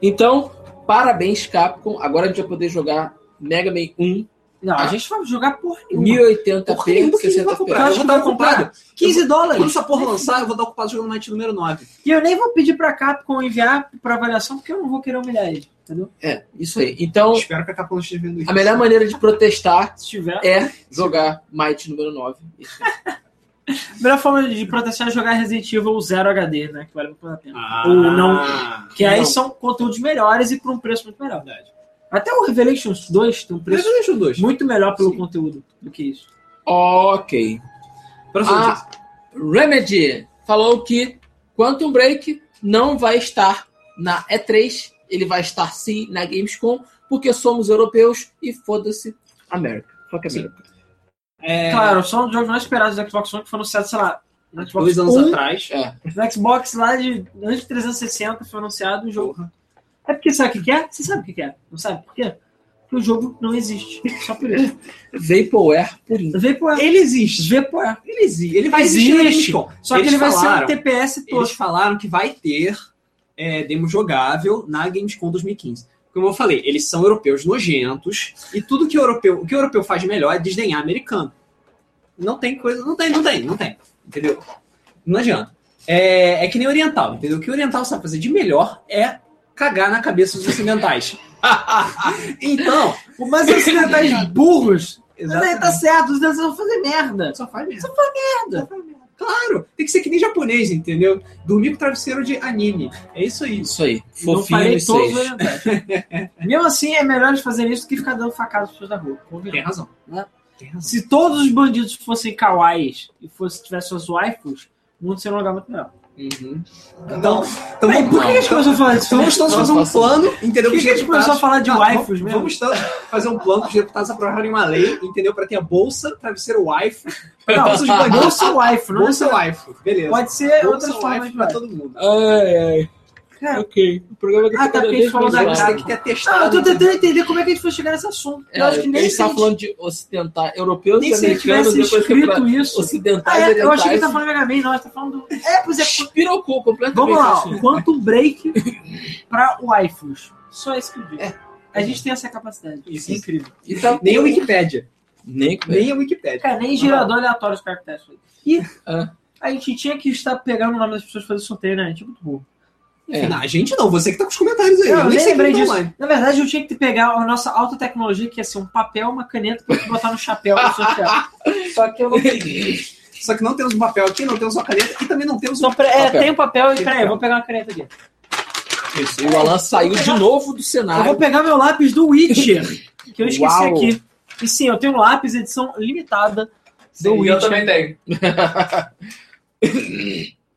Speaker 1: Então, parabéns, Capcom. Agora a gente vai poder jogar Mega Man 1,
Speaker 3: Não,
Speaker 2: Ah.
Speaker 3: a gente vai jogar porra nenhuma.
Speaker 1: 1080p,
Speaker 2: Por que ele vai comprar? Eu
Speaker 1: 60p.
Speaker 2: vou dar ocupado.
Speaker 3: 15 dólares.
Speaker 2: Quando essa porra lançar, eu vou dar ocupado jogando Night número 9.
Speaker 3: E eu nem vou pedir pra Capcom enviar pra avaliação, porque eu não vou querer humilhar ele, entendeu?
Speaker 1: É, isso aí. Então,
Speaker 2: Espero que a Capcom não esteja vendo isso.
Speaker 1: a melhor maneira de protestar
Speaker 3: Se tiver...
Speaker 1: é jogar Might número 9. Isso.
Speaker 3: A melhor forma de protestar é jogar Resident Evil 0 HD, né? Que vale muito a pena. Ou não. Que aí
Speaker 1: Não.
Speaker 3: são conteúdos melhores e por um preço muito melhor. Até o Revelations 2 tem um preço
Speaker 2: Revelation 2.
Speaker 3: muito melhor pelo
Speaker 2: Sim.
Speaker 3: conteúdo do que isso.
Speaker 1: Ok.
Speaker 2: Próxima
Speaker 1: Ah.
Speaker 2: notícia.
Speaker 1: Remedy falou que Quantum Break não vai estar na E3, ele vai estar sim na Gamescom, porque somos europeus e foda-se América. Fuck
Speaker 2: Sim.
Speaker 1: América.
Speaker 2: É,
Speaker 3: Claro, só um dos jogos mais esperados do Xbox One que foi anunciado, sei lá, no Xbox
Speaker 2: dois anos
Speaker 3: One,
Speaker 2: atrás.
Speaker 1: É.
Speaker 3: No Xbox lá de antes de 360 foi anunciado um jogo. É porque sabe o que que é? Você sabe o que que é? Não sabe por quê? Porque o jogo não existe. Só por isso.
Speaker 1: Vaporware purinho.
Speaker 3: Vaporware.
Speaker 2: Ele existe.
Speaker 3: Vaporware.
Speaker 2: Ele existe. Ele vai existir na
Speaker 3: Existe.
Speaker 2: Gamescom.
Speaker 3: Só que
Speaker 2: é. Eles
Speaker 3: ele vai ser um
Speaker 2: falaram-
Speaker 3: TPS
Speaker 2: Eles
Speaker 3: tosco.
Speaker 2: falaram que vai ter é, demo jogável na Gamescom 2015. Como eu falei, eles são europeus nojentos e tudo que o europeu, o que o europeu faz de melhor é desdenhar americano. Não tem coisa, não tem, não tem, não tem. Entendeu? Não adianta. É, é que nem oriental, entendeu? O que o oriental sabe fazer de melhor é cagar na cabeça dos ocidentais. então,
Speaker 3: Mas os ocidentais burros. Mas aí
Speaker 2: exatamente.
Speaker 3: tá certo, os desenhos vão fazer merda.
Speaker 2: Só faz merda. Só faz merda. Claro, tem que ser que nem japonês, entendeu? Dormir com travesseiro de anime. É isso aí.
Speaker 1: Isso aí.
Speaker 3: Não
Speaker 1: Fofinho
Speaker 3: falei
Speaker 1: e
Speaker 3: todos
Speaker 1: seis.
Speaker 3: orientais. Mesmo assim, é melhor eles fazerem isso do que ficar dando facada às pessoas da rua.
Speaker 2: Tem
Speaker 1: É.
Speaker 3: Convenhamos.
Speaker 2: razão.
Speaker 3: Né?
Speaker 2: Tem razão.
Speaker 3: Se todos os bandidos fossem kawaiis e fosse, tivessem as waifus, o mundo seria um lugar muito melhor.
Speaker 2: Então, então
Speaker 3: Mas
Speaker 2: vamos,
Speaker 3: Uhum. por que as pessoas falam disso?
Speaker 2: vamos todos
Speaker 1: Não,
Speaker 2: fazer um
Speaker 1: faço-
Speaker 2: plano, entendeu?
Speaker 3: Por que
Speaker 2: Pros
Speaker 3: que a gente começou a
Speaker 2: deputados-
Speaker 3: falar de
Speaker 2: Não,
Speaker 3: waifus
Speaker 2: vamos-
Speaker 3: mesmo?
Speaker 2: Vamos todos fazer um plano para os deputados aprovarem uma lei, entendeu? Para ter a bolsa, travesseiro waifu,
Speaker 3: Não,
Speaker 2: bolsa de bandido,
Speaker 3: bolsa waifu, não
Speaker 2: bolsa waifu. Beleza.
Speaker 3: Pode ser
Speaker 2: bolsa
Speaker 3: outras formas
Speaker 2: waifu
Speaker 3: de
Speaker 2: para
Speaker 3: waifu.
Speaker 2: todo mundo.
Speaker 1: Ai, ai.
Speaker 3: Cara,
Speaker 1: Ok. O programa
Speaker 3: Ah, tá, porque a gente falou da
Speaker 2: A gente
Speaker 3: Claro.
Speaker 2: tem que ter
Speaker 3: ah, eu
Speaker 2: testado.
Speaker 3: tô tentando entender como é que a gente foi chegar nesse assunto.
Speaker 1: É,
Speaker 3: eu acho que nem
Speaker 1: ele
Speaker 3: se, a
Speaker 1: está
Speaker 3: gente,
Speaker 1: falando de ocidental, europeus
Speaker 3: nem
Speaker 1: e
Speaker 3: se ele
Speaker 1: americanos,
Speaker 3: tivesse
Speaker 1: depois que pra
Speaker 3: escrito isso. Ah,
Speaker 1: ocidentais
Speaker 3: é, eu achei que ele
Speaker 1: orientais.
Speaker 3: tá falando Mega Man, não, ele tá falando do... É, pois é.
Speaker 1: Pirocou completamente.
Speaker 3: Vamos lá,
Speaker 1: assim.
Speaker 3: ó, quanto break pra waifus. Só isso que eu digo. A gente tem essa capacidade.
Speaker 2: Isso.
Speaker 3: é incrível.
Speaker 1: E tá-
Speaker 2: Nem a Wikipédia.
Speaker 1: Nem
Speaker 2: Nem a Wikipédia.
Speaker 3: Cara, nem gerador aleatório os caras que testam isso aí. E
Speaker 1: Ah.
Speaker 3: a gente tinha que estar pegando o nome das pessoas pra fazer sorteio, né? A gente é muito burro.
Speaker 1: É.
Speaker 2: Não, a gente não, você que tá com os comentários aí.
Speaker 3: Eu,
Speaker 2: eu nem
Speaker 3: nem
Speaker 2: sei quem
Speaker 3: lembrei
Speaker 2: tá
Speaker 3: disso.
Speaker 2: online.
Speaker 3: Na verdade, eu tinha que pegar a nossa alta tecnologia, que ia ser um papel, uma caneta, pra gente botar no chapéu pra sortear. Só que eu não peguei.
Speaker 2: Só que não temos um papel aqui, não temos uma caneta e também não temos um.
Speaker 3: Então, pera- é,
Speaker 1: Papel.
Speaker 3: tem um papel. e- Peraí, eu vou pegar uma caneta aqui.
Speaker 1: Isso, e o Alan saiu de novo do
Speaker 3: Eu vou
Speaker 1: cenário.
Speaker 3: pegar meu lápis do Witcher, que eu esqueci
Speaker 1: Uau.
Speaker 3: aqui. E sim, eu tenho um lápis, edição limitada.
Speaker 4: Sim,
Speaker 3: Do
Speaker 4: eu
Speaker 3: Witcher.
Speaker 4: também tenho.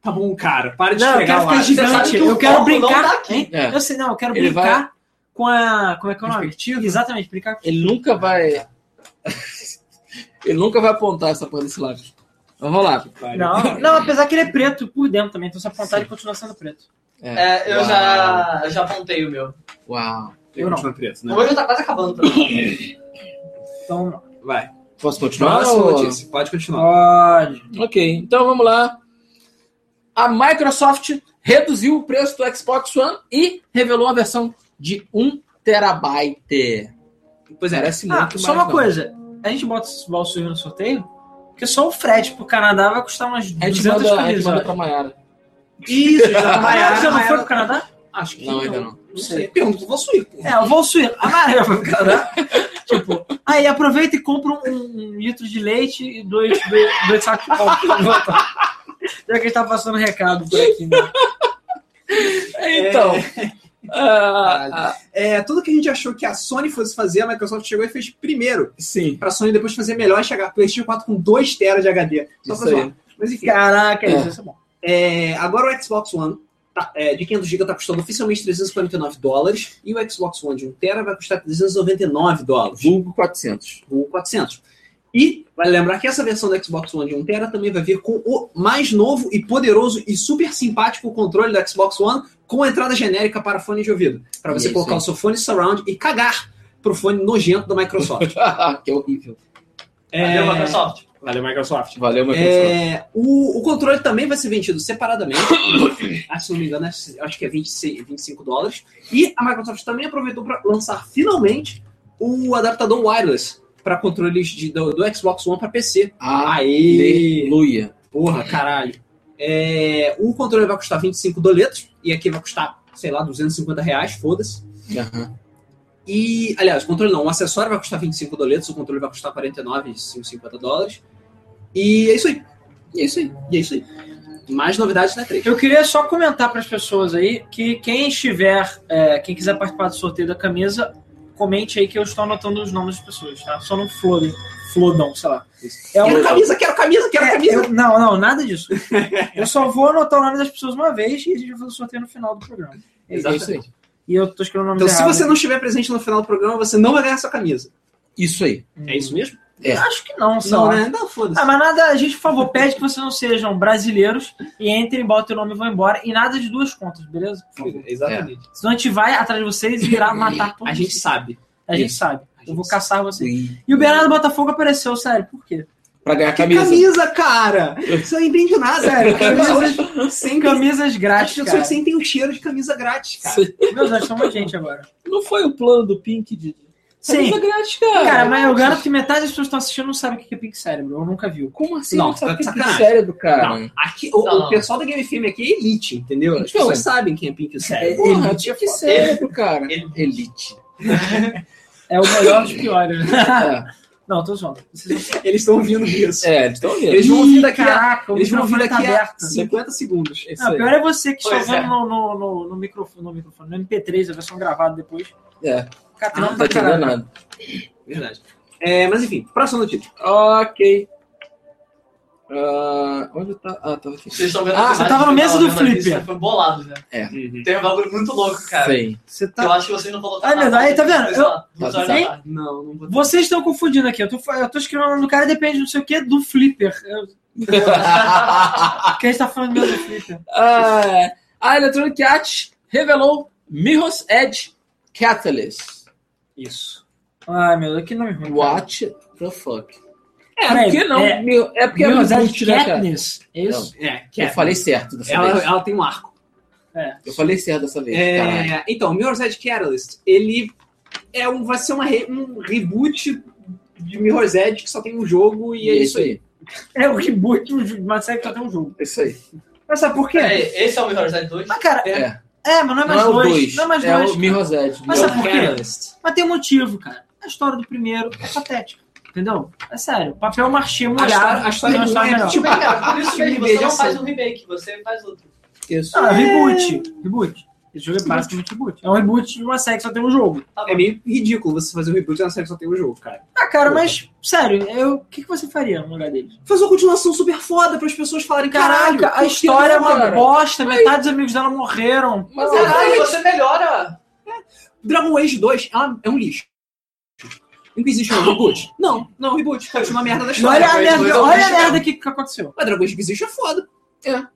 Speaker 2: Tá bom, cara, para de
Speaker 3: Não, eu
Speaker 2: pegar
Speaker 3: quero
Speaker 2: lá.
Speaker 3: ficar gigante.
Speaker 4: sabe que o
Speaker 3: Eu quero
Speaker 4: foco não
Speaker 3: brincar.
Speaker 4: tá aqui.
Speaker 3: hein?
Speaker 1: É.
Speaker 3: Eu sei, não, eu quero
Speaker 1: Ele
Speaker 3: brincar com a. Como é que é o nome? Exatamente, brincar com
Speaker 1: Ele nunca vai. Ele nunca vai apontar essa porra desse lápis. Vamos lá.
Speaker 3: Não, não, apesar que ele é preto por dentro também, então se apontar ele continua sendo preto.
Speaker 4: É, eu já, já apontei o meu.
Speaker 1: Uau.
Speaker 3: Eu não.
Speaker 2: Preto, né?
Speaker 4: Hoje tá quase acabando. pra mim.
Speaker 3: Então,
Speaker 2: Vai.
Speaker 1: Posso continuar?
Speaker 2: Próxima
Speaker 1: ou-
Speaker 2: notícia. Pode continuar.
Speaker 3: pode.
Speaker 1: Ok, então vamos lá. A Microsoft reduziu o preço do Xbox One e revelou uma versão de 1 terabyte. é,
Speaker 2: Pois é.
Speaker 1: Parece muito
Speaker 3: Ah,
Speaker 1: mais
Speaker 3: só uma
Speaker 1: não.
Speaker 3: coisa. A gente bota o Valsur no sorteio? Porque só o frete pro Canadá vai custar umas
Speaker 1: A gente
Speaker 3: 200
Speaker 1: manda, a
Speaker 3: camisas.
Speaker 1: gente manda pra Maiara.
Speaker 3: Isso, já tá
Speaker 2: Maiara,
Speaker 3: Maiara já não
Speaker 2: Maiara-
Speaker 3: foi pro Canadá?
Speaker 2: Acho que
Speaker 1: Não, ainda não.
Speaker 2: Não sei. Pergunta pro Valsuí, pô.
Speaker 3: É, eu vou suir. Amarelo pro Canadá. tipo, aí aproveita e compra um, um litro de leite e dois, dois, dois sacos de pau pra voltar. Já que a gente tá passando recado por aqui, né? É.
Speaker 1: Então. ah, ah,
Speaker 2: É, tudo que a gente achou que a Sony fosse fazer, a Microsoft chegou e fez primeiro.
Speaker 1: sim.
Speaker 2: Pra Sony depois fazer melhor e chegar a PlayStation 4 com 2 TB de HD. Só
Speaker 1: Isso
Speaker 2: pra
Speaker 1: aí.
Speaker 2: zoar. Mas enfim.
Speaker 3: Caraca,
Speaker 1: É.
Speaker 3: isso, isso é bom.
Speaker 2: É, agora o Xbox One tá, é, de 500GB tá custando oficialmente 349 dólares e o Xbox One de 1TB vai custar 399 dólares,
Speaker 1: Vulgo 400.
Speaker 2: ou 400. E vale lembrar que essa versão do Xbox One de 1TB também vai vir com o mais novo e poderoso e super simpático controle do Xbox One com entrada genérica para fone de ouvido, para você
Speaker 1: Isso,
Speaker 2: colocar
Speaker 1: hein?
Speaker 2: o seu fone surround e cagar pro fone nojento da Microsoft. É,
Speaker 1: que horrível.
Speaker 3: É.
Speaker 4: Valeu, Microsoft.
Speaker 2: Valeu, Microsoft.
Speaker 1: Valeu, meu pessoal.
Speaker 2: É, o, o controle também vai ser vendido separadamente. Ah, se não me engano, acho acho que é 26, 25 dólares. E a Microsoft também aproveitou para lançar finalmente o adaptador wireless para controles de- do, do Xbox One para PC. Aê!
Speaker 1: Aleluia.
Speaker 2: Porra, caralho. É, o controle vai custar 25 doletos. E aqui vai custar, sei lá, 250 reais, foda-se.
Speaker 1: Aham.
Speaker 2: E, aliás, o controle não, o acessório vai custar 25 doletos, o controle vai custar 49, 50 dólares. E é isso aí. E é isso aí. E é isso aí. Mais novidades na 3.
Speaker 3: Eu queria só comentar para as pessoas aí que quem estiver, é, quem quiser participar do sorteio da camisa, comente aí que eu estou anotando os nomes das pessoas, tá? Só não flodem, flodão, sei lá. É
Speaker 2: Quero camisa, quero camisa, quero
Speaker 3: É,
Speaker 2: camisa.
Speaker 3: eu- não, não, nada disso. Eu só vou anotar o nome das pessoas uma vez e a gente vai fazer o sorteio no final do programa.
Speaker 1: É isso aí.
Speaker 3: E eu tô escrevendo o nome
Speaker 2: Então, se você não estiver presente no final do programa, você não vai ganhar sua camisa.
Speaker 1: Isso aí.
Speaker 2: É isso mesmo?
Speaker 1: É.
Speaker 3: Acho que não, só.
Speaker 2: Não, né? Não, foda-se.
Speaker 3: Ah, mas nada, a gente, por favor, pede que vocês não sejam brasileiros e entrem, botem o nome e vão embora. E nada de duas contas, beleza? Por favor.
Speaker 2: Exatamente.
Speaker 3: Senão a gente vai atrás de vocês e irá matar todos.
Speaker 2: É, A gente sabe.
Speaker 3: A gente
Speaker 1: Isso.
Speaker 3: sabe. Eu vou caçar vocês.
Speaker 1: Sim.
Speaker 3: E o Bernardo Botafogo apareceu, sério. Por quê?
Speaker 1: Pra ganhar
Speaker 2: Que
Speaker 1: camisa.
Speaker 2: camisa, cara! Isso eu não entendi nada, sério. Camisas sem camisa.
Speaker 3: Camisas
Speaker 2: As
Speaker 3: grátis,
Speaker 2: pessoas
Speaker 3: cara.
Speaker 2: sentem o cheiro de camisa grátis, cara.
Speaker 3: Meu Deus, são muita gente agora.
Speaker 1: Não foi o plano do Pink de.
Speaker 3: Sim.
Speaker 1: Camisa grátis, cara.
Speaker 3: Cara, mas eu garanto que metade das pessoas que estão assistindo não sabe o que é Pink Cérebro, ou nunca viu.
Speaker 1: Como assim?
Speaker 2: Não,
Speaker 1: Não,
Speaker 2: tá
Speaker 1: sabe
Speaker 2: de
Speaker 1: o que é
Speaker 2: sacanagem.
Speaker 1: cérebro, cara.
Speaker 2: Não, aqui, o,
Speaker 4: Não,
Speaker 2: o
Speaker 4: não.
Speaker 2: pessoal da Game FM aqui é elite, entendeu? As
Speaker 1: Então.
Speaker 2: pessoas sabem quem é Pink
Speaker 1: É,
Speaker 2: Cérebro.
Speaker 1: Porra,
Speaker 3: elite
Speaker 1: tinha que cérebro, cara. Elite.
Speaker 3: É o melhor dos piores. né?
Speaker 1: É,
Speaker 3: Não, tô zoando. Vocês não-
Speaker 2: Eles estão ouvindo isso.
Speaker 1: é eles estão vendo.
Speaker 2: Eles vão ouvir daqui a,
Speaker 3: Caraca, o
Speaker 2: eles vão ouvir
Speaker 3: microfone tá
Speaker 2: daqui a
Speaker 3: aberto.
Speaker 2: 50 segundos.
Speaker 1: Isso
Speaker 3: Não,
Speaker 1: aí.
Speaker 3: pior é você que está
Speaker 4: Pois
Speaker 3: usando
Speaker 4: é.
Speaker 3: no, no, no, no microfone, no microfone, no MP3, a versão gravada depois.
Speaker 1: É, não
Speaker 3: Catrão
Speaker 1: tá
Speaker 3: pra
Speaker 1: entendendo
Speaker 3: caralho.
Speaker 1: nada.
Speaker 2: Verdade. É, mas enfim, próxima notícia.
Speaker 1: Ok. Ah, onde tá? Ah, tava aqui.
Speaker 4: Vocês estão vendo
Speaker 1: Ah,
Speaker 4: as
Speaker 1: você
Speaker 4: imagens,
Speaker 3: tava no
Speaker 4: eu
Speaker 3: mesa do
Speaker 4: vendo aqui,
Speaker 3: Flipper.
Speaker 4: isso Foi bolado, né? Tem um bagulho muito louco, cara.
Speaker 1: Sei.
Speaker 3: Você
Speaker 4: Eu
Speaker 3: tá...
Speaker 4: acho que vocês não colocaram.
Speaker 3: Ai, meu Deus, aí, tá vendo? Eu-
Speaker 4: Duas
Speaker 1: Tá
Speaker 4: horas da
Speaker 3: vendo?
Speaker 4: tarde.
Speaker 2: Não, não vou.
Speaker 3: Vocês estão confundindo aqui. Eu tô, fa- eu tô escrevendo o nome do cara depende não sei o que do Flipper. Eu- Porque a gente tá falando mesmo do Flipper.
Speaker 1: Ah, a Electronic Arts revelou Mirror's Edge Catalyst.
Speaker 2: Isso.
Speaker 3: Ai, meu Deus, que nome ruim. Cara.
Speaker 1: What the fuck?
Speaker 3: É,
Speaker 1: Por que não?
Speaker 3: É,
Speaker 1: Mir- É, porque é
Speaker 3: Mirror's Edge
Speaker 1: reboot, né, cara?
Speaker 3: Katniss, é isso?
Speaker 2: É, que
Speaker 1: Eu
Speaker 2: é.
Speaker 1: falei certo dessa
Speaker 2: Ela,
Speaker 1: vez.
Speaker 2: ela tem um arco.
Speaker 3: É.
Speaker 1: Eu falei certo dessa vez. caralho.
Speaker 2: É, então, Mirror's Edge Catalyst, ele é um, vai ser uma re- um reboot de Mirror's Edge que só tem um jogo e, é isso aí.
Speaker 3: É o reboot de um jogo, de uma série que só tem um jogo.
Speaker 1: É isso aí.
Speaker 3: Mas sabe por quê?
Speaker 4: Peraí, esse é o Mirror's Edge 2?
Speaker 3: Mas, cara,
Speaker 1: É.
Speaker 3: é, mas não é mais
Speaker 1: não é o
Speaker 3: dois.
Speaker 1: 2.
Speaker 3: Não é mais
Speaker 1: É
Speaker 3: dois.
Speaker 1: o Mirror's Edge.
Speaker 3: Mas
Speaker 1: Mirror's
Speaker 3: sabe por quê?
Speaker 2: Catalyst.
Speaker 3: Mas tem um motivo, cara. A história do primeiro é patética. Entendeu? É sério. Papel um machê molhado.
Speaker 2: história- a história
Speaker 3: não
Speaker 2: do
Speaker 3: está
Speaker 2: um é
Speaker 3: melhor.
Speaker 4: Tipo, cara, por isso
Speaker 2: Time
Speaker 4: mesmo,
Speaker 2: B
Speaker 4: você
Speaker 2: já
Speaker 4: não faz
Speaker 2: sei.
Speaker 4: um remake, você faz outro.
Speaker 1: Isso.
Speaker 3: Ah, reboot. Reboot. Esse jogo é basicamente reboot. É um reboot de uma série que só tem um jogo.
Speaker 4: Tá bom.
Speaker 2: É meio ridículo você fazer um reboot de uma série que só tem um jogo, cara.
Speaker 3: Ah, cara, mas, sério, eu- o que, que você faria no lugar dele?
Speaker 2: Faz uma continuação super foda para as pessoas falarem, caralho,
Speaker 3: Caraca, a
Speaker 2: por que
Speaker 3: história é
Speaker 2: não,
Speaker 3: uma
Speaker 2: cara?
Speaker 3: bosta, metade dos amigos dela morreram.
Speaker 1: Mas
Speaker 3: Não,
Speaker 1: é-
Speaker 4: Caralho, você melhora.
Speaker 2: Dragon Age 2 é, uma- é um lixo. Inquisition é um reboot? Não, não é um reboot. Continua a merda da história.
Speaker 3: olha a
Speaker 2: Dragon Age 2 é
Speaker 3: merda,
Speaker 2: um
Speaker 3: olha a
Speaker 2: lixo
Speaker 3: merda
Speaker 2: mesmo.
Speaker 3: que, que aconteceu.
Speaker 2: Mas Dragon Age Inquisition é foda.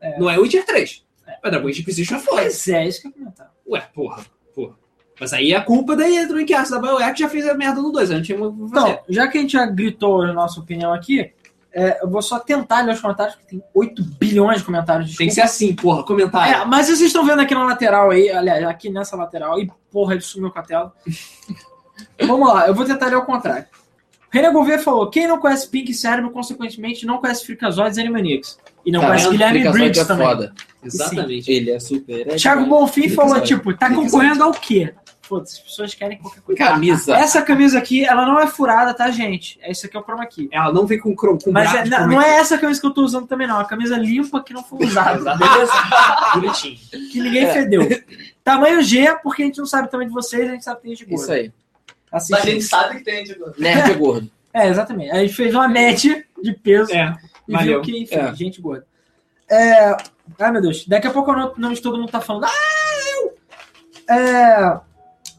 Speaker 3: É.
Speaker 2: Não é Witcher 3. Mas Dragon Age Inquisition é foda.
Speaker 3: Pois é, isso que eu ia comentar.
Speaker 2: Ué, porra, porra. Mas aí é culpa da Electronic Arts, da BioWare, que já fez a merda no 2. A gente tinha uma fazer.
Speaker 3: Então, já que a gente já gritou a nossa opinião aqui, é, eu vou só tentar ler os comentários, porque tem 8 bilhões de comentários.
Speaker 2: Tem
Speaker 3: desculpa.
Speaker 2: que ser assim, porra, comentário.
Speaker 3: É, mas vocês estão vendo aqui na lateral aí, aliás, aqui nessa lateral, e porra, ele sumiu com a tela. Vamos lá, eu vou tentar ler o contrário. Renan Gouveia falou: quem não conhece Pink Cérebro, consequentemente, não conhece Fricazoides e Animaniacs. E não
Speaker 1: Tá
Speaker 3: conhece
Speaker 1: vendo?
Speaker 3: Guilherme
Speaker 1: Explicação
Speaker 3: Briggs
Speaker 1: que é
Speaker 3: também.
Speaker 1: foda.
Speaker 2: Exatamente.
Speaker 1: Ele é super. é
Speaker 3: Thiago
Speaker 1: demais.
Speaker 3: Bonfim falou,
Speaker 1: Fricazoide.
Speaker 3: tipo, tá concorrendo ao quê? Foda-se, as pessoas querem qualquer coisa.
Speaker 1: Camisa.
Speaker 3: Essa camisa aqui, ela não é furada, tá, gente? É isso aqui é o chroma key.
Speaker 2: Ela não vem com crom, com
Speaker 3: Mas
Speaker 2: buraco
Speaker 3: é-
Speaker 2: de
Speaker 3: não,
Speaker 2: chroma
Speaker 3: não
Speaker 2: key.
Speaker 3: é essa camisa que eu tô usando também, não. É uma camisa limpa que não foi usada,
Speaker 2: Beleza?
Speaker 3: bonitinho. Que ninguém fedeu. Tamanho G, é porque a gente não sabe também de vocês, a gente sabe que tem gente
Speaker 1: Isso
Speaker 3: gorda.
Speaker 1: aí.
Speaker 3: Assim,
Speaker 4: Mas a gente sabe que tem, tipo,
Speaker 1: Nerd é gordo.
Speaker 3: É, exatamente. A gente fez uma match de peso
Speaker 2: É,
Speaker 3: e
Speaker 2: valeu.
Speaker 3: viu que, enfim,
Speaker 1: É.
Speaker 3: gente gorda. É... Ai, meu Deus. Daqui a pouco o nome de todo mundo tá falando. Ah, eu! É...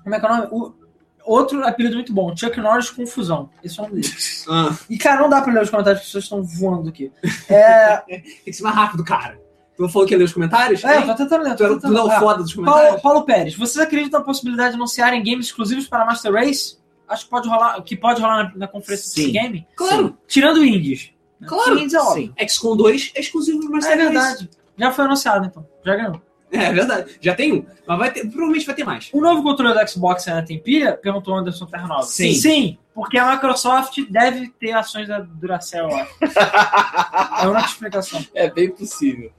Speaker 3: Como é que é o nome? O- Outro apelido muito bom. Chuck Norris Confusão. Esse é o nome dele.
Speaker 2: Ah,
Speaker 3: E, cara, não dá pra ler os comentários, as pessoas estão voando aqui. É...
Speaker 2: tem que ser mais rápido, cara. Tu não falou que ia ler os comentários?
Speaker 3: é, eu
Speaker 2: Tem?
Speaker 3: tô tentando ler.
Speaker 2: tu,
Speaker 3: Tô
Speaker 2: era, tu não é
Speaker 3: tentando...
Speaker 2: o
Speaker 3: Ah,
Speaker 2: foda dos
Speaker 3: Paulo,
Speaker 2: comentários?
Speaker 3: Paulo Pérez, vocês acreditam na possibilidade de anunciarem games exclusivos para Master Race? Acho que pode rolar, que pode rolar na, na conferência
Speaker 1: Sim.
Speaker 3: desse game.
Speaker 2: claro,
Speaker 3: Tirando indies.
Speaker 2: claro.
Speaker 3: Indies é óbvio.
Speaker 1: Sim.
Speaker 2: XCOM 2 é exclusivo do
Speaker 3: É
Speaker 2: Master Race.
Speaker 3: verdade. Já foi anunciado, então. Já ganhou.
Speaker 2: É verdade. Já tem um, mas vai ter, provavelmente vai ter mais.
Speaker 3: O novo controle do Xbox ainda tem pilha? Perguntou o Anderson Terra Nova.
Speaker 2: Sim.
Speaker 3: Sim, porque a Microsoft deve ter ações da Duracell, eu acho. é a única explicação.
Speaker 1: É bem possível.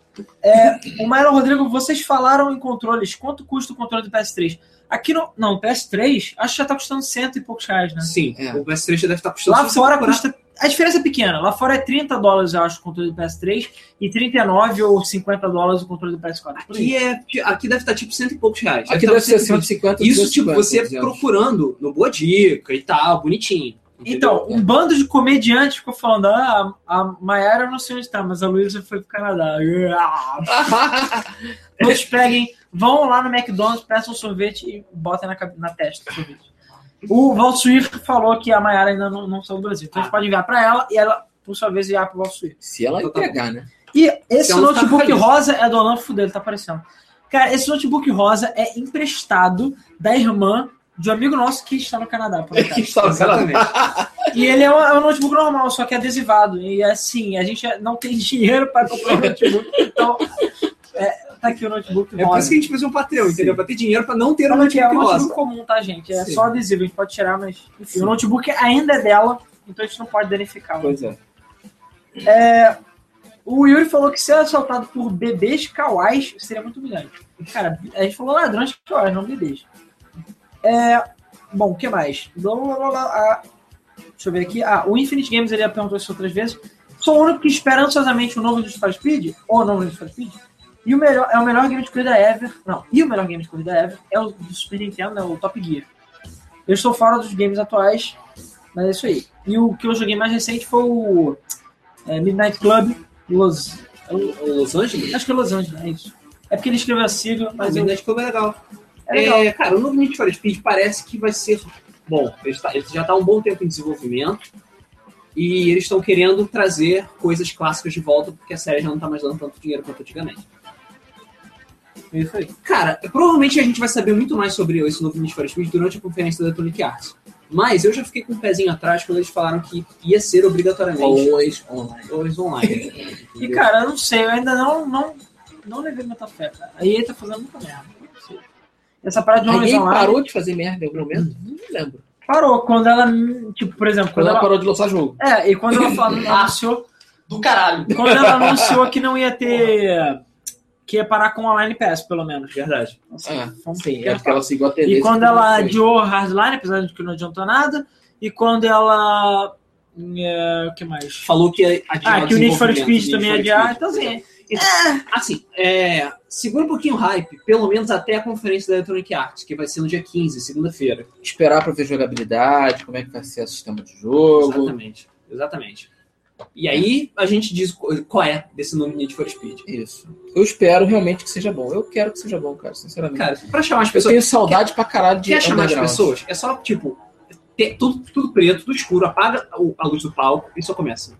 Speaker 3: O Mauro Rodrigo, vocês falaram em controles. Quanto custa o controle do PS3? Aqui no. Não, o PS3 acho que já tá custando cento e poucos reais, né?
Speaker 2: Sim,
Speaker 1: É.
Speaker 2: o PS3 já deve estar custando.
Speaker 3: Lá
Speaker 2: se você
Speaker 3: fora
Speaker 2: procurar.
Speaker 3: custa. A diferença é pequena. Lá fora é 30 dólares, eu acho, o controle do PS3 e 39 ou 50 dólares o controle do PS4. Por aí.
Speaker 2: Aqui, é, aqui deve estar tipo cento e poucos reais.
Speaker 1: Aqui
Speaker 2: estar
Speaker 1: deve ser
Speaker 2: 150.
Speaker 1: 150
Speaker 2: Isso, tipo,
Speaker 1: 250,
Speaker 2: você
Speaker 1: dizendo.
Speaker 2: procurando no Boa Dica e tal, bonitinho. entendeu? É,
Speaker 3: Então, um bando de comediantes ficou falando: ah, a Mayara eu não sei onde tá, mas a Luísa foi pro Canadá. Todos peguem, vão lá no McDonald's, peçam um sorvete e botem na, cabe- na testa o sorvete. O Valsuir falou que a Mayara ainda não, não saiu do Brasil. Então a gente pode enviar pra ela e ela, por sua vez, enviar pro Valsuir.
Speaker 1: Se ela
Speaker 2: Então tá
Speaker 1: entregar, né?
Speaker 3: E
Speaker 2: Se
Speaker 3: esse
Speaker 2: ela não ficar
Speaker 3: notebook
Speaker 2: feliz.
Speaker 3: rosa é do Orlando Fudeu, ele tá aparecendo. Cara, esse notebook rosa é emprestado da irmã de um amigo nosso que está no Canadá,
Speaker 2: Tá,
Speaker 3: por acaso.
Speaker 2: Exatamente.
Speaker 3: E ele é um, é um notebook normal, só que adesivado. E assim, a gente não tem dinheiro para comprar um notebook, então é, tá aqui o notebook
Speaker 2: É por isso
Speaker 3: rosa.
Speaker 2: que a gente fez um pateu, entendeu? Pra ter dinheiro pra não ter um
Speaker 3: Olha que é um
Speaker 2: notebook
Speaker 3: notebook
Speaker 2: rosa.
Speaker 3: comum, tá, gente? É
Speaker 1: Sim.
Speaker 3: só adesivo, a gente pode tirar, mas enfim,
Speaker 1: Sim.
Speaker 3: o notebook ainda é dela, então a gente não pode danificar.
Speaker 1: Pois é.
Speaker 3: O Yuri falou que ser assaltado por bebês kawais seria muito humilhante. Cara, a gente falou ladrões kawais, não bebês. É, bom, o que mais? Blá, blá, blá, blá, ah, deixa eu ver aqui. Ah, o Infinite Games ele já perguntou isso outras vezes. Sou o único que espera ansiosamente o novo Need for Speed, ou o novo Need for Speed, e o melhor, é o melhor game de corrida ever. Não, e o melhor game de corrida ever é o do Super Nintendo, é o Top Gear. Eu estou fora dos games atuais, mas é isso aí. E o que eu joguei mais recente foi o é, Midnight Club, Los.
Speaker 2: Los Angeles?
Speaker 3: Acho que é Los Angeles, é isso. É porque ele escreveu a sigla,
Speaker 2: Mas
Speaker 3: mas
Speaker 2: o
Speaker 3: eu...
Speaker 2: Midnight Club é legal.
Speaker 3: é legal.
Speaker 2: É, cara, o novo Need for Speed parece que vai ser bom. Ele, tá- ele já está um bom tempo em desenvolvimento e eles estão querendo trazer coisas clássicas de volta porque a série já não tá mais dando tanto dinheiro quanto antigamente.
Speaker 3: É Isso aí.
Speaker 2: Cara, provavelmente a gente vai saber muito mais sobre esse novo Need for Speed durante a conferência da Electronic Arts. Mas eu já fiquei com um pezinho atrás quando eles falaram que ia ser obrigatoriamente
Speaker 1: Always online.
Speaker 2: always online.
Speaker 3: E, cara, eu não sei, eu ainda não, não, não levei muita fé, cara. A EA tá fazendo muita merda. não sei. Essa parada de homens
Speaker 1: Alguém
Speaker 3: online
Speaker 2: é.
Speaker 1: parou de fazer merda em algum momento?
Speaker 2: Uhum,
Speaker 1: Não me lembro.
Speaker 3: parou quando ela, tipo, por exemplo,
Speaker 1: Quando
Speaker 3: quando
Speaker 1: ela
Speaker 3: ela...
Speaker 1: parou de lançar jogo.
Speaker 3: É, e quando ela falou, anunciou,
Speaker 4: do caralho.
Speaker 3: quando ela anunciou que não ia ter... Que ia parar com o Online Pass, pelo menos.
Speaker 2: Verdade.
Speaker 3: Assim,
Speaker 1: Ah,
Speaker 3: foi um
Speaker 1: Sim, é
Speaker 3: pequeno
Speaker 1: porque ela seguiu a tendência.
Speaker 3: E quando
Speaker 1: que
Speaker 3: ela
Speaker 1: não foi.
Speaker 3: adiou o Hardline, apesar de que não adiantou nada, e quando ela. é, O que mais?
Speaker 2: Falou que ia adiar
Speaker 3: Ah, que o Need for
Speaker 2: desenvolvimento do
Speaker 3: Speed
Speaker 2: Need
Speaker 3: também
Speaker 2: for
Speaker 3: é adiar.
Speaker 2: Speed.
Speaker 3: Então, assim,
Speaker 2: Assim, é, segura um pouquinho o hype, pelo menos até a conferência da Electronic Arts, que vai ser no dia 15, segunda-feira.
Speaker 1: Esperar pra ver jogabilidade, como é que vai ser o sistema de jogo.
Speaker 2: Exatamente. Exatamente. E aí a gente diz co- qual é desse nome Need for Speed.
Speaker 1: Isso. Eu espero realmente que seja bom. Eu quero que seja bom, cara, sinceramente.
Speaker 2: Cara, pra chamar as
Speaker 1: eu
Speaker 2: pessoas.
Speaker 1: tenho saudade pra caralho de
Speaker 2: Quer chamar as
Speaker 1: underground.
Speaker 2: pessoas? É só, tipo, ter tudo, tudo preto, tudo escuro, apaga o- a luz do palco e só começa.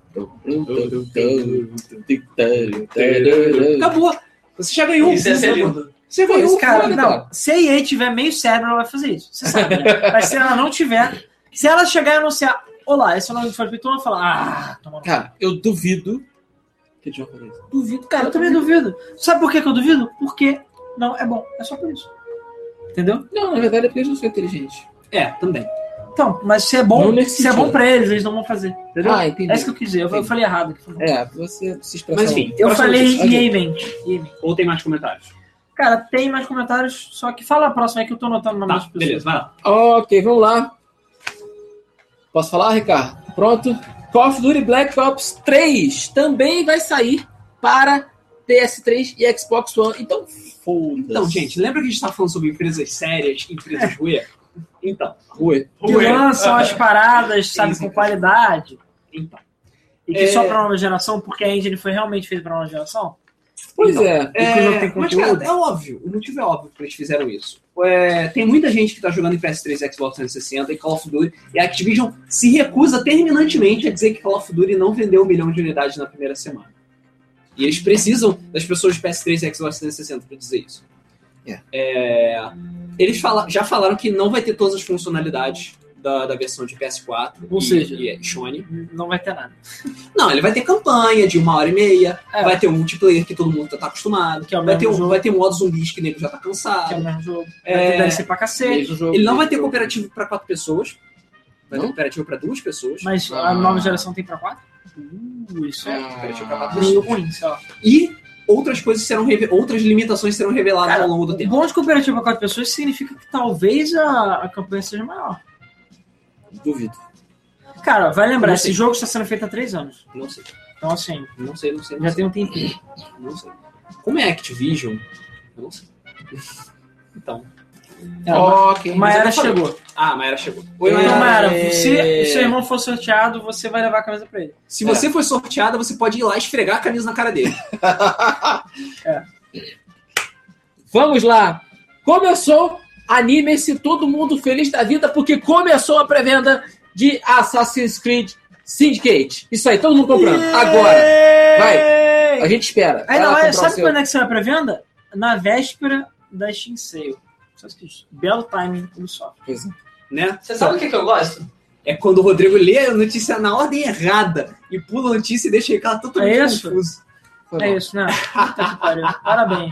Speaker 1: Acabou.
Speaker 2: Acabou. Você já ganhou. um
Speaker 4: Isso ia ser
Speaker 2: acabou.
Speaker 4: lindo.
Speaker 2: Você
Speaker 3: pô,
Speaker 2: ganhou.
Speaker 3: esse cara,
Speaker 2: foda,
Speaker 3: não. Se a EA tiver meio cérebro, ela vai fazer isso. Você sabe, né? Mas se ela não tiver. Se ela chegar e anunciar. Olá, esse é o nome do Ford Piton, eu vou falar. Ah, toma no cu."
Speaker 1: Cara, eu duvido que eles vão fazer isso.
Speaker 3: Duvido, cara, eu também duvido. Sabe por que que eu duvido? Porque não é bom. É só por isso. Entendeu?
Speaker 1: Não, na verdade é porque eles não são inteligentes.
Speaker 2: É, também.
Speaker 3: Então, mas se é bom,
Speaker 1: Não nesse
Speaker 3: se é bom
Speaker 1: sentido.
Speaker 3: pra eles, eles não vão fazer. Entendeu?
Speaker 1: Ah, entendi.
Speaker 3: é isso que eu quis dizer. Eu
Speaker 1: Entendi.
Speaker 3: falei errado.
Speaker 1: É, você se expressou.
Speaker 2: Mas enfim,
Speaker 3: Eu
Speaker 2: próxima
Speaker 3: falei
Speaker 2: notícia.
Speaker 1: Ok.
Speaker 3: Yemen. Yemen.
Speaker 2: Ou tem mais comentários?
Speaker 3: Cara, tem mais comentários, só que fala a próxima aí que eu tô anotando na
Speaker 2: Tá,
Speaker 3: das pessoas.
Speaker 2: beleza, vai lá.
Speaker 1: Ok, vamos lá. Posso falar, Ricardo? Pronto. Call of Duty Black Ops 3 também vai sair para PS3 e Xbox One. Então, foda-se.
Speaker 2: Então, gente, lembra que a gente tá falando sobre empresas sérias,
Speaker 3: É.
Speaker 2: empresas ruins? Então,
Speaker 1: Ué,
Speaker 3: Que lançam as paradas, sabe, com qualidade.
Speaker 2: Então.
Speaker 3: E que
Speaker 2: É.
Speaker 3: só pra nova geração, porque a engine foi realmente feita pra nova geração.
Speaker 1: Pois
Speaker 2: Então,
Speaker 1: é.
Speaker 3: E que não tem
Speaker 2: mas,
Speaker 3: conteúdo.
Speaker 2: cara, é óbvio. O motivo é óbvio que eles fizeram isso. É, tem muita gente que tá jogando em PS3 e Xbox 360 e Call of Duty. E a Activision se recusa terminantemente a dizer que Call of Duty não vendeu um milhão de unidades na primeira semana. E eles precisam das pessoas de PS3 e Xbox 360 pra dizer isso.
Speaker 1: É.
Speaker 2: É, eles fala- já falaram que não vai ter todas as funcionalidades da, da versão de PS4
Speaker 3: Ou
Speaker 2: e,
Speaker 3: seja-
Speaker 2: e Sony.
Speaker 3: Não vai ter nada.
Speaker 2: Não, ele vai ter campanha de uma hora e meia,
Speaker 3: É.
Speaker 2: vai ter um multiplayer que todo mundo tá, tá acostumado,
Speaker 3: Que é o
Speaker 2: vai,
Speaker 3: mesmo
Speaker 2: ter um,
Speaker 3: jogo.
Speaker 2: vai ter um modo zumbis que nego já tá
Speaker 3: Que é o
Speaker 2: cansado.
Speaker 3: mesmo jogo. Vai
Speaker 2: É.
Speaker 3: ter DLC pra cacete.
Speaker 1: Mesmo jogo,
Speaker 2: Ele não vai ter
Speaker 1: mesmo jogo.
Speaker 2: cooperativo pra quatro pessoas, vai ter
Speaker 1: Não?
Speaker 2: cooperativo pra duas pessoas,
Speaker 3: Mas a
Speaker 1: Ah.
Speaker 3: nova geração tem pra quatro? Uh, isso é.
Speaker 2: cooperativo pra
Speaker 1: Ah,
Speaker 2: quatro
Speaker 3: Meio
Speaker 2: pessoas.
Speaker 3: ruim, sei lá.
Speaker 2: E outras coisas serão reve- outras limitações serão reveladas
Speaker 3: Cara,
Speaker 2: ao longo do tempo.
Speaker 3: Bom de cooperativo pra quatro pessoas significa que talvez a, a campanha seja maior.
Speaker 1: Duvido.
Speaker 3: Cara, vai lembrar,
Speaker 2: Não sei.
Speaker 3: esse jogo está sendo feito há três anos.
Speaker 2: Não sei,
Speaker 3: Então, assim,
Speaker 2: não sei, não sei, não
Speaker 3: já
Speaker 2: sei,
Speaker 3: tem um tempinho.
Speaker 2: não sei. Como é Activision? Eu não sei. Então.
Speaker 3: É,
Speaker 1: ok.
Speaker 3: a Mayara
Speaker 2: Mas eu
Speaker 3: chegou.
Speaker 2: Ah, a Mayara chegou. Oi,
Speaker 1: Oi,
Speaker 3: Então,
Speaker 1: É.
Speaker 2: Mayara.
Speaker 3: Mayara, se seu irmão for sorteado, você vai levar a camisa pra ele.
Speaker 2: Se
Speaker 3: É.
Speaker 2: você for sorteada, você pode ir lá esfregar a camisa na cara dele.
Speaker 1: Vamos lá. Começou. Anime-se todo mundo feliz da vida porque começou a pré-venda de Assassin's Creed Syndicate. Isso aí, todo mundo comprando. Agora.
Speaker 3: Vai!
Speaker 1: A gente espera.
Speaker 3: Aí
Speaker 1: Vai lá
Speaker 3: não,
Speaker 1: comprar
Speaker 3: é,
Speaker 1: o
Speaker 3: sabe
Speaker 1: seu.
Speaker 3: quando é que saiu a pré-venda? Na véspera da Steam Sale. Só que isso, Belo timing do software.
Speaker 1: Pois é.
Speaker 2: né?
Speaker 4: Você sabe o que, que eu gosto?
Speaker 2: É quando o Rodrigo lê a notícia na ordem errada e pula a notícia e deixa ele cara totalmente
Speaker 3: É isso?
Speaker 2: confuso.
Speaker 1: Foi
Speaker 3: É
Speaker 1: bom.
Speaker 3: isso, né? Puta que pariu. Parabéns.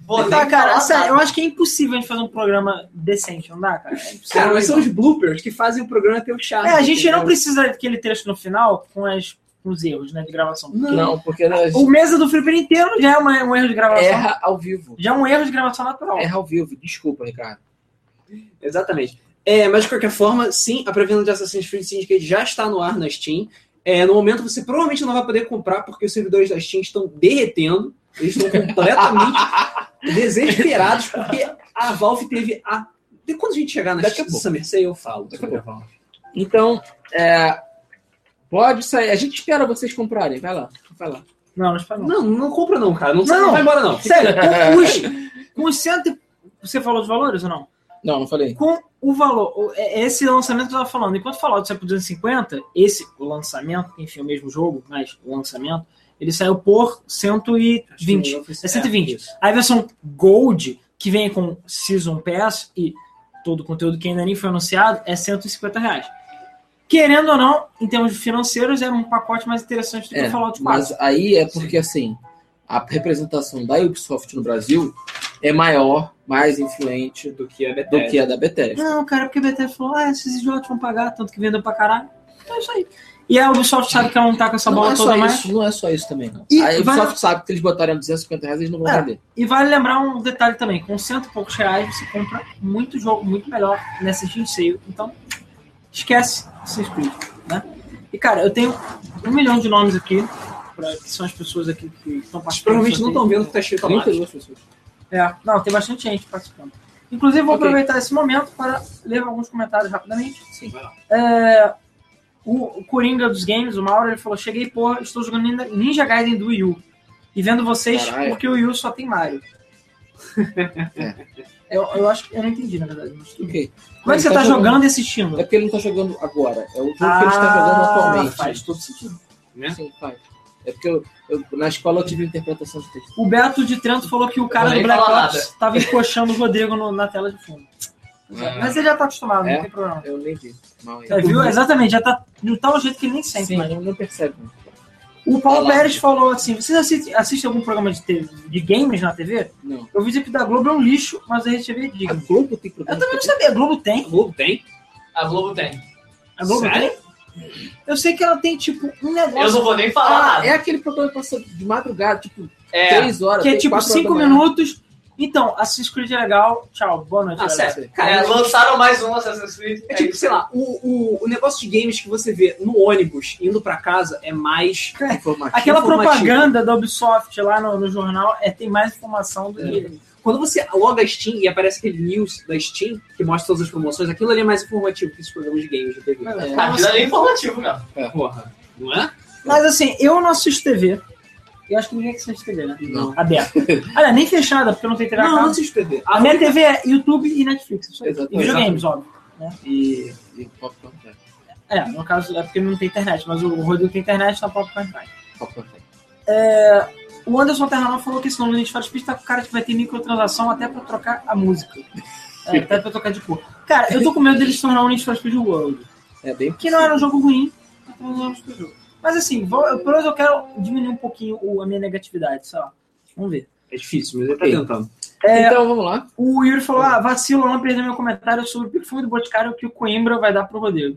Speaker 4: Vou ter
Speaker 3: Tá,
Speaker 4: que
Speaker 3: cara,
Speaker 4: falar
Speaker 3: sério, eu
Speaker 4: nada.
Speaker 3: acho que é impossível a gente fazer um programa decente, não dá, cara? É impossível.
Speaker 2: Cara, mas são os bloopers que fazem o programa ter o charme.
Speaker 3: É, a gente
Speaker 2: entendeu?
Speaker 3: não precisa daquele trecho no final com, as, com os erros né, de gravação.
Speaker 1: Não, porque nós
Speaker 3: O mesa do Flipper inteiro já é uma- um erro de gravação.
Speaker 1: erra ao vivo.
Speaker 3: Já é um erro de gravação natural.
Speaker 1: Erra ao vivo. Desculpa, Ricardo.
Speaker 2: Exatamente. É, mas de qualquer forma, sim, a pré-venda de Assassin's Creed Syndicate já está no ar na Steam. É, no momento você provavelmente não vai poder comprar porque os servidores da Steam estão derretendo. Eles estão completamente desesperados porque a Valve teve a. De quando a gente chegar na
Speaker 1: Daqui a
Speaker 2: Steam
Speaker 1: pouco.
Speaker 2: Summer Sale, eu falo.
Speaker 1: Daqui a Então, é, pode sair. A gente espera vocês comprarem. Vai lá. Vai lá.
Speaker 3: Não, não espera não.
Speaker 2: Não, não compra não, cara. Não,
Speaker 3: Não.
Speaker 2: não vai embora não.
Speaker 3: Sério, com os, com os cento e- Você falou dos valores ou não?
Speaker 1: Não, não falei.
Speaker 3: Com o valor, o- é- esse lançamento que eu tava falando, enquanto falava do Cyberpunk 250, esse lançamento, enfim, é o mesmo jogo, mas o lançamento, ele saiu por 120. É 120. A versão Gold, que vem com Season Pass e todo o conteúdo que ainda nem foi anunciado, é 150 reais. Querendo ou não, em termos financeiros, era um pacote mais interessante do que
Speaker 1: É,
Speaker 3: o Fallout 4.
Speaker 1: Mas aí é porque, assim, a representação da Ubisoft no Brasil é maior, mais influente
Speaker 2: Do é que a
Speaker 1: do
Speaker 2: Bethesda.
Speaker 3: É.
Speaker 1: que a da Bethesda.
Speaker 3: Não, cara, porque a Bethesda falou, ah, esses idiotas vão pagar, tanto que vendeu pra caralho. Então é isso aí. E a Ubisoft sabe que ela não tá com essa
Speaker 1: não
Speaker 3: bola
Speaker 1: é
Speaker 3: toda
Speaker 1: só
Speaker 3: mais.
Speaker 1: isso, não é só isso também, não.
Speaker 3: E
Speaker 1: a Ubisoft
Speaker 3: vai-
Speaker 1: sabe que eles botarem 250 reais, eles não vão
Speaker 3: É.
Speaker 1: vender.
Speaker 3: E vale lembrar um detalhe também, com cento e poucos reais você compra muito jogo, muito melhor nessa Steam Sale. Então, esquece se inscreve, né? E cara, eu tenho um milhão de nomes aqui, pra, que são as pessoas aqui que estão
Speaker 2: Mas
Speaker 3: participando.
Speaker 2: provavelmente não estão vendo o que tá escrito lá.
Speaker 1: 32 pessoas.
Speaker 3: É, não, tem bastante gente participando. Inclusive, vou
Speaker 1: Ok.
Speaker 3: aproveitar esse momento para ler alguns comentários rapidamente.
Speaker 1: Sim.
Speaker 3: É, o, o Coringa dos Games, o Mauro, ele falou: Cheguei, porra, estou jogando Ninja- Ninja Gaiden do Wii U. E vendo vocês,
Speaker 1: Caralho.
Speaker 3: porque o Wii U só tem Mario.
Speaker 1: É.
Speaker 3: eu, eu acho que eu não entendi, na verdade. Mas tudo bem.
Speaker 1: Ok.
Speaker 3: Como é que você
Speaker 1: Ele
Speaker 3: tá
Speaker 1: tá jogando-
Speaker 3: jogando e
Speaker 1: É
Speaker 3: assistindo?
Speaker 1: porque ele não tá jogando agora. É o jogo que ele está jogando atualmente.
Speaker 3: Ah, Faz todo sentido.
Speaker 2: né?
Speaker 1: Sim, faz. É porque eu, eu- na escola eu tive interpretação de texto.
Speaker 3: O Beto de Trento falou que o cara do
Speaker 4: nem
Speaker 3: Black
Speaker 4: falar
Speaker 3: Ops tava encoxando o Rodrigo no- na tela de fundo. Mas ele já tá acostumado,
Speaker 1: Uhum. É?
Speaker 3: não tem problema.
Speaker 1: Eu nem vi. Mal ainda.
Speaker 3: É, viu? É Exatamente, já tá de tal jeito que ele nem sente.
Speaker 1: Sim,
Speaker 3: mais.
Speaker 1: não, não percebe.
Speaker 3: O Paulo
Speaker 4: Olá.
Speaker 3: Pérez falou assim: Vocês assistem, assistem algum programa de, TV de games na TV?
Speaker 1: Não.
Speaker 3: Eu vi dizer que da Globo é um lixo, mas a RedeTV é
Speaker 1: A
Speaker 3: digno.
Speaker 1: Globo tem
Speaker 3: Eu
Speaker 1: problema.
Speaker 3: também não sabia, a Globo tem.
Speaker 2: A Globo tem.
Speaker 4: A Globo tem.
Speaker 3: A Globo
Speaker 2: Sério?
Speaker 3: tem? Eu sei que ela tem, tipo, um
Speaker 4: Eu
Speaker 3: negócio
Speaker 4: não vou nem falar
Speaker 1: Ah,
Speaker 4: nada.
Speaker 1: é aquele programa que passa de madrugada, tipo,
Speaker 4: É.
Speaker 1: três horas.
Speaker 3: que é,
Speaker 1: três,
Speaker 3: tipo,
Speaker 1: quatro horas
Speaker 3: cinco
Speaker 1: da manhã.
Speaker 3: minutos. Então, Assassin's Creed é legal. Tchau, boa noite.
Speaker 2: Ah,
Speaker 3: galera.
Speaker 2: sério. Cara,
Speaker 4: É, lançaram mais um Assassin's Creed.
Speaker 2: É tipo, sei lá, o, o, o negócio de games que você vê no ônibus indo pra casa é mais.
Speaker 1: Informativo.
Speaker 3: Aquela
Speaker 2: Informativo.
Speaker 3: propaganda da Ubisoft lá no, no jornal é, tem mais informação
Speaker 1: É.
Speaker 3: do que.
Speaker 2: Quando você loga a Steam e aparece aquele news da Steam que mostra todas as promoções, aquilo ali é mais informativo que esses programas de games da TV.
Speaker 1: É.
Speaker 4: Aquilo ali é informativo, cara.
Speaker 2: Porra, não é?
Speaker 3: Tá, Mas assim, eu não assisto TV. Eu acho que ninguém assiste TV, né?
Speaker 1: Não.
Speaker 3: Aberta. Olha, nem fechada, porque eu não tenho TV a
Speaker 2: Não, não
Speaker 3: cabo.
Speaker 2: assiste TV.
Speaker 3: A minha TV é YouTube e Netflix. Isso aí.
Speaker 1: Exatamente.
Speaker 3: E videogames, óbvio.
Speaker 1: E, e Pop Contact.
Speaker 3: É, no caso é porque não tem internet, mas o Rodrigo tem internet tá na própria Wi-Fi.
Speaker 1: Pop Contact.
Speaker 3: É, O Anderson Terranol falou que esse nome do Need for Speed tá com cara que vai ter microtransação até pra trocar a música. É, até pra trocar de cor. Cara, eu tô com medo deles tornar um Need for Speed World.
Speaker 1: É bem
Speaker 3: Que não era um jogo ruim, mas também não era um super jogo. Mas assim, vou, eu- pelo menos eu quero diminuir um pouquinho o- a minha negatividade, sei lá. Vamos ver.
Speaker 2: É difícil, mas ele tá
Speaker 1: Ok.
Speaker 2: tentando.
Speaker 3: É,
Speaker 1: Então vamos lá.
Speaker 3: o Yuri falou: ah, vacilo, não perder meu comentário sobre o perfume do Boticário que o Coimbra vai dar pro Rodrigo.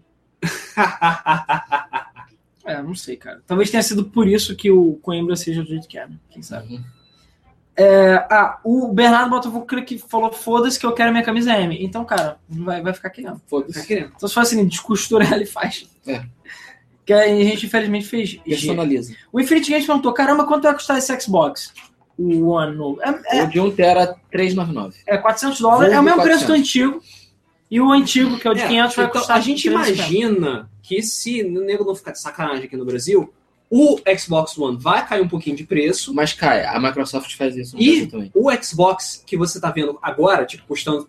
Speaker 3: É, não sei, cara. Talvez tenha sido por isso que o Coimbra seja do jeito que é, né? Quem sabe? Ah, o Bernardo Botafogo que falou: foda-se que eu quero minha camisa M. Então, cara, vai, vai ficar querendo.
Speaker 2: Tá
Speaker 1: Foda-se.
Speaker 2: querendo.
Speaker 3: Então, se faz assim, descostura ela e faz.
Speaker 1: É.
Speaker 3: Que a gente, infelizmente,
Speaker 2: É.
Speaker 3: fez. G.
Speaker 1: Personaliza.
Speaker 3: O Infinity Games perguntou: caramba, quanto vai custar esse Xbox? O One novo. É, é-
Speaker 1: O de 1 tera 399.
Speaker 3: é 400 dólares, é
Speaker 1: Novo,
Speaker 3: o mesmo preço do
Speaker 1: 400.
Speaker 3: antigo. E o antigo, que é o de
Speaker 2: É,
Speaker 3: 500, vai
Speaker 2: então,
Speaker 3: custar.
Speaker 2: a gente
Speaker 3: 350.
Speaker 2: imagina que se o nego não ficar de sacanagem aqui no Brasil, o Xbox One vai cair um pouquinho de preço.
Speaker 1: Mas cai, a Microsoft faz isso no
Speaker 2: E-
Speaker 1: Brasil também.
Speaker 2: O Xbox que você tá vendo agora, tipo, custando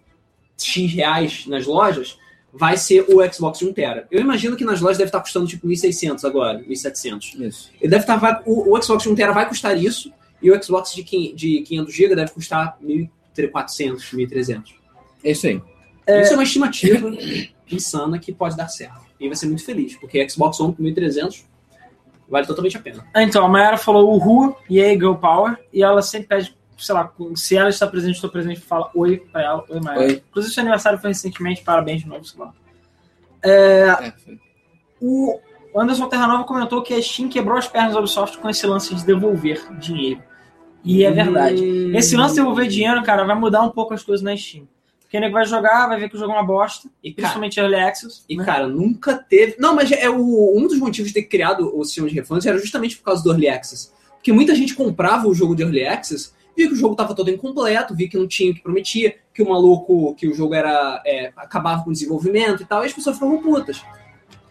Speaker 2: X reais nas lojas, vai ser o Xbox de 1 tera. Eu imagino que nas lojas deve estar custando tipo 1.600 agora, 1.700.
Speaker 1: Isso.
Speaker 2: Ele deve estar, vai- o, o Xbox de 1 tera vai custar isso, e o Xbox de, quin- de 500 GB deve custar 1.400, 1.300.
Speaker 1: É isso aí.
Speaker 2: Isso é uma estimativa insana que pode dar certo. E vai ser muito feliz, porque Xbox One com 1.300 vale totalmente a pena.
Speaker 3: Então, a Mayara falou Uhu, e aí Girl Power, e ela sempre pede, sei lá, com- se ela está presente, estou presente, fala oi pra ela, oi Mayara.
Speaker 1: Oi.
Speaker 3: Inclusive, seu aniversário foi recentemente, parabéns de novo, sei lá.
Speaker 1: É, foi.
Speaker 3: O Anderson Terranova comentou que a Steam quebrou as pernas da Ubisoft com esse lance de devolver dinheiro. E
Speaker 2: Hum.
Speaker 3: é verdade. Esse lance de devolver dinheiro, cara, vai mudar um pouco as coisas na Steam. Porque o nego vai jogar, vai ver que o jogo é uma bosta,
Speaker 2: E, cara,
Speaker 3: principalmente Early Access.
Speaker 2: E,
Speaker 3: né?
Speaker 2: cara, nunca teve. Não, mas é o... um dos motivos de ter criado o sistema de refundos era justamente por causa do Early Access. Porque muita gente comprava o jogo de Early Access, via que o jogo tava todo incompleto, via que não tinha o que prometia, que o maluco, que o jogo era. é, acabava com o desenvolvimento e tal, e as pessoas ficavam putas.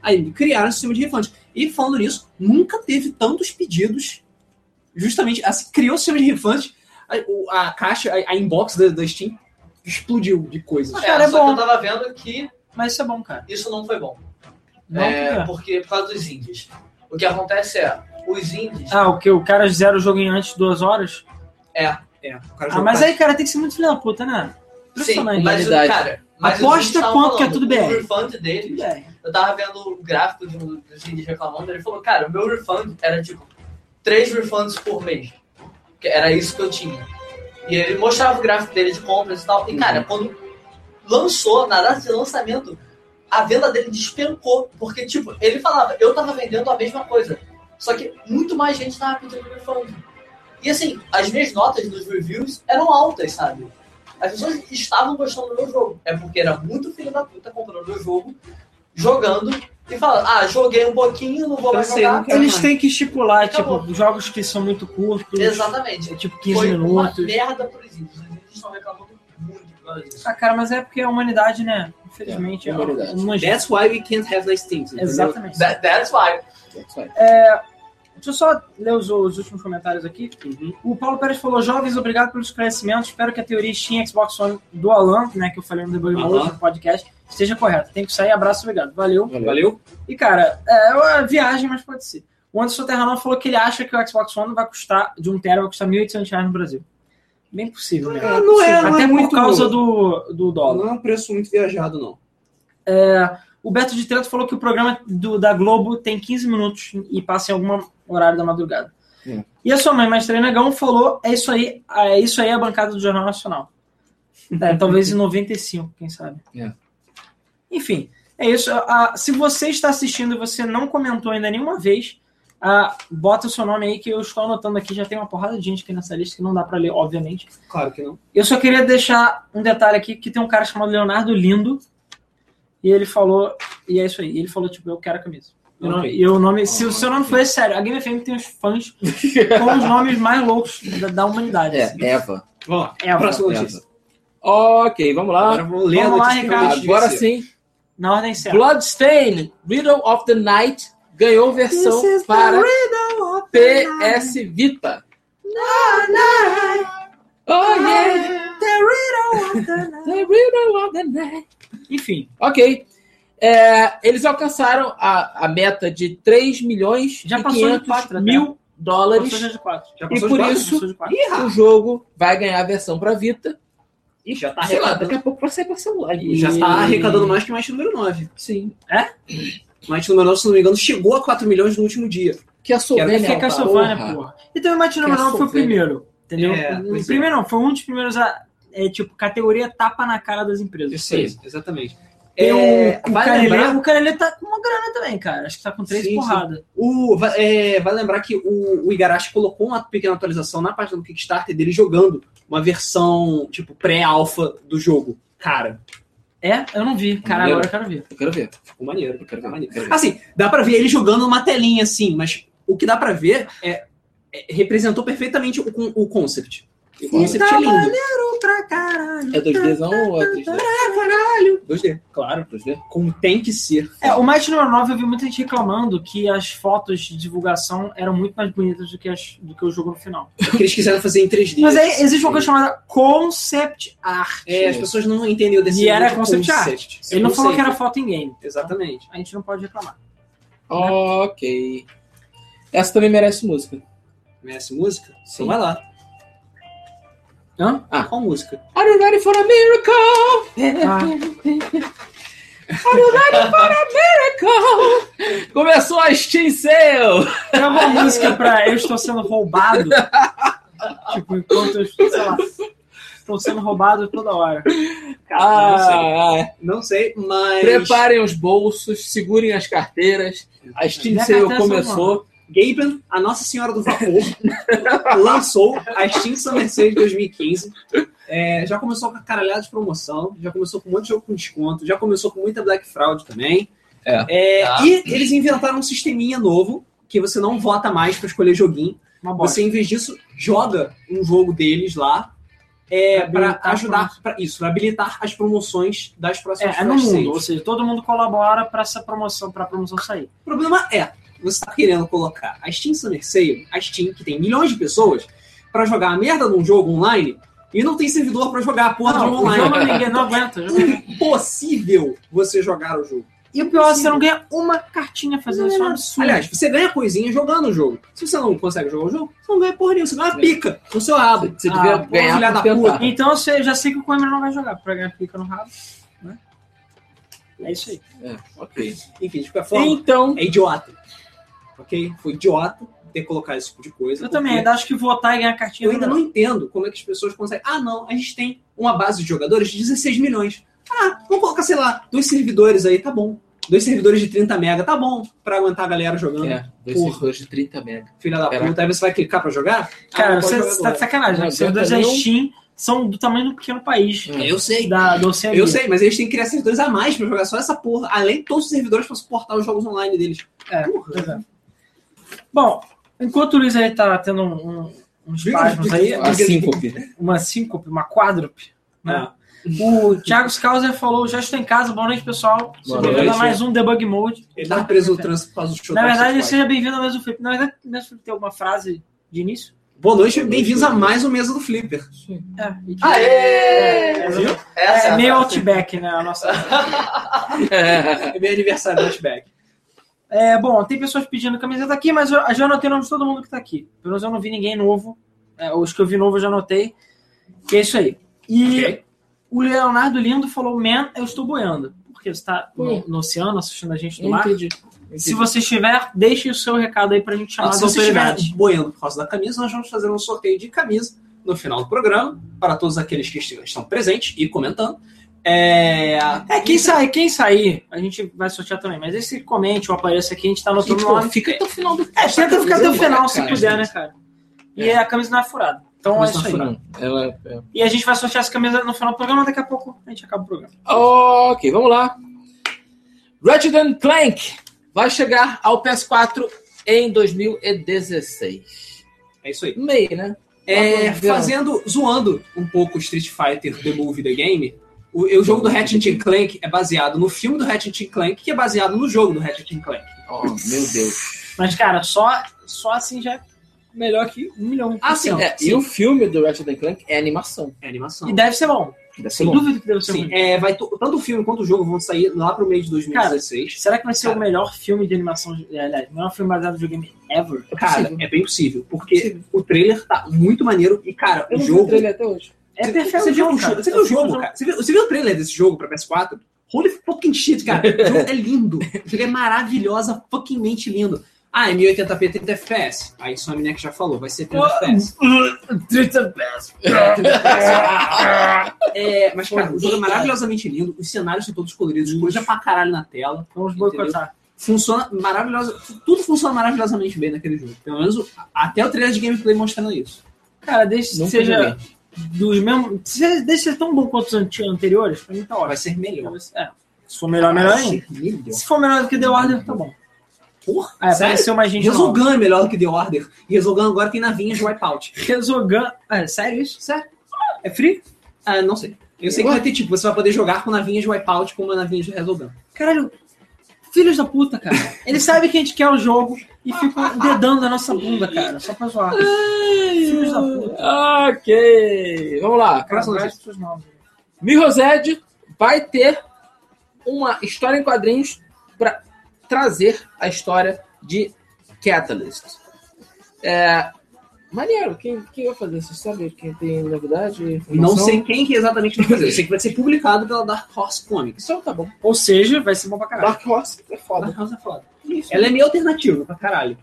Speaker 2: Aí criaram o sistema de refundos. E falando nisso, nunca teve tantos pedidos. Justamente, assim, criou o sistema de refundos, a, o- a caixa, a, a inbox da, da Steam explodiu de coisas.
Speaker 4: É,
Speaker 3: Cara, é
Speaker 4: só
Speaker 3: bom.
Speaker 4: que eu tava vendo que
Speaker 3: Mas isso é bom, cara.
Speaker 4: isso não foi bom.
Speaker 3: Não,
Speaker 4: É,
Speaker 3: por quê?
Speaker 4: porque por causa dos indies. O que acontece é, os indies.
Speaker 3: Ah, o que? O cara zera o jogo em antes de duas horas?
Speaker 2: É, o cara
Speaker 3: Ah,
Speaker 2: jogou
Speaker 3: mas
Speaker 2: pra-
Speaker 3: aí, cara, tem que ser muito filho da puta, né?
Speaker 4: Sim,
Speaker 3: Impressionante.
Speaker 4: mas,
Speaker 1: Verdade.
Speaker 4: cara, mas os
Speaker 3: Aposta
Speaker 4: indies estavam
Speaker 3: quanto que é
Speaker 4: falando,
Speaker 3: tudo BR.
Speaker 4: O refund deles, eu tava vendo o gráfico de um dos indies reclamando, ele falou, cara, o meu refund era tipo três refunds por mês. Que era isso que eu tinha. E ele mostrava o gráfico dele de compras e tal. E, cara, quando lançou, na data de lançamento, a venda dele despencou. Porque, tipo, ele falava, eu tava vendendo a mesma coisa. Só que muito mais gente tava pedindo refund. E assim, as minhas notas nos reviews eram altas, sabe? As pessoas estavam gostando do meu jogo. É porque era muito filho da puta comprando meu jogo, jogando e falando, ah, joguei um pouquinho, não vou mais
Speaker 2: Cansei,
Speaker 4: jogar.
Speaker 2: não quero
Speaker 3: Eles têm que é estipular,
Speaker 4: Acabou.
Speaker 3: tipo, jogos que são muito curtos.
Speaker 4: Exatamente.
Speaker 3: é Tipo, 15
Speaker 4: Foi uma
Speaker 3: minutos.
Speaker 4: merda por exemplo. Os indies estão reclamando muito por causa disso.
Speaker 3: Ah, cara, mas é porque é a humanidade, né? Infelizmente,
Speaker 1: É,
Speaker 3: é,
Speaker 1: humanidade.
Speaker 3: uma-
Speaker 2: That's why we can't have nice things. entendeu?
Speaker 3: Exatamente.
Speaker 4: That- that's why.
Speaker 1: That's right.
Speaker 3: Deixa eu só ler os, os últimos comentários aqui.
Speaker 2: Uhum.
Speaker 3: O Paulo Pérez falou: Jovens, obrigado pelos esclarecimentos. Espero que a teoria Steam Xbox One do Alan, né, que eu falei no Debug
Speaker 2: Aham.
Speaker 3: Mode, no podcast, esteja correta. Tem que sair. Abraço, obrigado. Valeu.
Speaker 1: Valeu.
Speaker 2: Valeu?
Speaker 3: E, cara, é uma viagem, mas pode ser. O Anderson Terranão falou que ele acha que o Xbox One vai custar, de um tera, vai custar 1.800 reais no Brasil. Bem possível, né?
Speaker 2: Ah, não é, não
Speaker 3: Até
Speaker 2: é
Speaker 3: por
Speaker 2: muito-
Speaker 3: causa do, do dólar.
Speaker 2: Não é um preço muito viajado, não.
Speaker 3: O Beto de Trento falou que o programa do- da Globo tem 15 minutos e passa em algum horário da madrugada.
Speaker 1: É.
Speaker 3: E a sua mãe, Mestre Negão, falou: é isso aí, é isso aí a bancada do Jornal Nacional. É, talvez em 95, quem sabe.
Speaker 1: É.
Speaker 3: Enfim. É isso. Ah, se você está assistindo e você não comentou ainda nenhuma vez, ah, bota o seu nome aí que eu estou anotando aqui. Já tem uma porrada de gente aqui nessa lista que não dá para ler, obviamente.
Speaker 2: Claro que não.
Speaker 3: Eu só queria deixar um detalhe aqui, que tem um cara chamado Leonardo Lindo, e ele falou, e é isso aí, ele falou, tipo, eu quero a camisa. Eu não-
Speaker 2: Ok.
Speaker 3: E o nome, se o
Speaker 2: Ah,
Speaker 3: seu nome for esse, sério, a Game FM tem os fãs com os nomes mais loucos da, da humanidade. assim.
Speaker 1: É, Eva.
Speaker 2: Vamos lá.
Speaker 3: É,
Speaker 2: Próxima
Speaker 1: Eva.
Speaker 2: notícia.
Speaker 1: Ok, vamos lá.
Speaker 2: Agora vamos ler a
Speaker 3: Ah, Vamos lá,
Speaker 2: notícia que eu
Speaker 3: Ricardo.
Speaker 2: acho que devia
Speaker 1: Agora
Speaker 2: ser.
Speaker 1: sim.
Speaker 3: na ordem certa.
Speaker 1: Bloodstain, Riddle of the Night, ganhou versão
Speaker 3: This is the
Speaker 1: para PS Vita. Oh yeah, the Riddle of the Night.
Speaker 3: Enfim,
Speaker 1: Ok. É, eles alcançaram a, a meta de 3 milhões
Speaker 3: Já
Speaker 1: e
Speaker 3: passou de
Speaker 1: 500
Speaker 3: quatro até.
Speaker 1: mil
Speaker 3: passou já
Speaker 1: dólares.
Speaker 3: de quatro.
Speaker 2: Já
Speaker 1: E
Speaker 2: passou de
Speaker 1: por
Speaker 2: quatro?
Speaker 1: isso-
Speaker 3: Passou de quatro.
Speaker 1: O jogo vai ganhar a versão para Vita.
Speaker 2: Ih, já tá
Speaker 1: Sei lá,
Speaker 2: arrecadando.
Speaker 1: daqui a pouco vai sair para celular.
Speaker 2: Já
Speaker 1: E-
Speaker 2: tá arrecadando mais que o Might número 9.
Speaker 1: Sim.
Speaker 2: Might número 9, se não me engano, chegou a 4 milhões no último dia.
Speaker 1: Que a Sovênia.
Speaker 3: Porque é Castlevania, porra. Então o Imagina
Speaker 1: Que é
Speaker 3: Manual foi o
Speaker 1: Castlevania.
Speaker 3: primeiro, entendeu?
Speaker 2: É,
Speaker 3: O
Speaker 2: pois é.
Speaker 3: primeiro não, foi um dos primeiros a, é, tipo, categoria tapa na cara das empresas.
Speaker 2: Isso aí, exatamente.
Speaker 3: Tem um
Speaker 2: É,
Speaker 3: o, o
Speaker 2: vale
Speaker 3: Carelê,
Speaker 2: lembrar-
Speaker 3: o Carelê tá com uma grana também, cara. Acho que tá com três
Speaker 2: Sim, sim.
Speaker 3: porradas.
Speaker 2: O, va- é, vai lembrar que o, o Igarashi colocou uma pequena atualização na página do Kickstarter dele jogando uma versão, tipo, pré-alpha do jogo. Cara,
Speaker 3: É? Eu não vi. Cara,
Speaker 1: Maneiro.
Speaker 3: agora eu quero ver.
Speaker 1: Eu quero ver.
Speaker 2: ficou maneiro.
Speaker 1: Eu quero ver.
Speaker 2: Ficou
Speaker 1: Eu
Speaker 2: maneiro.
Speaker 1: quero ver.
Speaker 2: Assim, dá pra ver ele jogando uma telinha, assim, mas o que dá pra ver é, é- representou perfeitamente o, con- o concept. E
Speaker 3: Então,
Speaker 2: o concept é lindo.
Speaker 3: pra caralho.
Speaker 1: É 2Dzão ou é 3D?
Speaker 2: Caralho. 2D, claro.
Speaker 1: 2D?
Speaker 2: Como tem que ser.
Speaker 3: É, o Might Number 9 eu vi muita gente reclamando que as fotos de divulgação eram muito mais bonitas do que, as- do que o jogo no final.
Speaker 2: É que eles quiseram fazer em 3D.
Speaker 3: Mas aí existe uma coisa chamada Concept Art.
Speaker 2: É, as pessoas não entenderam desse
Speaker 3: E era
Speaker 2: de
Speaker 3: concept art.
Speaker 2: concept.
Speaker 3: Ele não falou que
Speaker 2: Conceito.
Speaker 3: era foto em game.
Speaker 2: Exatamente.
Speaker 3: A gente não pode reclamar.
Speaker 1: Ok. Essa também merece música.
Speaker 2: Merece música?
Speaker 1: Sim.
Speaker 2: Então vai lá.
Speaker 3: Hã?
Speaker 1: Ah.
Speaker 2: Qual música?
Speaker 1: Are you ready for a miracle?
Speaker 2: É.
Speaker 3: Ah,
Speaker 1: Miracle! Começou a Steam Sale!
Speaker 3: tem uma música pra Eu Estou Sendo Roubado. tipo, enquanto eu estou, sei lá, estou sendo roubado toda hora.
Speaker 2: não sei.
Speaker 1: Ah, ah.
Speaker 2: Não sei, mas.
Speaker 1: preparem os bolsos, segurem as carteiras. A Steam
Speaker 3: Minha
Speaker 1: Sale
Speaker 3: carteira
Speaker 1: começou.
Speaker 2: Gaben, a Nossa Senhora do Vapor, lançou a Steam Summer Sale de 2015. É, já começou com a caralhada de promoção, já começou com um monte de jogo com desconto, já começou com muita Black Fraud também. É,
Speaker 4: Tá.
Speaker 2: E eles inventaram um sisteminha novo que você não vota mais pra escolher joguinho.
Speaker 3: Uma bosta.
Speaker 2: Você, em vez disso, joga um jogo deles lá é,
Speaker 3: Pra habilitar
Speaker 2: para ajudar para isso, pra habilitar as promoções das próximas
Speaker 3: É, é no
Speaker 2: flash
Speaker 3: mundo,
Speaker 2: sales.
Speaker 3: ou seja, todo mundo colabora pra essa promoção, para promoção sair.
Speaker 2: O problema é, você tá querendo colocar a Steam Summer Sale, a Steam, que tem milhões de pessoas, pra jogar a merda de um jogo online e não tem servidor pra jogar a porra do
Speaker 3: não,
Speaker 2: jogo
Speaker 3: o jogo
Speaker 2: online. É
Speaker 3: ninguém não aguenta. o jogo-
Speaker 2: Impossível você jogar o jogo.
Speaker 3: E o pior, é que você não ganha uma cartinha fazendo isso, é um absurdo.
Speaker 2: Aliás, você ganha coisinha jogando o jogo. Se você não consegue jogar o jogo, você não ganha porra nenhuma, você ganha
Speaker 3: É.
Speaker 2: uma pica no seu rabo.
Speaker 1: Você
Speaker 3: Ah,
Speaker 1: devia
Speaker 3: pô,
Speaker 2: filha
Speaker 1: ganhar
Speaker 2: da
Speaker 1: por tentar.
Speaker 3: então você já sei que o Coimbra não vai jogar pra ganhar pica no rabo. Né? É isso aí.
Speaker 1: É, ok.
Speaker 2: Enfim, de qualquer forma,
Speaker 1: Então,
Speaker 2: é idiota. Ok? Foi idiota ter colocado esse tipo de coisa.
Speaker 3: Eu também
Speaker 2: porque
Speaker 3: ainda acho que votar e ganhar cartinha
Speaker 2: Eu ainda
Speaker 3: não
Speaker 2: não entendo como é que as pessoas conseguem. Ah, não, a gente tem uma base de jogadores de 16 milhões. Ah, vamos colocar, sei lá, dois servidores aí, tá bom. Dois servidores de 30 mega, tá bom, pra aguentar a galera jogando.
Speaker 1: é, dois
Speaker 2: Porra.
Speaker 1: servidores de 30 mega.
Speaker 2: Filha da
Speaker 1: Era.
Speaker 2: puta, aí você vai clicar pra jogar? Ah,
Speaker 3: É. Cara,
Speaker 2: não pode
Speaker 3: você
Speaker 2: jogar
Speaker 3: você tá de
Speaker 2: agora.
Speaker 3: sacanagem. né?
Speaker 1: Não
Speaker 3: Os servidores da
Speaker 1: aguenta, não.
Speaker 3: Steam são do tamanho de um pequeno país.
Speaker 1: É.
Speaker 2: Eu Hum. sei.
Speaker 3: Da, da Oceania.
Speaker 2: Eu sei, mas eles têm que criar servidores a mais pra jogar só essa porra, além de todos os servidores pra suportar os jogos online deles.
Speaker 3: É,
Speaker 2: Porra.
Speaker 3: Pois é. Bom, enquanto o Luiz aí tá tendo um, um, uns
Speaker 2: Diga-
Speaker 3: pasmos aí,
Speaker 2: diga-
Speaker 1: A síncope.
Speaker 3: uma síncope, uma quádruple. né?
Speaker 4: É.
Speaker 3: O Thiago Scouser falou: já estou em casa, boa noite, pessoal.
Speaker 1: Boa
Speaker 3: Seja bem-vindo a
Speaker 2: noite.
Speaker 3: mais um debug mode.
Speaker 2: Ele tava preso no trânsito por causa do show
Speaker 3: Na
Speaker 2: do
Speaker 3: verdade, é
Speaker 2: Backstreet
Speaker 3: seja bem-vindo ao mesmo Flip. Na verdade, mesmo Flip tem alguma frase de início?
Speaker 2: Boys. Boa noite,
Speaker 1: Boa noite,
Speaker 2: bem-vindos a
Speaker 1: boa noite.
Speaker 2: mais um Mesa do Flipper.
Speaker 3: É. e que-
Speaker 4: Aê!
Speaker 3: É,
Speaker 2: Viu?
Speaker 4: Essa
Speaker 3: é
Speaker 4: a
Speaker 3: meio
Speaker 4: frase.
Speaker 3: outback, né? A nossa.
Speaker 1: É.
Speaker 2: É meu aniversário do Outback.
Speaker 3: É, bom, tem pessoas pedindo camiseta aqui, mas eu já anotei o nome de todo mundo que tá aqui. Pelo menos eu não vi ninguém novo. É, os que eu vi novo eu já anotei. E é isso aí. E
Speaker 2: Ok.
Speaker 3: o Leonardo Lindo falou: Man, eu estou boiando. Porque você tá
Speaker 1: Ui.
Speaker 3: no, no oceano assistindo a gente do mar.
Speaker 1: Entendi.
Speaker 3: Se você estiver, deixe o seu recado aí pra gente chamar
Speaker 2: Ah, se
Speaker 3: as
Speaker 2: você estiver
Speaker 3: autoridades.
Speaker 2: boiando por causa da camisa, nós vamos fazer um sorteio de camisa no final do programa, para todos aqueles que est- estão presentes e comentando. É,
Speaker 3: É, é, quem, sair, quem sair, a gente vai sortear também. Mas esse comente ou apareça aqui, a gente tá
Speaker 1: E,
Speaker 3: anotando o
Speaker 1: pô,
Speaker 3: nome.
Speaker 1: Tipo, fica até o final do
Speaker 3: É, tenta ficar até o final, se
Speaker 1: Cara,
Speaker 3: puder, né, cara? E é a camisa não é furada. Então
Speaker 1: Mas
Speaker 3: é
Speaker 1: tá
Speaker 3: isso aí.
Speaker 1: furando. Ela é-
Speaker 3: E a gente vai sortear essa camisa no final do programa, daqui a pouco a gente acaba o programa.
Speaker 1: Ok, vamos lá. Ratchet and Clank vai chegar ao PS4 em 2016.
Speaker 2: É isso aí.
Speaker 1: Meio, né?
Speaker 2: É,
Speaker 1: Vamos ver.
Speaker 2: fazendo, zoando um pouco Street Fighter The Movie The Game, o, o jogo do Ratchet and Clank é baseado no filme do Ratchet and Clank, que é baseado no jogo do Ratchet and Clank.
Speaker 1: Oh, meu Deus.
Speaker 3: Mas, cara, só, só assim já é melhor que um milhão. por
Speaker 2: Ah, sim,
Speaker 3: cento.
Speaker 1: É, e o filme do Ratchet and Clank é animação.
Speaker 2: É animação.
Speaker 3: E deve ser bom.
Speaker 1: Deve ser
Speaker 3: Sem
Speaker 1: bom.
Speaker 3: dúvida que deve ser
Speaker 2: Sim,
Speaker 3: bom.
Speaker 2: é, vai to- tanto o filme quanto o jogo vão sair lá pro meio de 2016.
Speaker 3: Será que vai ser
Speaker 2: Cara.
Speaker 3: o melhor filme de animação, é, aliás, o melhor filme baseado no videogame ever?
Speaker 2: Cara,
Speaker 1: possível.
Speaker 2: é bem possível, porque o trailer tá muito maneiro e, cara,
Speaker 1: Eu
Speaker 2: o
Speaker 1: não vi o
Speaker 2: jogo.
Speaker 1: trailer até hoje.
Speaker 3: É
Speaker 2: Você-
Speaker 3: perfeito.
Speaker 2: Você viu
Speaker 3: jogo,
Speaker 2: o
Speaker 3: cara.
Speaker 2: jogo, você
Speaker 3: Eu
Speaker 2: viu o
Speaker 3: vi
Speaker 2: jogo, cara? Você viu, você viu o trailer desse jogo pra PS4? Holy fucking shit, cara. O jogo é lindo. O jogo é maravilhosa, fucking mente lindo. Ah, é 1080p 30 FPS. Aí só a menina que já falou, vai ser 30 FPS.
Speaker 3: 30 best.
Speaker 2: É, mas, cara, o jogo é maravilhosamente lindo. Os cenários são todos coloridos, coisa pra caralho na tela.
Speaker 3: Vamos
Speaker 2: Entendeu?
Speaker 3: boicotar.
Speaker 2: Funciona maravilhosa. Tudo funciona maravilhosamente bem naquele jogo. Pelo menos o- até o trailer de gameplay mostrando isso.
Speaker 3: Cara, desde que
Speaker 1: Nunca
Speaker 3: seja dos mesmos. se- Desde que ser tão bom quanto os ante- anteriores, pra mim tá
Speaker 2: Vai
Speaker 3: ótimo.
Speaker 2: ser melhor.
Speaker 3: É, se for melhor, melhor
Speaker 2: Vai ser
Speaker 3: ainda.
Speaker 2: melhor.
Speaker 3: Se for melhor do que The Order, tá bom.
Speaker 2: Porra,
Speaker 3: Ah,
Speaker 2: sério?
Speaker 3: apareceu mais gente. nova.
Speaker 2: Resogun é melhor do que The Order. Resogun agora tem navinhas de Wipeout.
Speaker 3: Resogun. É, sério isso?
Speaker 2: Sério?
Speaker 3: É free?
Speaker 2: Ah, não sei. Eu sei que vai ter tipo, você vai poder jogar com navinhas de Wipeout com uma navinha de Resogun.
Speaker 3: Caralho, filhos da puta, cara. Eles sabem que a gente quer o jogo e ficam dedando a nossa bunda, cara. Só pra zoar. Filhos da puta.
Speaker 1: Ok, vamos lá.
Speaker 3: Cara,
Speaker 2: Próxima
Speaker 3: várias pessoas novas.
Speaker 1: Mirror's Edge vai ter uma história em quadrinhos para trazer a história de Catalyst. É, maneiro, quem, quem vai fazer? Você sabe quem tem novidade?
Speaker 2: Não
Speaker 1: informação?
Speaker 2: sei quem que exatamente vai fazer. Eu sei que vai ser publicado pela Dark Horse Comics.
Speaker 1: Então tá bom.
Speaker 3: Ou seja, vai ser bom pra caralho.
Speaker 1: Dark Horse é foda.
Speaker 2: Dark Horse é foda.
Speaker 1: Isso.
Speaker 2: Ela é meio alternativa pra caralho.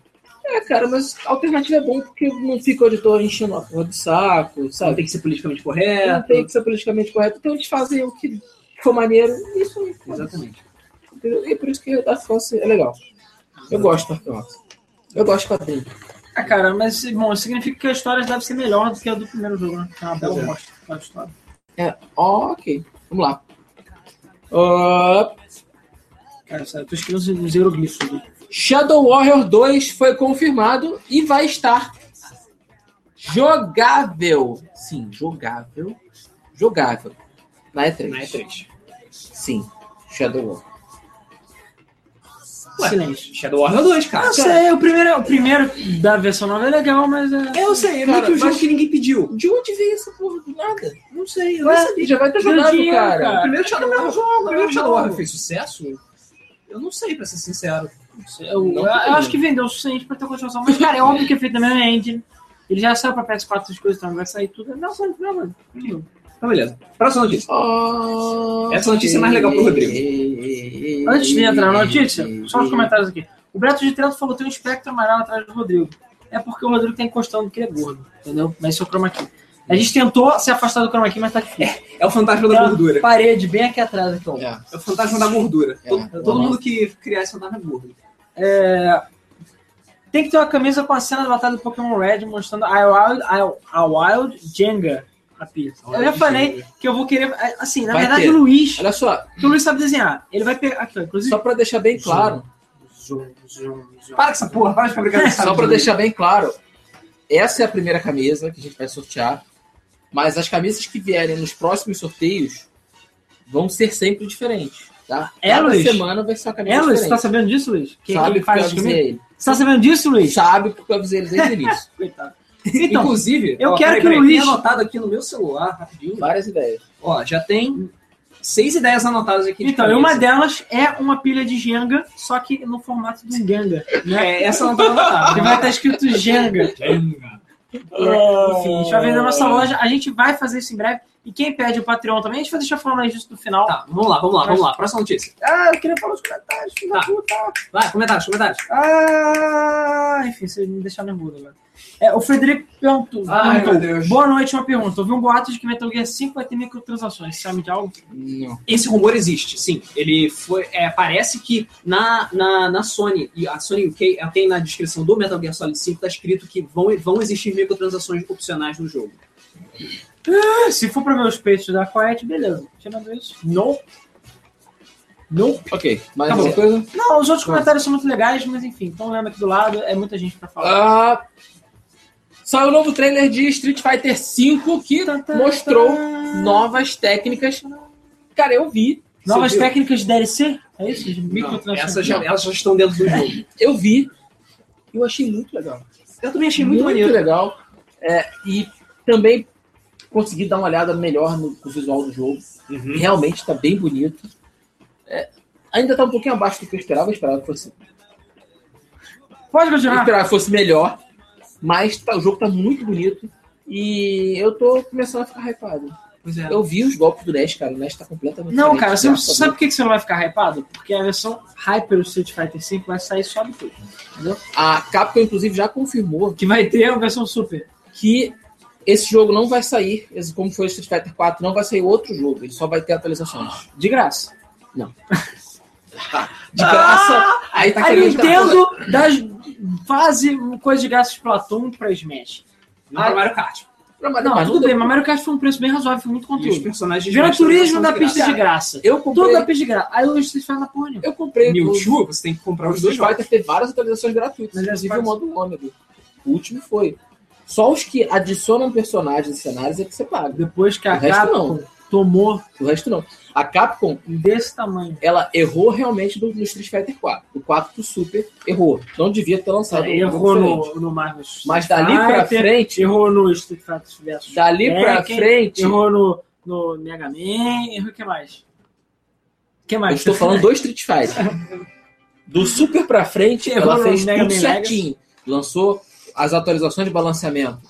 Speaker 1: É, cara, mas a alternativa é bom porque não fica o editor enchendo a porra do saco,
Speaker 2: Não
Speaker 1: sabe?
Speaker 2: tem que ser politicamente
Speaker 1: Não
Speaker 2: correto.
Speaker 1: tem que ser politicamente correto, então eles fazem o que for maneiro. Isso aí, foda-se.
Speaker 2: Exatamente.
Speaker 1: Entendeu? E por isso que Dark Horse é legal. Eu gosto do Dark Horse. Eu gosto de quadrinho.
Speaker 3: Ah, cara, mas bom, significa que a história deve ser melhor do que a do primeiro jogo, né? Que é uma bela
Speaker 2: Pois é.
Speaker 3: mostra da história.
Speaker 1: É, ok. Vamos lá. Ah,
Speaker 3: Cara, sério, eu tô escrevendo os hieroglifos. ali.
Speaker 1: Shadow Warrior 2 foi confirmado e vai estar jogável. Sim, jogável. Jogável. Na E3.
Speaker 2: Na E3.
Speaker 1: Sim. Shadow Warrior.
Speaker 2: Ué.
Speaker 3: Silêncio.
Speaker 2: Shadow Warrior 2, Ah, cara.
Speaker 3: Eu sei, o primeiro, o primeiro da versão nova é legal, mas é.
Speaker 2: Eu sei, é
Speaker 1: Cara,
Speaker 2: muito o jogo
Speaker 1: mas-
Speaker 2: que ninguém pediu.
Speaker 1: De onde veio essa porra do nada?
Speaker 2: Não sei, eu
Speaker 3: É.
Speaker 1: Ué,
Speaker 2: não sabia.
Speaker 1: já vai estar jogado,
Speaker 3: Jandinho,
Speaker 1: cara.
Speaker 3: cara.
Speaker 2: O primeiro Shadow Warrior, o primeiro Shadow
Speaker 1: jogo.
Speaker 2: Warrior fez sucesso? Eu não sei, pra ser sincero.
Speaker 3: Eu,
Speaker 1: Não
Speaker 3: eu
Speaker 1: tem
Speaker 3: acho que vendeu o suficiente pra ter continuação. Mas, cara, é óbvio que é feito na mesma engine. Ele já saiu pra PS4 essas coisas, então vai sair tudo. Não, não, não, mano.
Speaker 2: Tá, beleza. Próxima notícia.
Speaker 1: Ah,
Speaker 2: Essa notícia é mais legal pro Rodrigo.
Speaker 1: Rodrigo.
Speaker 3: Antes de entrar na notícia, só um os comentários aqui. O Beto de Trento falou que tem um espectro amarelo atrás do Rodrigo. É porque o Rodrigo tá encostando que ele é gordo, entendeu? Mas isso é o chroma key. A gente tentou se afastar do chroma key, mas tá difícil.
Speaker 2: É o fantasma da
Speaker 3: Tá.
Speaker 2: gordura.
Speaker 3: Parede, bem aqui atrás, aqui, ó.
Speaker 1: É.
Speaker 2: É o fantasma da gordura.
Speaker 1: É,
Speaker 2: todo
Speaker 1: vamos
Speaker 2: todo
Speaker 3: Uhum.
Speaker 1: lá.
Speaker 2: mundo que criar esse fantasma é gordo.
Speaker 3: Tem que ter uma camisa com a cena da batalha do Pokémon Red mostrando a Wild, a, a Wild Jenga. A pista. Eu já falei que eu vou querer. Assim, na
Speaker 1: Vai
Speaker 3: verdade,
Speaker 1: ter.
Speaker 3: o Luiz.
Speaker 1: Olha só,
Speaker 3: Porque o Luiz sabe desenhar. Ele vai pegar. Aqui, ó. Inclusive.
Speaker 1: só pra deixar bem claro,
Speaker 3: Zoom, zoom, zoom.
Speaker 2: Para com essa porra, para de fabricar essa
Speaker 1: Só para deixar bem claro, essa é a primeira camisa que a gente vai sortear, mas as camisas que vierem nos próximos sorteios vão ser sempre diferentes, tá?
Speaker 3: É,
Speaker 1: Cada
Speaker 3: Luiz?
Speaker 1: semana vai ser uma camisa
Speaker 3: É, Luiz, você tá
Speaker 1: diferente.
Speaker 3: sabendo disso, Luiz? Quem
Speaker 1: Sabe
Speaker 3: que
Speaker 1: porque eu
Speaker 3: faz isso comigo?
Speaker 1: avisei
Speaker 3: Você tá sabendo disso,
Speaker 1: ele.
Speaker 3: Luiz?
Speaker 1: Sabe porque eu avisei ele desde o início.
Speaker 3: Coitado.
Speaker 2: Então,
Speaker 3: Então,
Speaker 2: Inclusive,
Speaker 3: eu quero que o
Speaker 2: tenho
Speaker 3: Luiz-
Speaker 2: anotado aqui no meu celular, rapidinho.
Speaker 1: Várias ideias.
Speaker 2: Ó, já tem seis ideias anotadas aqui. de
Speaker 3: então e uma
Speaker 2: cabeça.
Speaker 3: delas é uma pilha de Jenga, só que no formato de um Ganga.
Speaker 2: É, essa eu não tá
Speaker 3: Que
Speaker 2: anotada.
Speaker 3: vai estar escrito Jenga. É,
Speaker 2: Jenga.
Speaker 3: Enfim, a gente vai vender na nossa loja. A gente vai fazer isso em breve. E quem pede o Patreon também, a gente vai deixar falando aí justo no final.
Speaker 2: Tá, vamos lá, vamos lá, vamos lá. Próxima notícia.
Speaker 3: Ah, eu queria falar nos comentários, filho
Speaker 2: da
Speaker 3: puta.
Speaker 2: Vai, comentários, comentários.
Speaker 3: Ah, enfim, vocês me deixaram nervoso agora. É, o Frederico perguntou.
Speaker 4: Ai,
Speaker 3: perguntou,
Speaker 4: meu Deus.
Speaker 3: Boa noite, uma pergunta. Ouvi um boato de que Metal Gear 5 vai ter microtransações. Você sabe de algo?
Speaker 1: Não.
Speaker 2: Esse rumor existe, sim. Ele foi. é, parece que na, na, na Sony, e a Sony UK ela tem na descrição do Metal Gear Solid 5, tá escrito que vão, vão existir microtransações opcionais no jogo.
Speaker 3: Ah, Se for pra ver os peitos da Quiet, beleza. Tirando isso.
Speaker 2: Não.
Speaker 3: Não.
Speaker 1: Ok, mais
Speaker 3: Tá
Speaker 1: alguma
Speaker 3: bom.
Speaker 1: coisa?
Speaker 3: Não, os outros comentários são muito legais, mas enfim, então lembra aqui do lado, é muita gente pra falar.
Speaker 1: Ah, saiu o novo trailer de Street Fighter V que mostrou novas técnicas. Cara, eu vi.
Speaker 3: Novas
Speaker 2: Você viu?
Speaker 3: técnicas de DLC? É isso? De
Speaker 2: Não,
Speaker 3: microtransações.
Speaker 2: Então, essas já, elas já estão dentro do jogo.
Speaker 1: Eu vi. Eu achei muito legal.
Speaker 2: Eu também achei muito, maneiro.
Speaker 1: legal. É, e também consegui dar uma olhada melhor no, no visual do jogo. E Realmente está bem bonito. É, ainda está um pouquinho abaixo do que eu esperava. Eu esperava que fosse,
Speaker 3: Pode
Speaker 1: eu
Speaker 3: continuar.
Speaker 1: esperava que fosse melhor. Mas tá- o jogo está muito bonito. E eu tô começando a ficar hypado.
Speaker 2: Pois é.
Speaker 1: Eu vi os golpes do Nash, cara. O Nash tá completamente.
Speaker 3: Não,
Speaker 1: diferente,
Speaker 3: cara, você não-
Speaker 1: graças a
Speaker 3: sabe por que que você não vai ficar hypado? Porque a versão Hyper do Street Fighter V vai sair só depois.
Speaker 1: Deus. A Capcom, inclusive, já confirmou
Speaker 3: Que vai ter é a versão Super.
Speaker 1: que esse jogo não vai sair, esse- como foi o Street Fighter 4, não vai sair outro jogo, ele só vai ter atualizações.
Speaker 3: De graça.
Speaker 1: De
Speaker 3: Ah!
Speaker 1: graça, aí tá
Speaker 3: a
Speaker 1: querendo.
Speaker 3: Nintendo dá, faz coisa de graça de Platão pra Smash.
Speaker 2: Não pra Mario Kart.
Speaker 1: Não, mas
Speaker 3: Não,
Speaker 1: não
Speaker 3: tudo
Speaker 1: deu.
Speaker 3: bem, mas Mario Kart foi um preço bem razoável, foi muito
Speaker 2: E os
Speaker 3: conteúdo.
Speaker 2: personagens de
Speaker 3: Gran
Speaker 2: Smash também
Speaker 3: Turismo
Speaker 2: são
Speaker 3: da
Speaker 2: de
Speaker 3: pista
Speaker 2: graça.
Speaker 3: de graça.
Speaker 1: Eu
Speaker 3: Tudo
Speaker 1: comprei,
Speaker 3: da pista de graça. Aí o Street Fighter dá porra nenhuma.
Speaker 1: eu comprei o
Speaker 2: Mewtwo, você tem que comprar
Speaker 1: o
Speaker 2: os dois
Speaker 1: Street
Speaker 2: jogos.
Speaker 1: Fighter teve várias atualizações gratuitas,
Speaker 3: Mas é
Speaker 1: inclusive
Speaker 3: faz-
Speaker 1: o modo ônibus. O último foi. Só os que adicionam personagens e cenários é que você paga.
Speaker 3: Depois que
Speaker 1: O
Speaker 3: a
Speaker 1: resto
Speaker 3: Capcom tomou
Speaker 1: O resto não. A Capcom,
Speaker 3: desse tamanho.
Speaker 1: ela errou realmente no, no Street Fighter 4. O 4 pro Super errou. Não devia ter lançado. um jogo
Speaker 3: Errou
Speaker 1: diferente.
Speaker 3: no, no Marvel. Street
Speaker 1: Mas dali pra
Speaker 3: Fighter,
Speaker 1: frente-
Speaker 3: Errou no Street Fighter vs.
Speaker 1: Dali pra
Speaker 3: Tekken,
Speaker 1: frente,
Speaker 3: Errou no, no Mega Man. Errou o que mais? O que
Speaker 1: eu
Speaker 3: mais?
Speaker 1: estou falando do Street Fighter. Do Super pra frente,
Speaker 3: Errou
Speaker 1: ela
Speaker 3: no
Speaker 1: fez
Speaker 3: Mega
Speaker 1: tudo
Speaker 3: Man
Speaker 1: certinho. Lançou as atualizações de balanceamento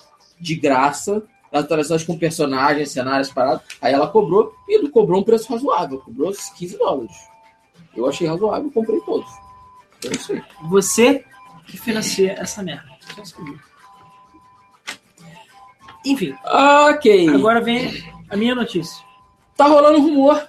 Speaker 1: de graça, as atualizações com personagens, cenários parados. Aí ela cobrou e não cobrou um preço razoável, cobrou uns 15 dólares. Eu achei razoável, comprei todos. É isso aí.
Speaker 3: Você que financia essa merda. Só um isso comigo. Enfim,
Speaker 1: Ok.
Speaker 3: agora vem a minha notícia.
Speaker 1: tá rolando um rumor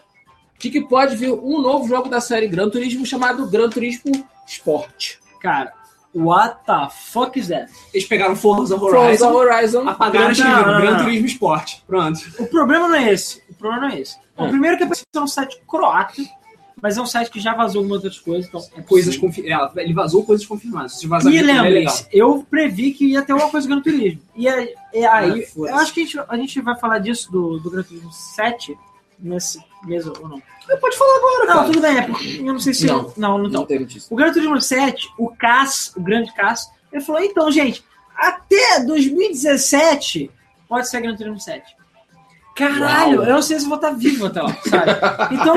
Speaker 1: de que pode vir um novo jogo da série Gran Turismo chamado Gran Turismo Sport.
Speaker 3: Cara, what the fuck is that?
Speaker 2: Eles pegaram Forza
Speaker 1: Forza
Speaker 2: Horizon,
Speaker 1: Horizon. Ah,
Speaker 2: apagaram e
Speaker 3: Não, não,
Speaker 2: escreveram Gran
Speaker 3: não.
Speaker 2: Turismo Sport. Pronto.
Speaker 3: O problema não é esse. O problema não é esse.
Speaker 1: Ah.
Speaker 3: O primeiro que apareceu é um site croata, mas é um site que já vazou algumas outras coisas, então é
Speaker 2: Coisas
Speaker 3: possível.
Speaker 2: confirmadas. Ele vazou coisas confirmadas. Se vazar
Speaker 3: E
Speaker 2: aquilo, é
Speaker 3: lembrem,
Speaker 2: legal.
Speaker 3: eu previ que ia ter alguma coisa do Gran Turismo. E aí, e aí-
Speaker 2: Ah, foda-se.
Speaker 3: eu acho que a gente, a gente vai falar disso do, do Gran Turismo 7 nesse mês ou não.
Speaker 2: Pode falar agora,
Speaker 3: Não,
Speaker 2: cara.
Speaker 3: tudo bem, é porque eu não sei se.
Speaker 1: Não.
Speaker 3: não, não,
Speaker 1: Não
Speaker 3: não.
Speaker 1: tem notícia.
Speaker 3: O Gran Turismo 7, o Cass, o grande Cass, ele falou: então, gente, até 2017 pode ser Gran Turismo 7. Caralho,
Speaker 1: Uau.
Speaker 3: eu não sei se eu vou estar vivo até lá, sabe? Então,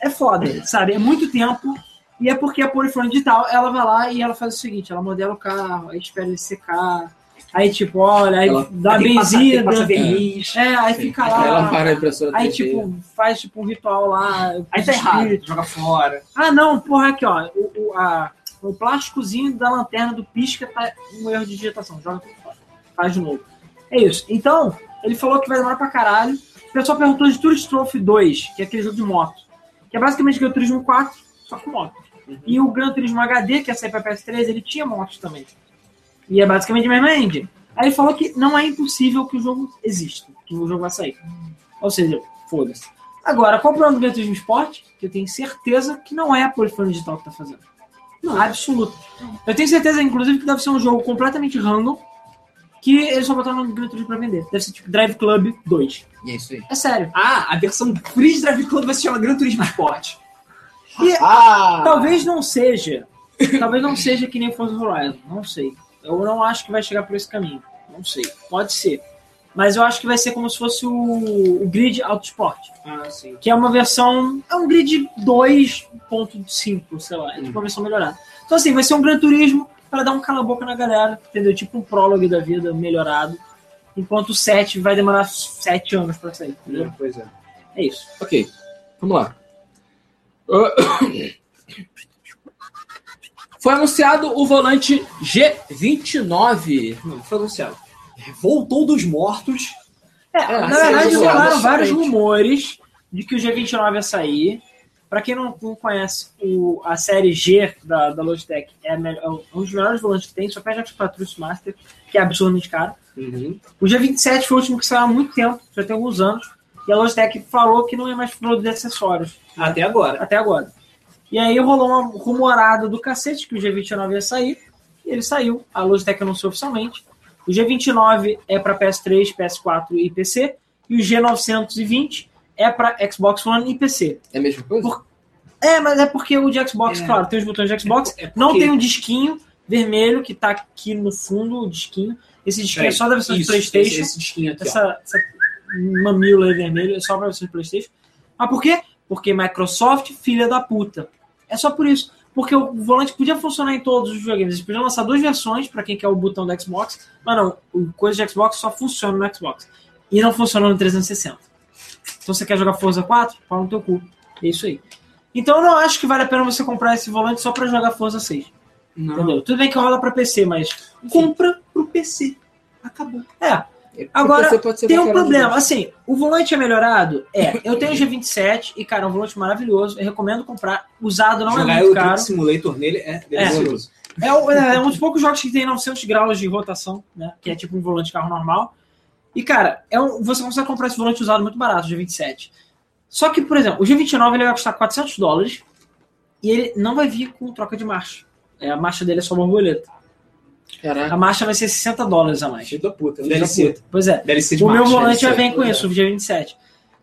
Speaker 3: é foda, sabe? É muito tempo. E é porque a Polifone Digital, ela vai lá e ela faz o seguinte: ela modela o carro, aí espera ele secar, aí tipo, olha, aí
Speaker 1: Ela-
Speaker 3: dá
Speaker 2: Tem que passar- tem que
Speaker 3: benzida.
Speaker 2: passar verniz.
Speaker 3: É, aí fica lá.
Speaker 1: Ela para a impressora
Speaker 3: Aí,
Speaker 1: 3D.
Speaker 3: tipo, faz tipo um ritual lá.
Speaker 2: Aí tá
Speaker 3: espírito.
Speaker 2: errado. Joga fora.
Speaker 3: Ah, não, porra, aqui, ó. O, o, a- o plásticozinho da lanterna do pisca tá um erro de digitação. Joga tudo fora. Faz de novo. É isso. Então, ele falou que vai demorar pra caralho. O pessoal perguntou de Tourist Trophy 2, que é aquele jogo de moto. Que é basicamente Gran Turismo 4, só com moto.
Speaker 2: Uhum.
Speaker 3: E o Gran Turismo HD, que ia sair pra PS3, ele tinha motos também. E é basicamente a mesma engine. Aí ele falou que não é impossível que o jogo exista, que o jogo vai sair. Ou seja, foda-se. Agora, qual o problema do Gran Turismo Sport? Que eu tenho certeza que não é a Polifone Digital que tá fazendo. Não, é absoluto. Eu tenho certeza, inclusive, que deve ser um jogo completamente random, que eles só botaram no Gran Turismo pra vender. Deve ser tipo Drive Club 2.
Speaker 1: E é isso aí.
Speaker 3: É sério.
Speaker 2: Ah, a versão Free Drive Club vai se chamar Gran Turismo Sport.
Speaker 3: E
Speaker 1: Ah!
Speaker 3: talvez não seja. talvez não seja que nem Forza Horizon. Não sei. Eu não acho que vai chegar por esse caminho. Não sei. Pode ser. Mas eu acho que vai ser como se fosse o, o Grid Autosport.
Speaker 2: Ah, sim.
Speaker 3: que é uma versão. É um grid 2.5, sei lá. É tipo uma versão melhorada. Então, assim, vai ser um Gran Turismo para dar um cala-boca na galera, entendeu? Tipo um prólogo da vida melhorado. enquanto o 7 vai demorar 7 anos pra sair. Entendeu?
Speaker 2: Pois é.
Speaker 3: É isso.
Speaker 1: Ok, vamos lá. Ah, Foi anunciado o volante G29.
Speaker 2: Não, foi anunciado. Voltou dos mortos.
Speaker 3: É,
Speaker 1: É,
Speaker 3: na
Speaker 1: assim,
Speaker 3: verdade,
Speaker 1: eu vou
Speaker 3: rolaram
Speaker 1: lá,
Speaker 3: vários
Speaker 1: diferente.
Speaker 3: rumores de que o G29 ia sair. Pra quem não, não conhece, o, a série G da, da Logitech é, a melhor- é um dos melhores volantes que tem, só perde a Patrulha Master, que é absurdamente caro.
Speaker 1: Uhum.
Speaker 3: O G27 foi o último que saiu há muito tempo, já tem alguns anos, e a Logitech falou que não ia mais produzir acessórios,
Speaker 2: Até agora.
Speaker 3: até agora. E aí rolou uma rumorada do cacete que o G29 ia sair, e ele saiu, a Logitech anunciou oficialmente. O G29 é para PS3, PS4 e PC, e o G920 é para Xbox One e PC.
Speaker 1: É a mesma coisa?
Speaker 3: Por- É, mas é porque o de Xbox,
Speaker 2: É.
Speaker 3: claro, tem os botões de Xbox,
Speaker 2: É porque-
Speaker 3: não tem um disquinho vermelho que tá aqui no fundo, o disquinho. Esse disquinho é
Speaker 2: Peraí,
Speaker 3: só da versão
Speaker 2: isso,
Speaker 3: de PlayStation
Speaker 2: Esse, esse disquinho aqui, ó.
Speaker 3: essa, essa mamilo aí vermelho é só pra vocês Playstation. Mas por quê? Porque Microsoft, filha da puta. É só por isso. Porque o volante podia funcionar em todos os videogames. Eles podiam lançar duas versões pra quem quer o botão do Xbox, mas não, o coisa de Xbox só funciona no Xbox. E não funciona no 360. Então você quer jogar Forza 4? Fala no teu cu. É isso aí. Então eu não acho que vale a pena você comprar esse volante só pra jogar Forza 6.
Speaker 2: Não.
Speaker 3: Entendeu? Tudo bem que rola pra PC, mas.
Speaker 2: Compra pro PC. Acabou.
Speaker 3: É,
Speaker 1: É,
Speaker 3: agora,
Speaker 1: porque você pode ser
Speaker 3: tem um
Speaker 1: qualquer
Speaker 3: problema. Assim, o volante é melhorado? É. Eu tenho o G27 e, cara, é um volante maravilhoso. Eu recomendo comprar. Usado não
Speaker 2: Jogar
Speaker 3: é
Speaker 2: o
Speaker 3: muito
Speaker 2: Truck
Speaker 3: caro.
Speaker 2: Simulator nele é delicioso.
Speaker 3: É, o- é um dos poucos jogos que tem 900 graus de rotação, né? Que é tipo um volante de carro normal. E, cara, é um, você consegue comprar esse volante usado muito barato, o G27. Só que, por exemplo, o G29 ele vai custar 400 dólares e ele não vai vir com troca de marcha. É, a marcha dele é só borboleta.
Speaker 1: um. Caraca.
Speaker 3: A marcha vai ser 60 dólares a mais.
Speaker 2: Filho da puta. Um
Speaker 3: Filho da
Speaker 2: DLC.
Speaker 3: puta. Pois é.
Speaker 2: DLC de
Speaker 3: O meu
Speaker 2: marcha,
Speaker 3: volante já
Speaker 2: DLC.
Speaker 3: vem com isso, o G27.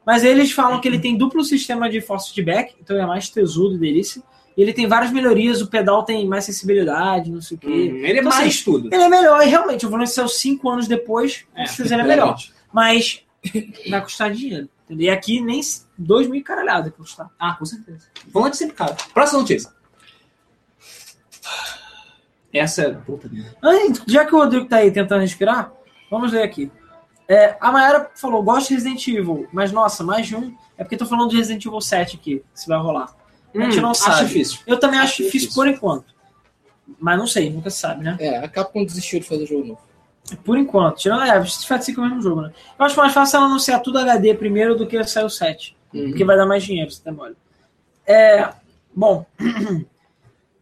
Speaker 3: Mas eles falam que ele tem duplo sistema de force feedback, então é mais tesudo, delícia. E ele tem várias melhorias, o pedal tem mais sensibilidade, não sei o quê.
Speaker 2: Hum, ele é
Speaker 3: Então,
Speaker 2: mais tudo.
Speaker 3: Ele é melhor, e realmente, o volante saiu 5 anos depois, com certeza ele é melhor. Mas vai custar dinheiro. Entendeu? E aqui nem 2 mil caralhadas que custar.
Speaker 2: Ah, com certeza. Volante sempre caro. Próxima notícia. Essa é. Puta merda.
Speaker 3: Ai, Já que o Rodrigo tá aí tentando respirar, vamos ler aqui. É, a Mayara falou, gosto de Resident Evil, mas nossa, mais de um. É porque tô falando de Resident Evil 7 aqui, se vai rolar. A gente não
Speaker 2: acho
Speaker 3: sabe.
Speaker 2: difícil.
Speaker 3: Eu também acho
Speaker 2: Acho
Speaker 3: Hum, difícil
Speaker 2: difícil.
Speaker 3: por enquanto. Mas não sei, nunca se sabe, né?
Speaker 1: É, a Capcom desistiu de fazer jogo novo.
Speaker 3: Por enquanto. Tirando a Street Fighter 5 é o mesmo jogo, né? Eu acho mais fácil ela anunciar tudo HD primeiro do que sair o 7. Porque vai dar mais dinheiro, você demora. É. Bom.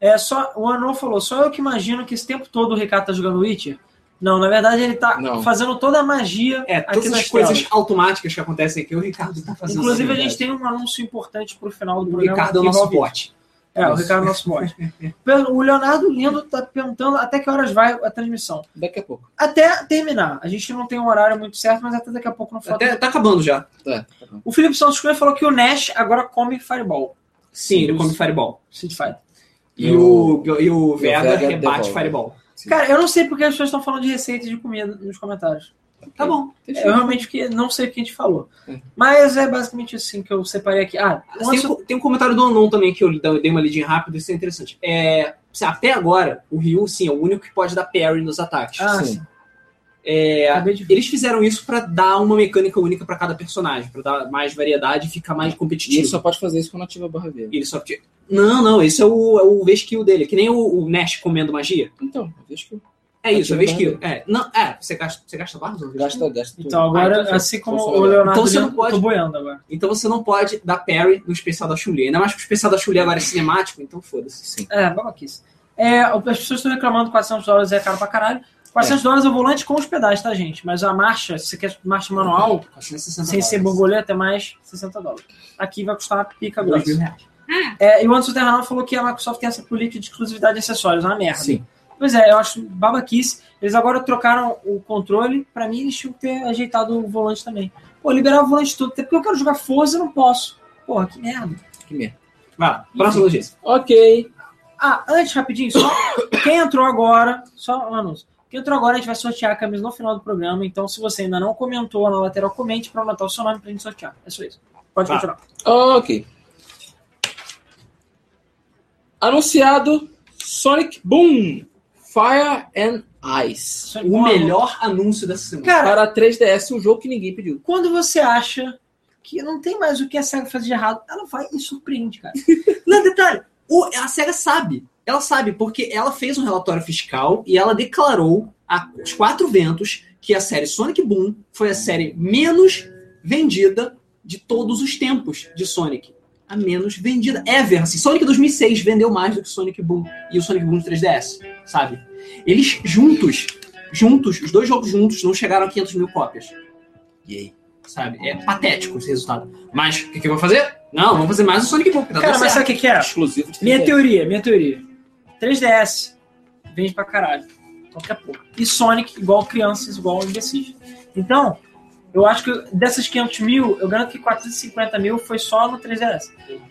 Speaker 3: É só. O Anon falou, só eu que imagino que esse tempo todo o Ricardo tá jogando Witcher. Não, na verdade ele tá
Speaker 1: Não.
Speaker 3: fazendo toda a magia.
Speaker 2: É,
Speaker 3: aqui
Speaker 2: todas
Speaker 3: nas
Speaker 2: as coisas
Speaker 3: telas.
Speaker 2: automáticas que acontecem aqui, o Ricardo tá fazendo.
Speaker 3: Inclusive, a
Speaker 2: isso.
Speaker 3: gente tem um anúncio importante pro final do
Speaker 2: O
Speaker 3: programa.
Speaker 2: Ricardo é o
Speaker 3: que
Speaker 2: nosso
Speaker 3: envolve
Speaker 2: bot.
Speaker 3: É, o
Speaker 2: Isso.
Speaker 3: Ricardo é nosso bot. Pelo- O Leonardo Lindo tá perguntando até que horas vai a transmissão.
Speaker 1: Daqui a pouco.
Speaker 3: Até terminar. A gente não tem um horário muito certo, mas até daqui a pouco não falta.
Speaker 2: Até, tá acabando já.
Speaker 1: É, tá bom.
Speaker 3: O Felipe Santos Cunha falou que o Nash agora come Fireball.
Speaker 2: Sim, ele come Fireball.
Speaker 3: Street Fighter.
Speaker 2: E, o, e o Vega,
Speaker 1: Vega
Speaker 2: rebate
Speaker 1: devolve.
Speaker 3: Tá
Speaker 2: Fireball.
Speaker 1: Sim.
Speaker 3: Cara, eu não sei porque as pessoas estão falando de receitas de comida nos comentários.
Speaker 2: Tá bom.
Speaker 1: Deixa
Speaker 3: Eu
Speaker 1: eu-
Speaker 3: realmente que não sei o que a gente falou.
Speaker 1: É.
Speaker 3: Mas é basicamente assim que eu separei aqui. Ah, um
Speaker 2: Tem,
Speaker 3: assu-
Speaker 2: um- tem um comentário do Anon também que eu dei uma lidinha rápida, isso é interessante. É, assim, até agora, o Ryu, sim, é o único que pode dar parry nos ataques.
Speaker 3: ah,
Speaker 1: sim.
Speaker 3: sim. É, Acabei de ver.
Speaker 2: Eles fizeram isso pra dar uma mecânica única pra cada personagem, pra dar mais variedade e ficar mais
Speaker 1: E
Speaker 2: competitivo.
Speaker 1: ele só pode fazer isso quando ativa a barra verde.
Speaker 2: Ele só- Não, não, esse é o, é o V-Skill dele, que nem o, o Nash comendo magia.
Speaker 1: Então, deixa que eu
Speaker 2: É isso, é
Speaker 1: Ativa
Speaker 2: V-Skill. É, não, é, você gasta, você gasta barras? ou V-skill?
Speaker 1: gasto, é gasto tudo.
Speaker 3: Então agora,
Speaker 2: Ah, então,
Speaker 3: assim como
Speaker 1: então,
Speaker 3: o Leonardo
Speaker 2: então você não
Speaker 3: Lindo,
Speaker 2: pode-
Speaker 3: eu tô boiando agora.
Speaker 2: Então você não pode dar parry no especial da Chun-Li. Ainda mais que o especial da chun agora é cinemático, então foda-se.
Speaker 1: Sim.
Speaker 3: É, vamos aqui. É, as pessoas estão reclamando que 400 dólares é caro pra caralho. 400 dólares é o volante com os pedais, tá, gente? Mas a marcha, se você quer marcha manual,
Speaker 2: 460
Speaker 3: sem ser
Speaker 2: é dólares.
Speaker 3: borboleta, é mais 60 dólares. Aqui vai custar pica
Speaker 2: Dois mil
Speaker 3: grossa.
Speaker 2: reais.
Speaker 3: É, e o Anderson Terranal falou que a Microsoft tem essa política de exclusividade de acessórios, é uma merda.
Speaker 1: Sim.
Speaker 3: Pois é, eu acho babaquice. Eles agora trocaram o controle. Pra mim, eles tinham que ter ajeitado o volante também. Pô, liberar o volante todo. Até porque eu quero jogar Forza e não posso. Porra, que merda.
Speaker 1: Que merda.
Speaker 2: Vai lá, próxima notícia.
Speaker 1: Ok.
Speaker 3: Ah, antes, rapidinho, só quem entrou agora, só um anúncio. Quem entrou agora, a gente vai sortear a camisa no final do programa. Então, se você ainda não comentou na lateral, comente pra anotar o seu nome pra gente sortear. É só isso. Pode
Speaker 2: Tá.
Speaker 3: continuar.
Speaker 1: Ok. Anunciado Sonic Boom Fire and Ice.
Speaker 3: Sonic
Speaker 2: O
Speaker 3: Boom é bom.
Speaker 2: melhor anúncio dessa semana.
Speaker 3: Cara,
Speaker 1: Para 3DS, um jogo que ninguém pediu.
Speaker 3: quando você acha que não tem mais o que a SEGA faz de errado, ela vai e surpreende, cara.
Speaker 2: Não, detalhe, o- a SEGA sabe. Ela sabe, porque ela fez um relatório fiscal e ela declarou a- aos quatro ventos que a série Sonic Boom foi a série menos vendida de todos os tempos de Sonic. A menos vendida ever. Assim, Sonic 2006 vendeu mais do que Sonic Boom e o Sonic Boom 3DS, sabe? Eles juntos, juntos, os dois jogos juntos, não chegaram a 500 mil cópias. E aí? Sabe? É patético esse resultado. Mas o que, que eu vou fazer? Não, vou fazer mais o Sonic Boom. porque Tá
Speaker 3: Cara,
Speaker 2: dando
Speaker 3: mas
Speaker 2: certo.
Speaker 3: sabe o que, que é?
Speaker 1: Exclusivo de
Speaker 3: Minha
Speaker 1: 3DS.
Speaker 3: teoria, minha teoria. 3DS vende pra caralho. Qualquer porra. E Sonic, igual crianças, igual imbecis. Então, eu acho que dessas 500 mil, eu garanto que 450 mil foi só no 3DS.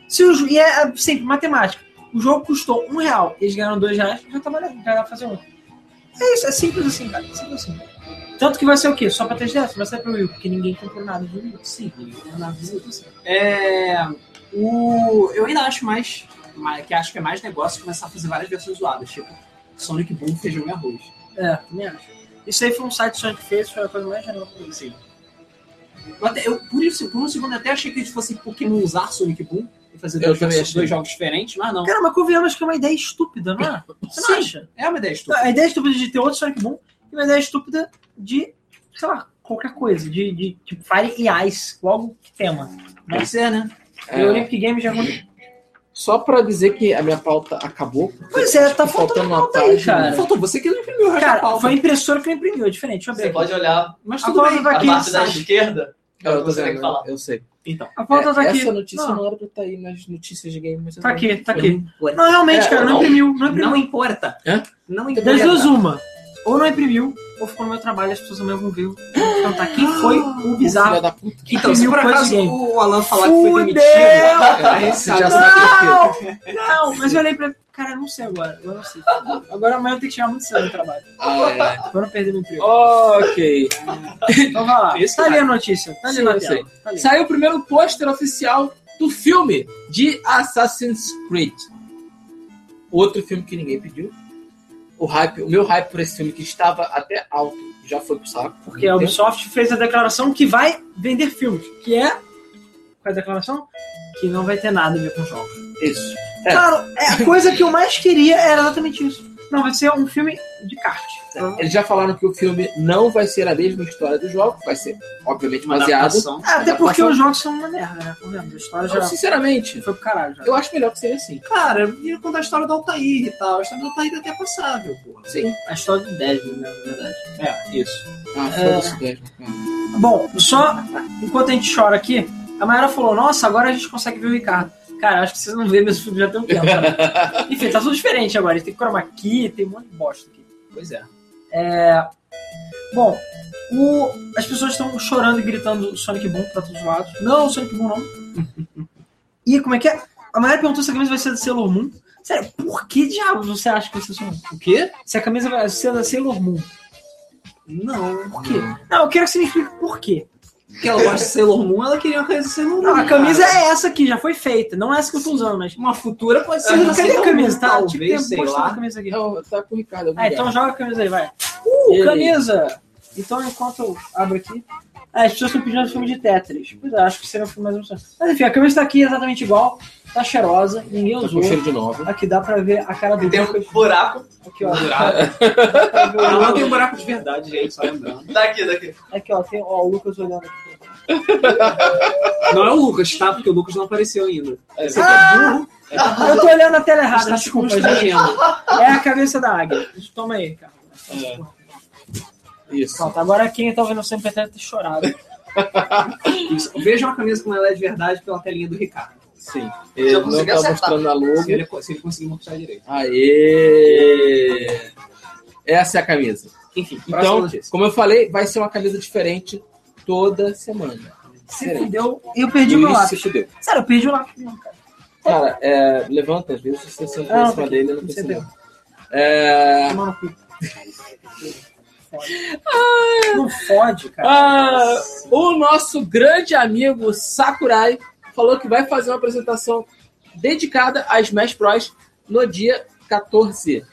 Speaker 3: Se o, jo- e é é sempre matemática. O jogo custou um real, eles ganharam dois reais, já, tá valendo, já dá pra fazer um. É isso, é simples assim, cara. É simples assim. Tanto que vai ser o quê? Só pra 3DS? Vai ser pro Wii, porque ninguém comprou nada de Wii.
Speaker 2: Sim, na visita. sim. É, o, eu ainda acho mais, mais- que acho que é mais negócio começar a fazer várias versões zoadas, tipo Sonic Boom, feijão e arroz.
Speaker 3: É, também acho. Isso aí foi um site que o Sonic fez, foi a coisa mais geral que eu conheci.
Speaker 2: Eu, até, eu por, isso, por um segundo até achei que eles fossem Pokémon usar Sonic Boom e fazer
Speaker 1: Eu
Speaker 2: dois,
Speaker 1: também
Speaker 2: jogos-
Speaker 1: achei.
Speaker 2: dois jogos diferentes, mas não.
Speaker 3: Cara, mas convenhamos que é uma ideia estúpida, não é? Você não
Speaker 2: Sim.
Speaker 3: acha?
Speaker 2: É uma ideia estúpida.
Speaker 3: A ideia estúpida de ter outro Sonic Boom e uma ideia estúpida de, sei lá, qualquer coisa. De, de tipo, Fire e Ice. Logo, que tema.
Speaker 2: Deve ser, né?
Speaker 3: E o
Speaker 1: É,
Speaker 3: Olympic Games já... aconteceu.
Speaker 1: só pra dizer que a minha pauta acabou.
Speaker 3: Pois é, tá
Speaker 1: Faltando
Speaker 3: faltando
Speaker 1: uma
Speaker 3: uma pauta aí,
Speaker 1: página.
Speaker 2: Não
Speaker 3: cara.
Speaker 2: Faltou você que não imprimiu o resto da
Speaker 3: é. Cara,
Speaker 2: pauta.
Speaker 3: foi a impressora que não imprimiu, é diferente. Deixa eu
Speaker 4: Você
Speaker 3: ver aqui.
Speaker 4: pode olhar
Speaker 2: Mas
Speaker 3: a
Speaker 2: tudo
Speaker 3: pauta
Speaker 2: bem.
Speaker 3: vai
Speaker 4: a
Speaker 3: aqui,
Speaker 4: parte da
Speaker 3: sabe?
Speaker 4: esquerda.
Speaker 1: Eu, tô
Speaker 4: Você tem que
Speaker 1: vendo,
Speaker 4: falar.
Speaker 1: eu sei.
Speaker 2: Então,
Speaker 3: A pauta
Speaker 1: É,
Speaker 3: tá aqui.
Speaker 1: Essa notícia
Speaker 3: não,
Speaker 1: não era pra estar aí nas notícias de game, mas eu
Speaker 3: tá
Speaker 1: não-
Speaker 3: aqui, tá
Speaker 1: eu
Speaker 3: aqui.
Speaker 1: não vou-
Speaker 3: Não, realmente,
Speaker 1: É,
Speaker 3: cara, não
Speaker 1: não.
Speaker 3: imprimiu. Não imprimiu.
Speaker 2: não importa.
Speaker 1: Hã?
Speaker 2: Não
Speaker 3: Das
Speaker 2: importa.
Speaker 3: duas, uma. Ou não imprimiu, ou ficou no meu trabalho, as pessoas também vão ver. Então tá, quem foi o bizarro?
Speaker 1: Filha um da puta.
Speaker 2: Então, se
Speaker 3: Imprimiu
Speaker 2: por
Speaker 3: coisa
Speaker 2: acaso
Speaker 3: de game.
Speaker 2: o Alan falar que foi demitido,
Speaker 3: Fudeu!
Speaker 2: aí
Speaker 1: Você já
Speaker 2: sabe.
Speaker 1: sabe por quê.
Speaker 3: Não, mas eu olhei pra. Cara, eu não sei agora. Agora eu não sei. Agora amanhã eu tenho que chegar muito cedo no trabalho.
Speaker 1: Ah, é.
Speaker 3: Pra não perder meu emprego.
Speaker 1: Ok.
Speaker 3: Então vai lá.
Speaker 2: Esse
Speaker 3: tá ali a notícia. Tá ali
Speaker 1: Sim,
Speaker 3: na
Speaker 1: eu
Speaker 3: tela. Tá ali.
Speaker 1: Saiu o primeiro pôster oficial do filme de Assassin's Creed. Outro filme que ninguém pediu. O, hype, o meu hype por esse filme, que estava até alto, já foi pro saco.
Speaker 3: Porque é um a Ubisoft fez a declaração que vai vender filmes. Que é. Qual é a declaração? Que não vai ter nada a ver com jogos.
Speaker 1: Isso. É.
Speaker 3: Claro, é, a coisa que eu mais queria era exatamente isso. Não, vai ser um filme de kart.
Speaker 2: É.
Speaker 1: Eles já falaram que o filme não vai ser a mesma história do jogo, vai ser, obviamente, baseado.
Speaker 3: É, Até porque os jogos são uma merda, né? Por exemplo, a história
Speaker 1: Eu,
Speaker 3: já
Speaker 1: sinceramente,
Speaker 3: foi pro caralho. Já.
Speaker 1: eu acho melhor que seja assim.
Speaker 2: Cara, eu ia contar a história do Altair e tal. A história do Altair é até passável, porra.
Speaker 1: Sim.
Speaker 3: A história do Desmond, né, na verdade.
Speaker 2: É, isso.
Speaker 1: Ah,
Speaker 3: É.
Speaker 1: foda-se, Desmond. Ah.
Speaker 3: Bom, só enquanto a gente chora aqui, a Mayara falou: Nossa, agora a gente consegue ver o Ricardo. Cara, acho que vocês não vêem meus filmes já tem um tempo. sabe? Enfim, tá tudo diferente agora. Tem chroma key, tem um monte de bosta aqui.
Speaker 2: Pois é.
Speaker 3: Bom, o- as pessoas estão chorando e gritando Sonic Boom pra todos os lados. Não, Sonic Boom não. e como é que é? A Mayara perguntou se a camisa vai ser da Sailor Moon. Sério, por que diabos você acha que vai ser Sailor Moon?
Speaker 2: O quê?
Speaker 3: Se a camisa vai ser da Sailor Moon.
Speaker 2: Não.
Speaker 3: Por quê? Não, eu quero que você me explique por quê.
Speaker 2: Porque ela gosta de Sailor Moon, ela queria uma camisa de Sailor Moon.
Speaker 3: Não, a camisa
Speaker 2: cara.
Speaker 3: é essa aqui, já foi feita. Não é essa que eu tô usando, mas.
Speaker 2: Uma futura pode ser.
Speaker 3: Sim,
Speaker 2: da
Speaker 3: cadê
Speaker 2: Sailor
Speaker 3: a
Speaker 2: Moon,
Speaker 3: camisa? Tá,
Speaker 2: um Talvez,
Speaker 3: tipo, tem
Speaker 2: sei
Speaker 3: postado a
Speaker 2: lá.
Speaker 3: camisa aqui.
Speaker 1: Não, tá com o Ricardo.
Speaker 3: Ah,
Speaker 1: obrigado.
Speaker 3: então joga a camisa aí, vai. Uh,
Speaker 1: Ele.
Speaker 3: camisa! Então, enquanto eu abro aqui... Ah, as pessoas estão pedindo filme de Tetris. Pois é, acho que seria um filme mais emocionante. Mas enfim, a camisa tá aqui exatamente igual. Tá cheirosa, ninguém
Speaker 1: Tá com
Speaker 3: usou.
Speaker 1: cheiro de novo.
Speaker 3: Aqui dá pra ver a cara do
Speaker 4: E tem
Speaker 3: Lucas.
Speaker 4: um buraco
Speaker 3: Aqui, ó.
Speaker 2: Buraco.
Speaker 3: Dá pra ver o
Speaker 2: Ela não tem um
Speaker 3: Lucas.
Speaker 2: buraco de verdade, gente, só lembrando.
Speaker 4: daqui, daqui.
Speaker 3: Aqui, ó. Tem ó, o Lucas olhando aqui.
Speaker 2: Não é o Lucas, tá? Porque o Lucas não apareceu ainda.
Speaker 1: É,
Speaker 2: Você é burro,
Speaker 3: Ah, eu tô olhando a tela errada,
Speaker 2: está tá se
Speaker 3: desculpa, gente.
Speaker 2: constrangendo.
Speaker 3: tipo, É a cabeça da águia. Toma aí, cara.
Speaker 1: Isso.
Speaker 3: Pronto, agora quem tá vendo sempre até ter chorado.
Speaker 2: Isso. Vejam a camisa como ela é de verdade pela telinha do Ricardo.
Speaker 1: Sim.
Speaker 4: Já
Speaker 1: Ele não
Speaker 4: consegui
Speaker 1: tá
Speaker 4: acertar.
Speaker 1: mostrando a
Speaker 2: Se
Speaker 1: logo.
Speaker 2: ele, se ele conseguir mostrar direito.
Speaker 1: Aê! Essa é a camisa.
Speaker 2: Enfim, próxima
Speaker 1: Então,
Speaker 2: notícia.
Speaker 1: como eu falei, vai ser uma camisa diferente toda semana.
Speaker 3: Se
Speaker 1: Peraí.
Speaker 3: fudeu, eu perdi
Speaker 1: Luiz
Speaker 3: meu lápis.
Speaker 1: se fudeu.
Speaker 3: Sério, eu perdi o lápis. Não, cara.
Speaker 1: Cara, é, levanta, às vezes você senta
Speaker 3: Ah,
Speaker 1: em
Speaker 3: tá
Speaker 1: cima
Speaker 3: aqui.
Speaker 1: dele eu não
Speaker 3: Não sei
Speaker 1: percebeu. É...
Speaker 3: Tomar no cu. Não fode, cara.
Speaker 1: Ah, o nosso grande amigo Sakurai falou que vai fazer uma apresentação dedicada a Smash Bros. no dia 14.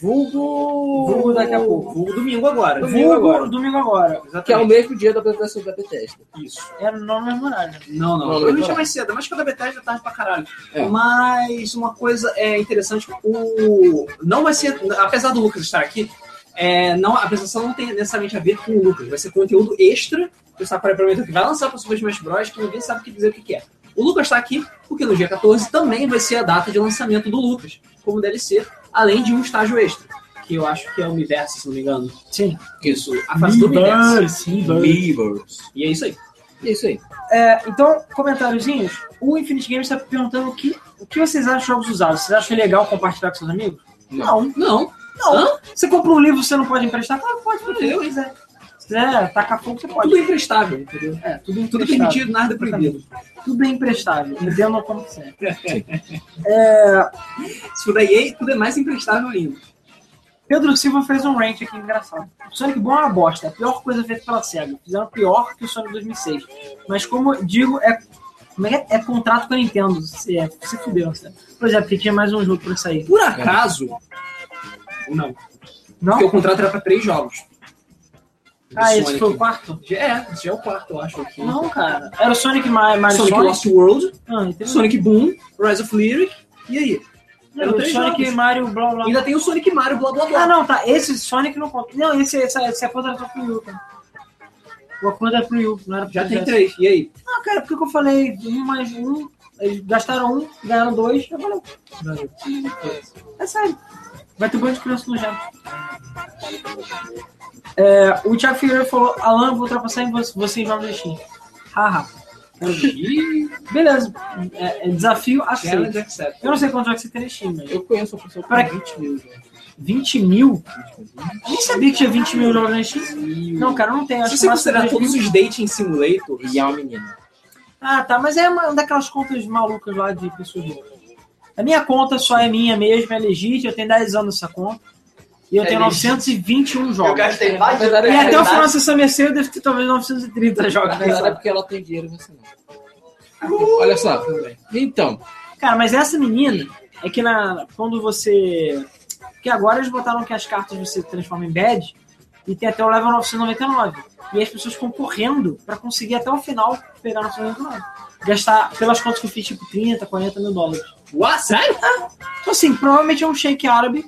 Speaker 1: Vulgo.
Speaker 3: Vulgo daqui a pouco.
Speaker 2: Vulgo domingo agora.
Speaker 3: Domingo
Speaker 1: Vulgo
Speaker 3: agora. Domingo agora.
Speaker 1: Que é o
Speaker 3: Exatamente.
Speaker 1: mesmo dia da apresentação da Bethesda.
Speaker 2: Isso.
Speaker 3: É no mesmo horário. né?
Speaker 2: Não, não.
Speaker 1: Não,
Speaker 2: não,
Speaker 1: não,
Speaker 2: não.
Speaker 1: não.
Speaker 2: mais cedo, mas que da Bethesda é tarde pra caralho.
Speaker 1: É.
Speaker 2: Mas uma coisa é interessante, o... não vai ser, apesar do Lucas estar aqui, é, não, a apresentação não tem necessariamente a ver com o Lucas, vai ser conteúdo extra que o Sakurai prometeu que vai lançar para o Super Smash Bros, que ninguém sabe o que dizer o que que é. O Lucas está aqui porque no dia 14 também vai ser a data de lançamento do Lucas, como DLC, além de um estágio extra, que eu acho que é o universo, se não me engano.
Speaker 3: Sim.
Speaker 2: Isso, a fase do universo.
Speaker 3: sim,
Speaker 1: Beavers.
Speaker 2: E é isso aí.
Speaker 1: Isso aí.
Speaker 3: É, então, comentáriozinhos. O Infinite Games está perguntando o que, o que vocês acham de jogos usados. Vocês acham legal compartilhar com seus amigos?
Speaker 2: Não, não.
Speaker 3: Você compra um livro, você não pode emprestar? Claro, pode, pode.
Speaker 2: Eu,
Speaker 3: Se quiser tacar fogo, você pode.
Speaker 2: Tudo é emprestável, entendeu?
Speaker 3: É, tudo
Speaker 2: Tudo
Speaker 3: emprestado.
Speaker 2: permitido, nada é proibido.
Speaker 3: Tudo é emprestável. Entendam como quiser.
Speaker 2: Se for da EA, tudo é mais emprestável ainda.
Speaker 3: Pedro Silva fez um rank aqui engraçado. O Sonic Boom é uma bosta, é a pior coisa feita pela SEGA. Fizeram pior que o Sonic 2006. Mas como eu digo, é, como é, que é? É contrato com a Nintendo. Se, é, se fuderam, sabe? Pois é, porque tinha mais um jogo pra sair.
Speaker 2: Por acaso, ou não,
Speaker 3: Não?
Speaker 2: porque o contrato era pra três jogos. Do
Speaker 3: Ah, esse
Speaker 2: Sonic.
Speaker 3: foi o quarto?
Speaker 2: Já É, já é o quarto, eu acho. Aqui.
Speaker 3: Não, cara. Era o Sonic Ma- Mario
Speaker 2: Sonic,
Speaker 3: Sonic.
Speaker 2: Lost World,
Speaker 3: Ah, entendi.
Speaker 2: Sonic Boom, Rise of Lyric, e aí?
Speaker 3: Era o
Speaker 2: três
Speaker 3: Sonic
Speaker 2: jogos.
Speaker 3: Mario blá blá.
Speaker 2: Ainda tem o Sonic Mario, blá blá
Speaker 3: Ah,
Speaker 2: blá.
Speaker 3: não, tá. Esse Sonic não conta. Não, esse, esse, esse é contrato pro Yu, cara. O acordo é pro Yu, não era pro
Speaker 2: Já tem
Speaker 3: Jazz.
Speaker 2: três, e aí?
Speaker 3: Ah, cara, por que que eu falei um mais um? Eles gastaram um, ganharam dois, eu falei. É sério. Vai ter um bando de criança no já. É, o Thiago Figueiredo falou, Alan, vou ultrapassar em você, você em jogos de Steam. Haha.
Speaker 2: Ih,
Speaker 3: Beleza. É, é desafio aceito.
Speaker 2: Challenge accept.
Speaker 3: Eu não sei quanto jogos você tem na Steam, mas...
Speaker 1: Eu conheço a pessoa
Speaker 3: Pra-
Speaker 1: com 20 mil. né?
Speaker 3: 20 mil? Eu nem sabia que tinha 20 mil jogos na Steam. Não, cara, não tem. Acho
Speaker 2: Se
Speaker 3: que
Speaker 2: você
Speaker 3: máximo
Speaker 2: considerar
Speaker 3: 10 mil.
Speaker 2: todos os dating simulators,
Speaker 1: E é uma menina.
Speaker 3: Ah, tá, mas é uma daquelas contas malucas lá de pessoas loucas. A minha conta só é minha mesmo, é legítima, eu tenho 10 anos nessa conta. E eu
Speaker 4: É
Speaker 3: tenho
Speaker 4: legítima.
Speaker 3: 921
Speaker 4: Eu
Speaker 3: jogos.
Speaker 4: gastei mais
Speaker 3: E
Speaker 4: de
Speaker 3: até o final
Speaker 4: reais.
Speaker 3: dessa semestre eu devo ter talvez 930
Speaker 1: Na
Speaker 3: jogos.
Speaker 1: verdade é porque ela tem dinheiro, você não. Olha só. Então,
Speaker 3: Cara, mas essa menina é que na, quando você. Porque agora eles botaram que as cartas você transforma em badge e tem até o level 999. E as pessoas ficam correndo pra conseguir até o final pegar 999. Gastar, pelas contas que eu fiz, tipo 30, 40 mil dólares.
Speaker 2: Uau, sério?
Speaker 3: Então, assim, provavelmente é um shake árabe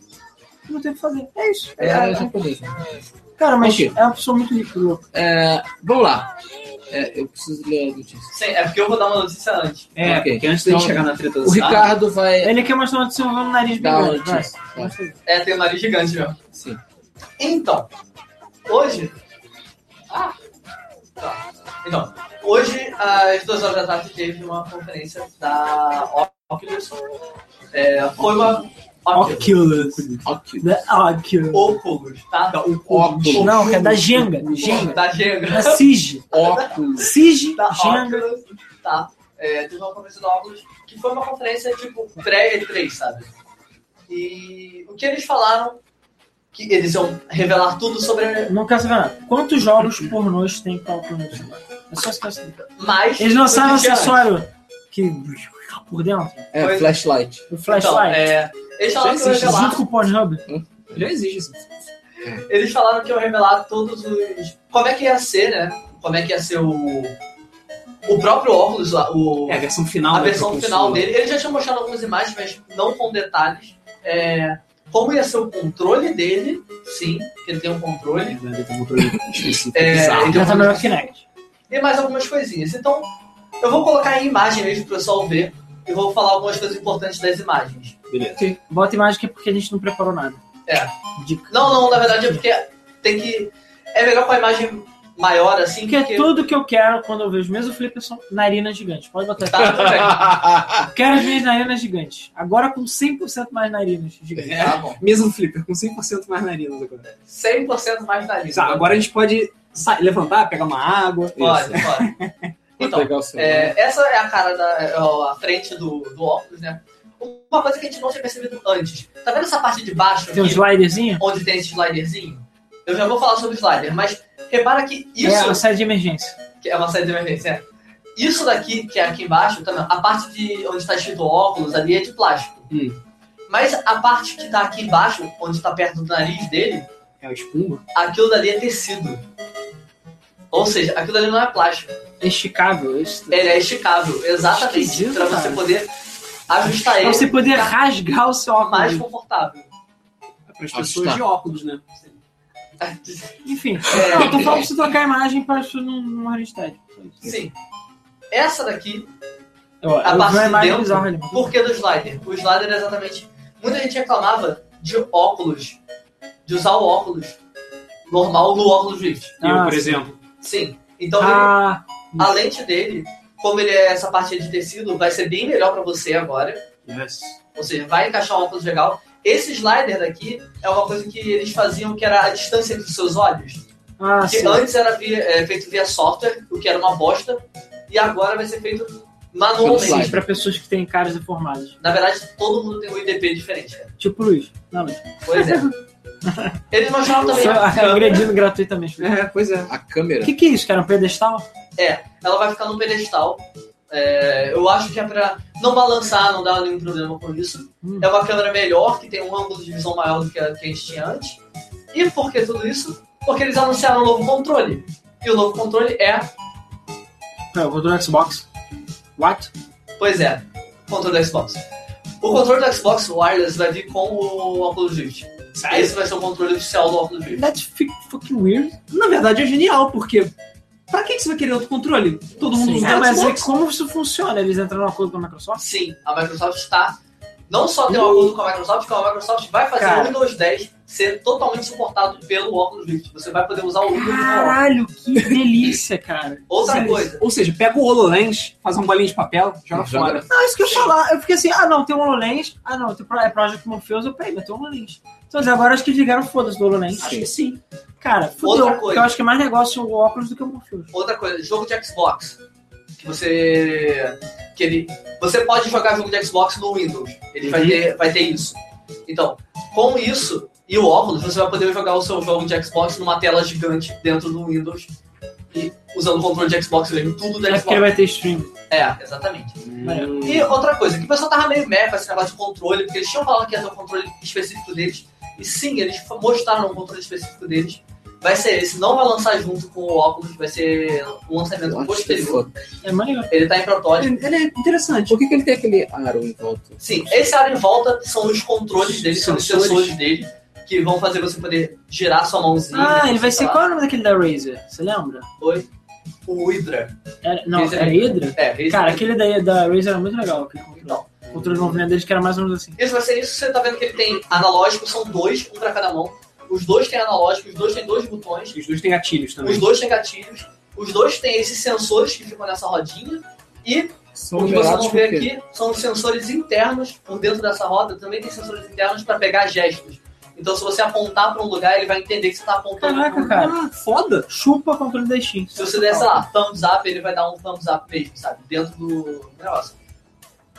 Speaker 3: e não tem o que fazer. É isso. É,
Speaker 1: ela é
Speaker 3: é-
Speaker 1: japonesa.
Speaker 3: cara, mas
Speaker 1: Ok.
Speaker 3: é uma pessoa muito rica, louca.
Speaker 1: É, vamos lá. É, eu preciso ler a notícia.
Speaker 4: Sim, É porque eu vou dar uma notícia antes.
Speaker 2: É,
Speaker 1: Ok.
Speaker 2: porque antes de
Speaker 1: Então,
Speaker 2: chegar na treta do
Speaker 1: O Ricardo vai
Speaker 3: Ele quer mostrar onde você vai no nariz
Speaker 1: dar uma
Speaker 3: bigode. vai.
Speaker 1: notícia. Tá,
Speaker 4: É, tem um nariz gigante mesmo.
Speaker 1: Sim.
Speaker 4: Então, hoje. Ah! Tá. Então, hoje, às duas horas da tarde, teve uma conferência da Oculus. É, foi uma. Oculus.
Speaker 3: Oculus.
Speaker 1: Ok.
Speaker 3: Da Oculus.
Speaker 4: Oculus, tá?
Speaker 2: Da- o-
Speaker 1: Óculos.
Speaker 3: Não, que é da Jenga. Jenga.
Speaker 4: Da Jenga.
Speaker 3: Da Sige.
Speaker 1: Óculos.
Speaker 3: Sige,
Speaker 4: Da
Speaker 3: Jenga.
Speaker 4: Oculus, tá? É, teve uma conferência da Oculus que foi uma conferência tipo pré-E3, sabe? E o que eles falaram? Que eles iam revelar tudo sobre.
Speaker 3: Não quero saber nada. Quantos jogos pornôs tem que estar pornô? É só isso que eu sei.
Speaker 4: Mas.
Speaker 3: Eles lançaram um
Speaker 4: o que é. tinha antes.
Speaker 3: acessório que... Por dentro.
Speaker 1: É,
Speaker 4: Pois-
Speaker 1: flashlight.
Speaker 3: O
Speaker 4: Então,
Speaker 3: flashlight.
Speaker 4: é, eles falaram que
Speaker 2: Já
Speaker 4: iam
Speaker 2: existe,
Speaker 4: revelar
Speaker 3: junto com o Pornhub.
Speaker 2: Já existe isso.
Speaker 4: Eles falaram que iam revelar todos os. Como é que ia ser, né? Como é que ia ser o. O próprio óculos, lá, o...
Speaker 2: É a versão final.
Speaker 4: a
Speaker 2: né,
Speaker 4: versão
Speaker 2: pro
Speaker 4: final
Speaker 2: console.
Speaker 4: dele. Eles já tinham mostrado algumas imagens, mas não com detalhes. É, Como ia ser o controle dele, sim, que ele tem um controle.
Speaker 2: Ele tem um controle específico,
Speaker 4: É,
Speaker 2: bizarro.
Speaker 3: Já tá melhor que Kinect.
Speaker 4: E mais algumas coisinhas. Então, eu vou colocar em imagem mesmo pro pessoal ver. E vou falar algumas coisas importantes das imagens.
Speaker 2: Beleza.
Speaker 3: Bota imagem que é porque a gente não preparou nada.
Speaker 4: É.
Speaker 3: Dica.
Speaker 4: Não, não, na verdade é porque tem que. É melhor com a imagem maior, assim,
Speaker 3: Porque é tudo que eu quero quando eu vejo mesmo Flipper são narinas gigantes. Pode botar aqui.
Speaker 4: Tá, tudo bem.
Speaker 3: Eu quero as minhas narinas gigantes. Agora com 100% mais narinas gigantes.
Speaker 4: Tá bom.
Speaker 2: Mesmo um flipper, com 100% mais narinas agora.
Speaker 4: 100% mais nariz.
Speaker 2: Tá, agora a gente pode sa- levantar, pegar uma água.
Speaker 4: Pode, pode. Então,
Speaker 1: Legal, sim.
Speaker 4: é, essa é a cara da é, ó, a frente do, do óculos, né? Uma coisa que a gente não tinha percebido antes. Tá vendo essa parte de baixo
Speaker 3: Tem um
Speaker 4: aqui,
Speaker 3: sliderzinho.
Speaker 4: onde tem esse sliderzinho? Eu já vou falar sobre o slider, mas repara que
Speaker 3: É
Speaker 4: isso
Speaker 3: a série de emergência.
Speaker 4: que é uma série de emergência. é. tá Isso daqui, que é aqui embaixo, tá vendo? a parte de onde está escrito óculos ali é de plástico.
Speaker 2: Hum.
Speaker 4: Mas a parte que tá aqui embaixo, onde tá perto do nariz dele,
Speaker 2: É a espuma?
Speaker 4: aquilo dali é tecido. Ou seja, aquilo ali não é plástico.
Speaker 3: É esticável. Isso.
Speaker 4: Ele é esticável, exatamente.
Speaker 3: Esquisito,
Speaker 4: Pra você
Speaker 3: cara.
Speaker 4: poder ajustar
Speaker 3: Pra
Speaker 4: ele
Speaker 3: você poder rasgar o seu óculos.
Speaker 4: mais confortável.
Speaker 2: É para as
Speaker 1: Acho
Speaker 2: pessoas
Speaker 1: que tá.
Speaker 2: de óculos, né?
Speaker 3: Enfim.
Speaker 4: É.
Speaker 3: Não, eu tô falando pra você trocar a imagem para as pessoas não, não arranjarem estádio. Só isso.
Speaker 4: Sim. Essa daqui,
Speaker 3: Eu-
Speaker 4: A
Speaker 3: eu
Speaker 4: parte
Speaker 3: vi uma
Speaker 4: de
Speaker 3: imagem
Speaker 4: dentro,
Speaker 3: bizarra ali.
Speaker 4: por que do slider? O slider é exatamente. Muita gente reclamava de óculos, de usar o óculos normal no óculos Rift.
Speaker 2: Eu,
Speaker 3: Ah,
Speaker 2: por
Speaker 3: sim.
Speaker 2: exemplo.
Speaker 4: Sim. Então ele-
Speaker 3: Ah,
Speaker 4: a lente dele, como ele é essa parte de tecido, vai ser bem melhor pra você agora.
Speaker 2: Yes.
Speaker 4: Ou seja, vai encaixar um óculos legal. Esse slider daqui é uma coisa que eles faziam que era a distância entre os seus olhos.
Speaker 3: ah
Speaker 4: Que
Speaker 3: sim.
Speaker 4: antes era via- é, feito via software, o que era uma bosta, e agora vai ser feito
Speaker 1: Pelo
Speaker 4: manualmente.
Speaker 1: slide.
Speaker 3: Para pessoas que têm caras deformadas.
Speaker 4: Na verdade, todo mundo tem um IDP diferente, cara.
Speaker 3: Tipo o Luiz. Não, Luiz.
Speaker 4: Por exemplo. Eles mostraram também
Speaker 3: Só
Speaker 4: a câmera.
Speaker 3: agredindo gratuitamente.
Speaker 2: É, pois é.
Speaker 1: A
Speaker 3: O
Speaker 1: câmera.
Speaker 3: que, que é isso, cara? Um pedestal?
Speaker 4: Ela vai ficar num pedestal. É, eu acho que é pra não balançar, não dar nenhum problema com isso.
Speaker 3: Hum.
Speaker 4: É uma câmera melhor, que tem um ângulo de visão maior do que a que a gente tinha antes. E por que tudo isso? Porque eles anunciaram um novo controle. E o novo controle é,
Speaker 3: É, o controle do Xbox. What?
Speaker 4: pois é, o controle do Xbox. O controle do Xbox Wireless vai vir com o Oculus Rift. Esse vai ser o controle oficial do Oculus Rift.
Speaker 3: That's fi- fucking weird.
Speaker 2: Na verdade é genial, porque pra que que você vai querer outro controle? Todo mundo
Speaker 3: Sim.
Speaker 2: usa
Speaker 3: É, mas é
Speaker 2: Xbox.
Speaker 3: como isso funciona? Eles entraram num acordo com a Microsoft?
Speaker 4: Sim, a Microsoft está. Não só tem um acordo com a Microsoft, como a Microsoft vai fazer
Speaker 3: Cara.
Speaker 4: o Windows 10 ser totalmente suportado pelo Oculus Rift. Você vai poder usar o Windows no Oculus.
Speaker 3: Caralho, que delícia, cara.
Speaker 4: Outra
Speaker 2: Sim.
Speaker 4: coisa,
Speaker 2: Ou seja, pega o HoloLens, faz um bolinho de papel, joga
Speaker 1: Joga.
Speaker 2: fora.
Speaker 3: Não, é isso que eu ia falar. Eu fiquei assim, ah não, tem um HoloLens. Ah não, tem pro- é Project Morpheus. Eu peraí, mas tem um HoloLens. Então agora acho que eles ligaram foda-se do HoloLens.
Speaker 1: Acho
Speaker 2: que
Speaker 3: sim. Cara,
Speaker 4: Outra
Speaker 3: fudeu.
Speaker 4: coisa.
Speaker 3: Porque eu acho que é mais negócio o óculos do que o Morpheus.
Speaker 4: outra coisa, jogo de Xbox. Que você. Que ele, você pode jogar jogo de Xbox no Windows. Ele vai,
Speaker 2: Uhum.
Speaker 4: ter, vai ter isso. Então, com isso e o óculos, você vai poder jogar o seu jogo de Xbox numa tela gigante dentro do Windows. E usando o controle de Xbox mesmo, tudo da
Speaker 3: É porque ele
Speaker 4: Xbox.
Speaker 3: vai ter stream.
Speaker 4: É, exatamente.
Speaker 3: Hum.
Speaker 4: E outra coisa, que o pessoal tava meio meh com esse negócio de controle, porque eles tinham falado que ia ter um controle específico deles. E sim, eles fa- mostraram um controle específico deles. Vai ser esse, não vai lançar junto com o óculos, vai ser um lançamento
Speaker 1: What the
Speaker 4: posterior.
Speaker 1: fuck?
Speaker 3: É maneiro.
Speaker 4: Ele tá em protótipo.
Speaker 2: Ele é interessante.
Speaker 1: Por que, que ele tem aquele aro em volta?
Speaker 4: Sim, esse área em volta são os controles dele, são os
Speaker 2: Sensores.
Speaker 4: sensores dele, que vão fazer você poder girar sua mãozinha.
Speaker 3: Ah, ele vai ser.
Speaker 4: sei lá.
Speaker 3: Qual é o nome daquele da Razer? Você lembra?
Speaker 4: Oi? O Hydra.
Speaker 3: Era- não,
Speaker 4: Razer
Speaker 3: era Hydra?
Speaker 4: É, esse
Speaker 3: Cara, aquele daí da Razer era muito legal. Aquele controle.
Speaker 4: Então,
Speaker 3: O controle de movimento deles que era mais ou menos assim.
Speaker 4: Esse vai ser isso, você tá vendo que ele tem analógico, são dois, um pra cada mão. Os dois têm analógico, os dois têm dois botões.
Speaker 2: Os dois têm gatilhos também.
Speaker 4: Os dois têm gatilhos, os dois têm esses sensores que ficam nessa rodinha, e
Speaker 1: São
Speaker 4: o que vocês vão
Speaker 1: numerados
Speaker 4: ver
Speaker 1: por quê?
Speaker 4: aqui são os sensores internos, por dentro dessa roda também tem sensores internos para pegar gestos. Então, se você apontar para um lugar, ele vai entender que você está apontando. pra um
Speaker 3: Caraca,
Speaker 4: lugar.
Speaker 3: cara.
Speaker 2: Ah, foda!
Speaker 3: Chupa controle da Steam.
Speaker 4: Se você der, sei lá, thumbs up, ele vai dar um thumbs up mesmo, sabe? Dentro do negócio.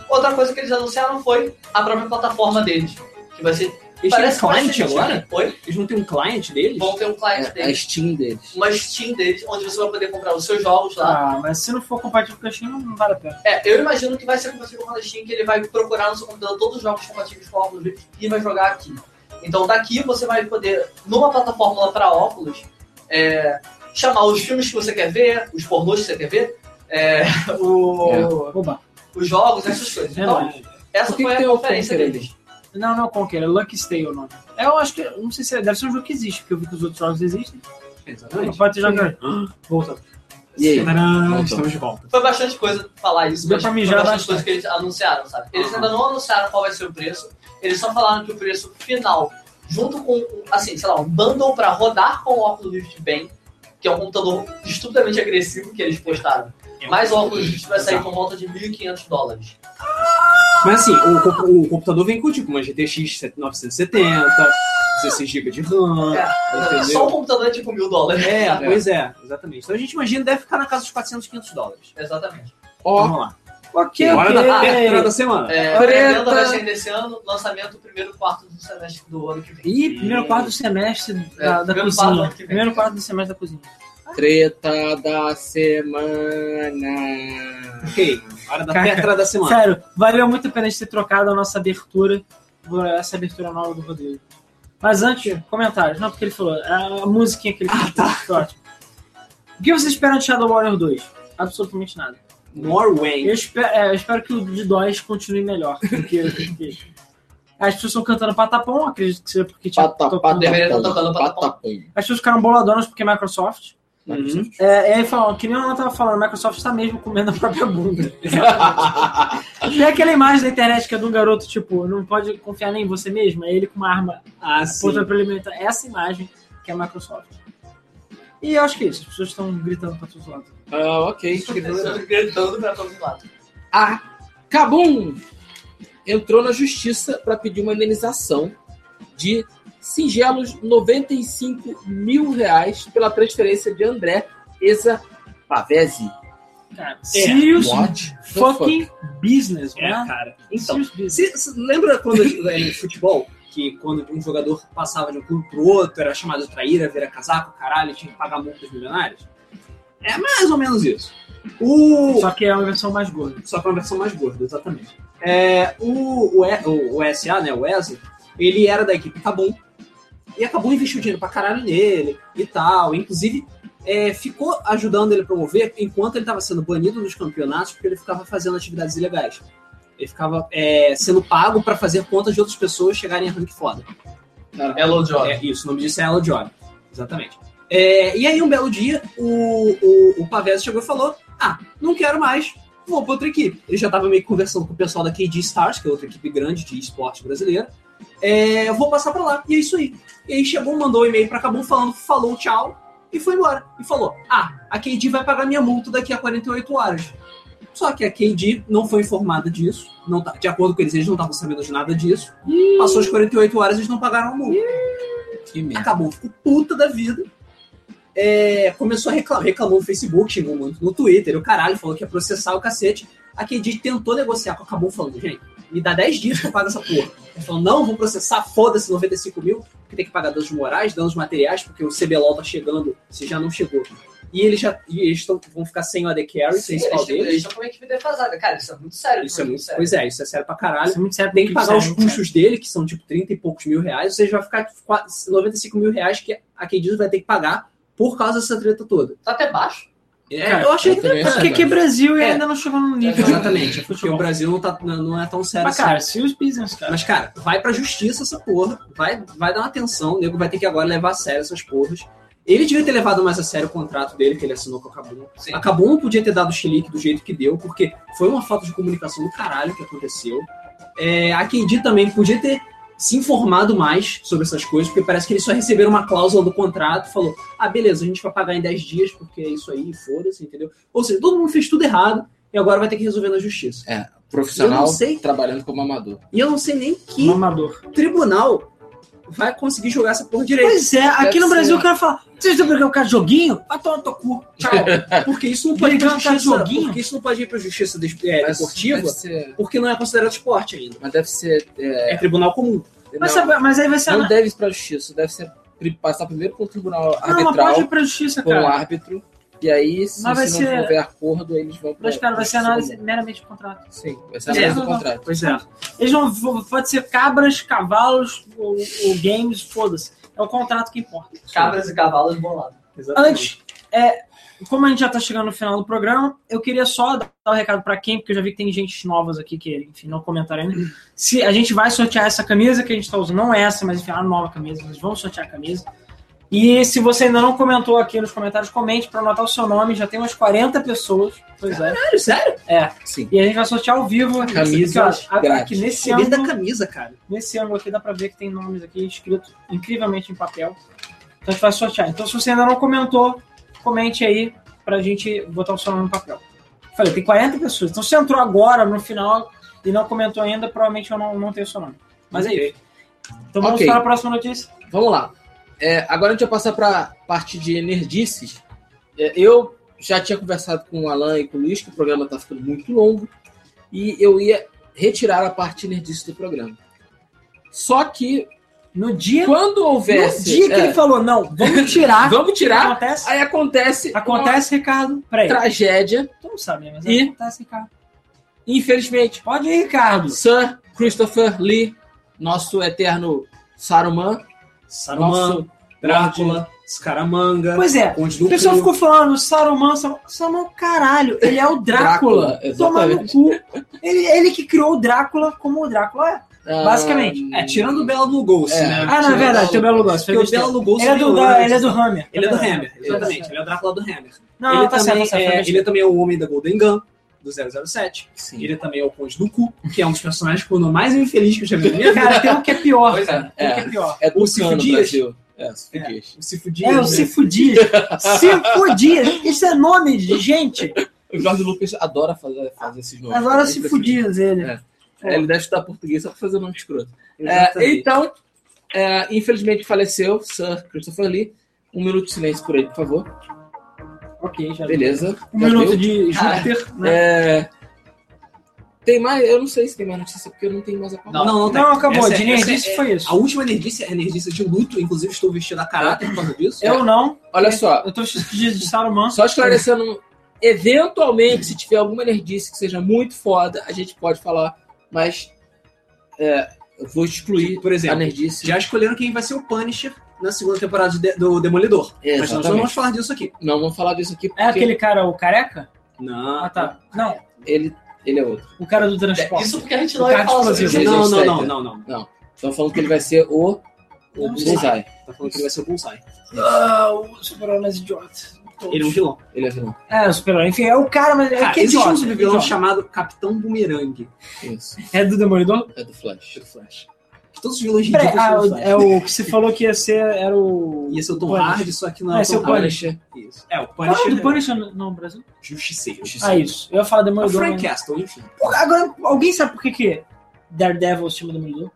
Speaker 4: Outra coisa que eles anunciaram foi a própria plataforma deles. Que vai ser.
Speaker 2: Eles têm um
Speaker 4: que vai
Speaker 2: client
Speaker 4: ser-
Speaker 2: agora?
Speaker 4: Oi?
Speaker 2: Eles não têm um client deles?
Speaker 4: Vão ter um cliente
Speaker 1: É, a
Speaker 4: deles,
Speaker 1: Steam deles.
Speaker 4: uma Steam deles, onde você vai poder comprar os seus jogos lá.
Speaker 3: Ah, mas se não for compatível com a Steam, não vale a pena.
Speaker 4: É, eu imagino que vai ser compatível com a Steam, que ele vai procurar no seu computador todos os jogos compatíveis com o óculos Rift e vai jogar aqui. Então daqui você vai poder, numa plataforma para óculos, é, chamar os filmes que você quer ver, os pornôs que você quer ver, é, o-
Speaker 3: Oba.
Speaker 4: os jogos, essas coisas.
Speaker 3: É
Speaker 4: Então,
Speaker 3: nóis.
Speaker 4: essa
Speaker 1: Por que
Speaker 4: foi
Speaker 1: que
Speaker 4: a
Speaker 1: tem É. o
Speaker 4: conferência
Speaker 1: Conquer
Speaker 4: deles.
Speaker 3: Não, não é o Conquer, é Lucky Stay o nome. É, Eu acho que, não sei se é, deve ser um jogo que existe, porque eu vi que os outros jogos existem. Não
Speaker 2: Exatamente.
Speaker 3: pode ter jogado. Volta.
Speaker 1: E aí? Então,
Speaker 3: Tcharam,
Speaker 1: Voltou.
Speaker 3: Estamos de volta.
Speaker 4: Foi bastante coisa pra falar isso,
Speaker 3: Deu
Speaker 4: mas
Speaker 3: pra
Speaker 4: foi
Speaker 3: mijar
Speaker 4: bastante
Speaker 3: bastante.
Speaker 4: coisa que eles anunciaram, sabe? Eles
Speaker 2: Aham.
Speaker 4: ainda não anunciaram qual vai ser o preço, eles só falaram que o preço final, junto com, assim, sei lá, um bundle pra rodar com o óculos Rift bem, que é um computador estupidamente agressivo que eles postaram,
Speaker 3: É um
Speaker 4: mas o óculos Rift vai sair por volta de 1.500 dólares.
Speaker 2: Mas assim, o, co- o computador vem com tipo uma GTX 970, 16 GB de RAM,
Speaker 4: Só o
Speaker 2: entendeu?
Speaker 4: computador é tipo mil dólares.
Speaker 2: É, pois é, exatamente. Então a gente imagina deve ficar na casa dos 400, 500 dólares.
Speaker 4: Exatamente.
Speaker 1: Ó,
Speaker 2: Vamos lá.
Speaker 3: Ok,
Speaker 2: Hora da abertura
Speaker 3: ok.
Speaker 2: da semana.
Speaker 4: É,
Speaker 1: Preta.
Speaker 4: a venda vai sair desse ano, lançamento primeiro quarto do semestre do ano que vem.
Speaker 3: Ih, primeiro quarto do semestre da, da
Speaker 4: É, primeiro quarto do
Speaker 3: cozinha.
Speaker 4: ano que vem.
Speaker 3: primeiro quarto do semestre da cozinha.
Speaker 1: treta da semana.
Speaker 2: Ok, hora da
Speaker 3: Caraca.
Speaker 2: tetra da semana.
Speaker 3: Sério, valeu muito a pena a gente ter trocado a nossa abertura vou olhar essa abertura nova do Rodrigo. Mas antes, comentários. Não, porque ele falou. A musiquinha
Speaker 4: Ah,
Speaker 3: que ele fez. Foi
Speaker 4: tá.
Speaker 3: ótimo. O que vocês esperam de Shadow Warrior 2? Absolutamente nada.
Speaker 2: Norway.
Speaker 3: Eu espero, é, eu espero que o de Dóis continue melhor. Porque, porque as pessoas estão cantando patapão, acredito que seja porque tinha. tocando-
Speaker 4: deveria estar tocando
Speaker 5: patapão.
Speaker 3: As pessoas ficaram boladonas porque é Microsoft.
Speaker 2: Uhum.
Speaker 3: É, e aí falam, que nem eu tava falando, a Microsoft está mesmo comendo a própria bunda. Tem aquela imagem da internet que é de um garoto, tipo, não pode confiar nem em você mesmo, é ele com uma arma
Speaker 2: Ah,
Speaker 3: outra
Speaker 2: sim.
Speaker 3: pra alimentar. Essa imagem que é a Microsoft. E eu acho que é isso, as pessoas estão gritando pra todos os lados.
Speaker 1: Ah, ok.
Speaker 4: Pessoas gritando pra todos os lados.
Speaker 1: A Kabum entrou na justiça para pedir uma indenização de singelos 95 mil reais pela transferência de André Eza Pavese.
Speaker 3: Cara, serious
Speaker 1: What the
Speaker 3: fucking business,
Speaker 2: É,
Speaker 3: né?
Speaker 2: cara. Então,
Speaker 3: serious business.
Speaker 2: Você, você lembra quando é, em futebol, que quando um jogador passava de um clube pro outro, era chamado de traíra, vira casaco, caralho, tinha que pagar multas milionárias? É mais ou menos isso. O...
Speaker 3: Só que é uma versão mais gorda.
Speaker 2: Só que uma versão mais gorda, exatamente. É, o, o, E- o, o SA, né, o ESA, ele era da equipe Cabum, e acabou investiu dinheiro pra caralho nele e tal. Inclusive, é, ficou ajudando ele a promover enquanto ele tava sendo banido dos campeonatos porque ele ficava fazendo atividades ilegais. Ele ficava é, sendo pago pra fazer contas de outras pessoas chegarem a rank foda.
Speaker 4: Hello, Job.
Speaker 2: É, isso, o nome disso é Ella Job. Exatamente. É, e aí, um belo dia, o, o, o Pavese chegou e falou: Ah, não quero mais, vou pra outra equipe. Ele já tava meio que conversando com o pessoal da KD Stars, que é outra equipe grande de esporte brasileira. É, eu vou passar pra lá. E é isso aí. E aí chegou, mandou um e-mail pra Cabum falando, falou tchau, e foi embora. E falou: Ah, a KD vai pagar minha multa daqui a 48 horas. Só que a KD não foi informada disso. Não tá- de acordo com eles, eles não estavam sabendo de nada disso. Passou as 48 horas e eles não pagaram a multa.
Speaker 1: Que merda.
Speaker 2: Acabou, ficou puta da vida. É, começou a reclamar, reclamou no Facebook, xingou muito no Twitter, o caralho, falou que ia processar o cacete. A KD tentou negociar com a Cabum falando, gente, me dá 10 dias que eu pago essa porra. Ele falou, não, vou processar, foda-se 95 mil, porque tem que pagar danos morais, danos materiais, porque o CBLOL tá chegando, se já não chegou. E eles já e eles tão- vão ficar sem o AD Carry, sem
Speaker 4: Eles
Speaker 2: spawn
Speaker 4: estão- eles
Speaker 2: deles.
Speaker 4: estão com uma equipe defasada. Cara, isso é muito sério.
Speaker 2: Isso é muito,
Speaker 4: sério.
Speaker 2: pois é, isso é sério pra caralho.
Speaker 3: Isso é muito sério,
Speaker 2: Tem que pagar os
Speaker 3: sério,
Speaker 2: custos dele, que são tipo 30 e poucos mil reais, ou seja, vai ficar tipo, quase 95 mil reais que a Kendido vai ter que pagar por causa dessa treta toda.
Speaker 4: Tá até baixo.
Speaker 2: É,
Speaker 3: Cara,
Speaker 2: eu achei
Speaker 1: eu também né?
Speaker 2: que.
Speaker 3: É porque aqui é Brasil e
Speaker 2: É.
Speaker 3: ainda não chegou no nível.
Speaker 2: Exatamente, é porque
Speaker 3: Futebol.
Speaker 2: o Brasil não, tá, não não é tão sério
Speaker 3: Mas,
Speaker 2: assim.
Speaker 3: cara, serious business, cara.
Speaker 2: Mas, cara, vai pra justiça essa porra. Vai, vai dar uma atenção. O nego vai ter que agora levar a sério essas porras. Ele devia ter levado mais a sério o contrato dele que ele assinou com a Cabum.
Speaker 4: Sim.
Speaker 2: A Cabum não podia ter dado o chilique do jeito que deu, porque foi uma falta de comunicação do caralho que aconteceu. É, a Kendi também podia ter se informado mais sobre essas coisas, porque parece que eles só receberam uma cláusula do contrato, falou, ah, beleza, a gente vai pagar em 10 dias, porque é isso aí, foda-se, entendeu? Ou seja, todo mundo fez tudo errado, e agora vai ter que resolver na justiça. Eu
Speaker 5: Profissional
Speaker 2: não sei.
Speaker 5: trabalhando como amador.
Speaker 2: E eu não sei nem que
Speaker 3: Um Mamador.
Speaker 2: tribunal vai conseguir jogar essa porra direito.
Speaker 3: Pois é, aqui
Speaker 1: Deve
Speaker 3: no Brasil
Speaker 1: ser.
Speaker 3: o cara fala: vocês estão brincando com cara de joguinho? Vai tomar no teu cu.
Speaker 2: Tchau. Porque isso não pode ir pra
Speaker 3: Brincando com
Speaker 2: justiça,
Speaker 3: joguinho?
Speaker 2: porque isso não pode ir pra justiça des- é,
Speaker 1: Mas
Speaker 2: desportiva,
Speaker 1: Deve ser,
Speaker 2: porque não é considerado esporte ainda.
Speaker 1: mas deve ser. é,
Speaker 2: É, tribunal comum.
Speaker 3: Mas,
Speaker 1: não,
Speaker 3: sabe- mas aí vai ser.
Speaker 1: não
Speaker 3: Não,
Speaker 1: deve ir pra justiça, deve ser pri- passar primeiro pro tribunal
Speaker 3: mas pode ir
Speaker 1: arbitral,
Speaker 3: pra justiça,
Speaker 1: com o
Speaker 3: cara.
Speaker 1: árbitro, e aí, se,
Speaker 3: Mas vai
Speaker 1: se
Speaker 3: ser-
Speaker 1: não houver acordo, eles vão pra.
Speaker 3: Mas, cara, vai ser
Speaker 1: justiça
Speaker 3: análise
Speaker 1: comum.
Speaker 3: meramente de contrato.
Speaker 1: Sim, vai ser análise
Speaker 3: É.
Speaker 1: do contrato.
Speaker 3: Pois é. Eles não. vão- Pode ser cabras, cavalos, ou, ou games, foda-se. É o contrato que importa.
Speaker 4: Cabras e cavalos bolados.
Speaker 3: Antes, é, como a gente já tá chegando no final do programa, eu queria só dar um recado pra quem, porque eu já vi que tem gente novas aqui que, enfim, não comentaram ainda. Se a gente vai sortear essa camisa que a gente tá usando, não essa, mas enfim, a nova camisa, nós vamos sortear a camisa. E se você ainda não comentou aqui nos comentários, comente pra anotar o seu nome, já tem umas 40 pessoas. Pois é.
Speaker 2: Sério, sério?
Speaker 1: Sim.
Speaker 3: E a gente vai sortear ao vivo.
Speaker 1: Camisa
Speaker 3: aqui, ó, aqui,
Speaker 1: grátis.
Speaker 3: nesse
Speaker 2: Poder da
Speaker 3: ângulo,
Speaker 2: camisa, cara.
Speaker 3: nesse ângulo aqui dá pra ver que tem nomes aqui escritos incrivelmente em papel. Então a gente vai sortear. Então se você ainda não comentou, comente aí pra gente botar o seu nome no papel. Falei, tem 40 pessoas. Então se você entrou agora no final e não comentou ainda, provavelmente eu não, não tenho seu nome. Mas é isso. Então vamos
Speaker 1: Ok.
Speaker 3: para a próxima notícia.
Speaker 1: Vamos lá. É, agora a gente vai passar para parte de nerdices. É, eu já tinha conversado com o Alan e com o Luiz que o programa está ficando muito longo e eu ia retirar a parte nerdice do programa. Só que
Speaker 3: No dia, no
Speaker 1: quando houvesse...
Speaker 3: dia que
Speaker 1: é,
Speaker 3: ele falou, não, vamos tirar.
Speaker 1: Vamos tirar?
Speaker 3: Acontece,
Speaker 1: Aí acontece,
Speaker 3: acontece Ricardo.
Speaker 1: uma
Speaker 3: Peraí.
Speaker 1: tragédia.
Speaker 3: Tu não sabe, né? Mas
Speaker 1: E?
Speaker 3: acontece, Ricardo.
Speaker 1: Infelizmente,
Speaker 3: Pode ir, Ricardo.
Speaker 1: Sir Christopher Lee nosso eterno Saruman,
Speaker 2: Saruman,
Speaker 1: nosso
Speaker 2: Drácula, Scaramanga.
Speaker 3: Pois é,
Speaker 2: Conde
Speaker 3: o
Speaker 2: do
Speaker 3: pessoal
Speaker 2: Cu.
Speaker 3: ficou falando Saruman, Saruman, Saruman, caralho, ele é o Drácula.
Speaker 1: Drácula,
Speaker 3: Toma no
Speaker 1: exatamente.
Speaker 3: cu. Ele, ele que criou o Drácula como o Drácula é.
Speaker 1: ah,
Speaker 3: Basicamente.
Speaker 2: É, tirando o Bela Lugosi,
Speaker 1: É.
Speaker 2: né?
Speaker 3: Ah, não, é verdade, tem o Belo Lugosi. foi
Speaker 2: Porque o
Speaker 3: besteira.
Speaker 2: Bela Lugosi
Speaker 3: Ele é do,
Speaker 2: veio
Speaker 3: da,
Speaker 2: antes.
Speaker 3: ele é do Hammer.
Speaker 2: Ele é do Hammer,
Speaker 1: Isso.
Speaker 2: exatamente. Ele é o Drácula do Hammer.
Speaker 3: Não,
Speaker 2: ele,
Speaker 3: tá certo,
Speaker 2: também
Speaker 3: tá certo, foi
Speaker 2: é,
Speaker 3: besteira.
Speaker 2: ele é também é o homem da Golden Gun, do 007.
Speaker 1: Sim.
Speaker 2: Ele também é o Conde do Cu, que é um dos personagens que eu ando mais infeliz que eu já vi na minha vida.
Speaker 3: Cara, tem um que é pior,
Speaker 4: Pois é.
Speaker 3: cara. Tem um que é
Speaker 1: É.
Speaker 3: pior.
Speaker 1: É
Speaker 2: O Cifo
Speaker 1: Tucano no
Speaker 2: Dias.
Speaker 1: Brasil. É, Cifo
Speaker 2: É.
Speaker 1: Dias.
Speaker 2: O Cifo Dias,
Speaker 3: É, o
Speaker 2: né?
Speaker 3: Cifo Dias. Cifo Dias. Isso é nome de gente.
Speaker 1: O Jorge Lucas adora fazer, fazer esses nomes.
Speaker 3: Agora
Speaker 1: Eu
Speaker 3: Cifo
Speaker 1: prefiro.
Speaker 3: Dias, ele.
Speaker 1: É. É, Ele deve estudar português só pra fazer nome escroto. É,
Speaker 2: Exatamente.
Speaker 1: então, é, infelizmente faleceu Sir Christopher Lee. Um minuto de silêncio por ele, por favor.
Speaker 3: Ok, já
Speaker 1: Beleza.
Speaker 3: Um
Speaker 1: Já
Speaker 3: minuto
Speaker 1: deu.
Speaker 3: de Júpiter, né?
Speaker 1: É, Tem mais? Eu não sei se tem mais notícia, porque eu não tenho mais a palavra.
Speaker 2: Não, não, não. tem.
Speaker 3: Não, acabou.
Speaker 2: Essa é-
Speaker 3: de
Speaker 2: essa
Speaker 3: nerdice
Speaker 2: é-
Speaker 3: foi
Speaker 2: A
Speaker 3: isso.
Speaker 2: última energice é energice de luto, inclusive estou vestido a caráter por causa disso.
Speaker 3: Eu não.
Speaker 1: Olha só,
Speaker 3: Eu tô vestido de Saruman.
Speaker 1: só esclarecendo. Eventualmente, se tiver alguma nerdice que seja muito foda, a gente pode falar, mas é, eu vou excluir
Speaker 2: Por
Speaker 1: a
Speaker 2: exemplo,
Speaker 1: nerdice.
Speaker 2: já escolheram quem vai ser o Punisher na segunda temporada de- do Demolidor. Mas nós não
Speaker 1: Exatamente.
Speaker 2: vamos falar disso aqui.
Speaker 1: Não vamos falar disso aqui, porque
Speaker 3: É aquele cara, o careca?
Speaker 2: Não.
Speaker 3: Ah, tá. Não,
Speaker 1: ele, ele é outro.
Speaker 3: o cara do transporte.
Speaker 4: Isso porque a gente
Speaker 3: O
Speaker 4: não é
Speaker 3: cara
Speaker 4: ia falar sobre
Speaker 3: explosivo.
Speaker 2: Não, não,
Speaker 4: isso.
Speaker 2: não,
Speaker 3: né?
Speaker 1: Jason
Speaker 2: não, não.
Speaker 1: Estão falando que ele vai ser o, o
Speaker 3: Não sei.
Speaker 1: Bullseye.
Speaker 2: Tá falando que ele vai ser o Bullseye.
Speaker 3: Ah, o super-homem é idiota. Todos.
Speaker 2: Ele é um vilão.
Speaker 1: Ele é vilão.
Speaker 3: É, o super-homem. Enfim, é o cara, mas é
Speaker 2: Cara,
Speaker 3: que é
Speaker 2: existe
Speaker 3: idiota.
Speaker 2: um subvilão
Speaker 3: idiota.
Speaker 2: chamado Capitão Boomerang.
Speaker 1: Isso.
Speaker 3: É do Demolidor?
Speaker 1: É do Flash.
Speaker 2: do Flash. Que todos os vilões
Speaker 3: Peraí,
Speaker 2: ridículos
Speaker 3: ah,
Speaker 2: são do
Speaker 3: o-
Speaker 2: Flash.
Speaker 3: é o que você falou que ia ser, era o...
Speaker 2: Ia ser é o Tom
Speaker 3: Punisher.
Speaker 2: Hardy, só que não
Speaker 3: Ah,
Speaker 2: é
Speaker 3: esse é
Speaker 2: o
Speaker 3: o
Speaker 2: Tom Hardy.
Speaker 1: Punisher.
Speaker 2: Isso. É, o
Speaker 3: Qual é o
Speaker 2: Punisher
Speaker 3: do Punisher no, no Brasil?
Speaker 2: é Justiceiro.
Speaker 3: Ah, isso. Eu ia falar
Speaker 2: O
Speaker 3: Demolidor.
Speaker 2: Frank
Speaker 3: mas-
Speaker 2: Castle, enfim.
Speaker 3: Porra, Agora, alguém sabe por que que Daredevil se chama Demolidor?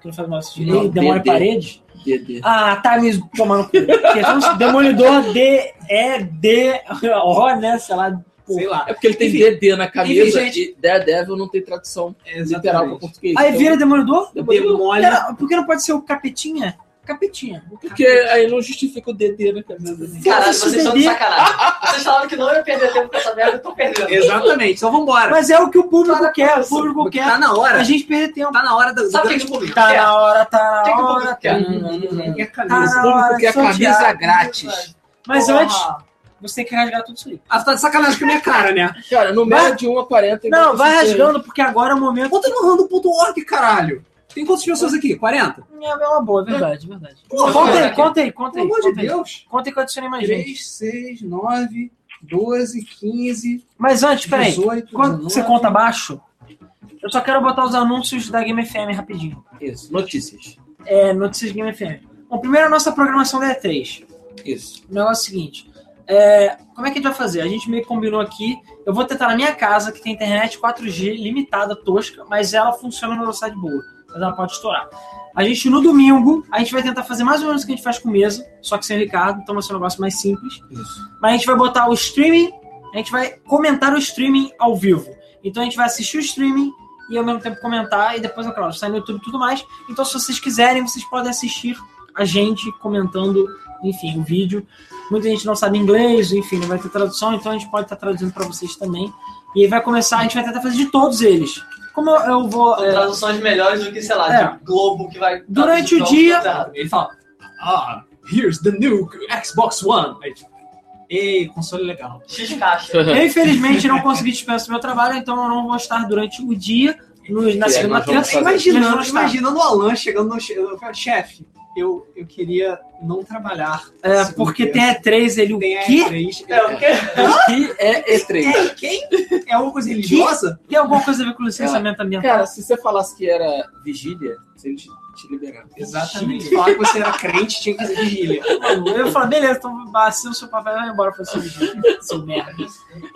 Speaker 3: Que não faz mais sentido.
Speaker 1: Não,
Speaker 3: Ele demora
Speaker 1: DD.
Speaker 3: parede?
Speaker 1: DD.
Speaker 3: Ah, tá mesmo tomando cu. Porque é tão- Demolidor D, E, D, O, né? Sei lá. Pô.
Speaker 2: Sei lá.
Speaker 1: É porque ele tem
Speaker 2: Enfim.
Speaker 1: DD na camisa
Speaker 2: Enfim, gente.
Speaker 1: e Daredevil não tem tradução
Speaker 3: é
Speaker 1: literal para português.
Speaker 3: Aí
Speaker 1: Então,
Speaker 3: vira Demolidor?
Speaker 1: Demolidor.
Speaker 2: Demole.
Speaker 3: Pera, por que não pode ser o Capetinha? Capetinha.
Speaker 1: Porque aí não justifica o DD na camisa.
Speaker 4: Caralho,
Speaker 3: Foda-se
Speaker 4: vocês
Speaker 3: o
Speaker 4: estão de
Speaker 3: DD.
Speaker 4: sacanagem. Vocês falaram que não ia perder tempo com essa merda, eu tô perdendo.
Speaker 2: Exatamente. Então vambora.
Speaker 3: Mas é o que o público
Speaker 4: Para
Speaker 3: quer. O
Speaker 4: isso.
Speaker 3: público
Speaker 2: Tá
Speaker 3: quer
Speaker 2: na
Speaker 3: a
Speaker 2: hora.
Speaker 3: gente perder tempo.
Speaker 2: Tá na hora da.
Speaker 4: Sabe o
Speaker 2: da-
Speaker 4: que o público
Speaker 3: Tá
Speaker 4: quer?
Speaker 3: na hora, tá
Speaker 4: Tem que
Speaker 3: na
Speaker 4: pôr
Speaker 3: hora.
Speaker 4: que é.
Speaker 3: tá na hora.
Speaker 2: E a
Speaker 3: Tá
Speaker 2: camisa?
Speaker 3: na
Speaker 1: O público
Speaker 3: hora,
Speaker 1: quer
Speaker 3: sortear.
Speaker 1: camisa grátis.
Speaker 3: Mas
Speaker 4: Porra.
Speaker 3: antes, você tem que rasgar tudo isso aí.
Speaker 2: Ah, tá de sacanagem com a minha cara, né?
Speaker 1: Cara, no
Speaker 3: Vai-
Speaker 1: meio de 1 a 40. igual
Speaker 3: Não,
Speaker 1: você
Speaker 3: vai
Speaker 1: tem.
Speaker 3: rasgando, porque agora é o momento.
Speaker 2: Conta no random.org, caralho. Tem quantas pessoas aqui? 40?
Speaker 3: É uma boa, é verdade, é verdade.
Speaker 2: Porra,
Speaker 3: conta
Speaker 2: cara.
Speaker 3: aí, conta aí, conta
Speaker 2: Pelo
Speaker 3: aí.
Speaker 2: amor de
Speaker 3: Conta aí,
Speaker 2: Deus.
Speaker 3: Conta aí que eu adicionei mais gente.
Speaker 2: 3, 6, 9, 12, 15,
Speaker 3: Mas antes, peraí.
Speaker 2: 18,
Speaker 3: Quando você
Speaker 2: 19.
Speaker 3: conta baixo, eu só quero botar os anúncios da Game FM rapidinho.
Speaker 1: Isso, notícias.
Speaker 3: É, notícias de Game FM. Bom, primeiro a nossa programação da E3.
Speaker 1: Isso.
Speaker 3: O negócio é o seguinte. é, como é que a gente vai fazer? A gente meio que combinou aqui. Eu vou tentar na minha casa, que tem internet 4G limitada, tosca, mas ela funciona na velocidade boa. Mas ela pode estourar. A gente, no domingo, a gente vai tentar fazer mais ou menos o que a gente faz com mesa, só que sem o Ricardo, então vai ser um negócio mais simples.
Speaker 1: Isso.
Speaker 3: Mas a gente vai botar o streaming, a gente vai comentar o streaming ao vivo. Então a gente vai assistir o streaming e ao mesmo tempo comentar, e depois, é claro, sai no YouTube e tudo mais. Então, se vocês quiserem, vocês podem assistir a gente comentando, enfim, o vídeo. Muita gente não sabe inglês, enfim, não vai ter tradução, então a gente pode estar traduzindo para vocês também. E aí vai começar, a gente vai tentar fazer de todos eles. Como eu, eu vou.
Speaker 4: Com
Speaker 3: é,
Speaker 4: traduções melhores do que, sei lá,
Speaker 3: É.
Speaker 4: de Globo que vai.
Speaker 3: Durante o
Speaker 4: traduzir
Speaker 3: dia-
Speaker 4: tudo errado.
Speaker 2: Ele fala: Ah, here's the new Xbox One. Aí, tipo, Ei, console legal.
Speaker 4: X caixa.
Speaker 1: É.
Speaker 3: Eu, infelizmente, não consegui dispensa do meu trabalho, então eu não vou estar durante o dia, no- na
Speaker 1: E aí
Speaker 3: segunda,
Speaker 1: nós vamos
Speaker 3: terça.
Speaker 1: fazer.
Speaker 3: Nós
Speaker 2: Imaginando,
Speaker 3: vamos estar.
Speaker 2: imaginando o Alan chegando no che- eu falo, chefe. Eu, eu queria não trabalhar.
Speaker 3: É, porque tem E3, ele o
Speaker 2: tem a
Speaker 3: quê?
Speaker 2: E3.
Speaker 4: É, o quê?
Speaker 1: Aqui é E3.
Speaker 2: É, quem? É uma coisa religiosa?
Speaker 3: Tem alguma coisa a ver com licenciamento ambiental?
Speaker 1: Cara, se você falasse que era vigília, você te, te liberava.
Speaker 2: Exatamente. Falar que você era crente tinha que ser vigília.
Speaker 3: Eu ia falar, beleza, então vacina o seu papai vai embora pra seu seu merda.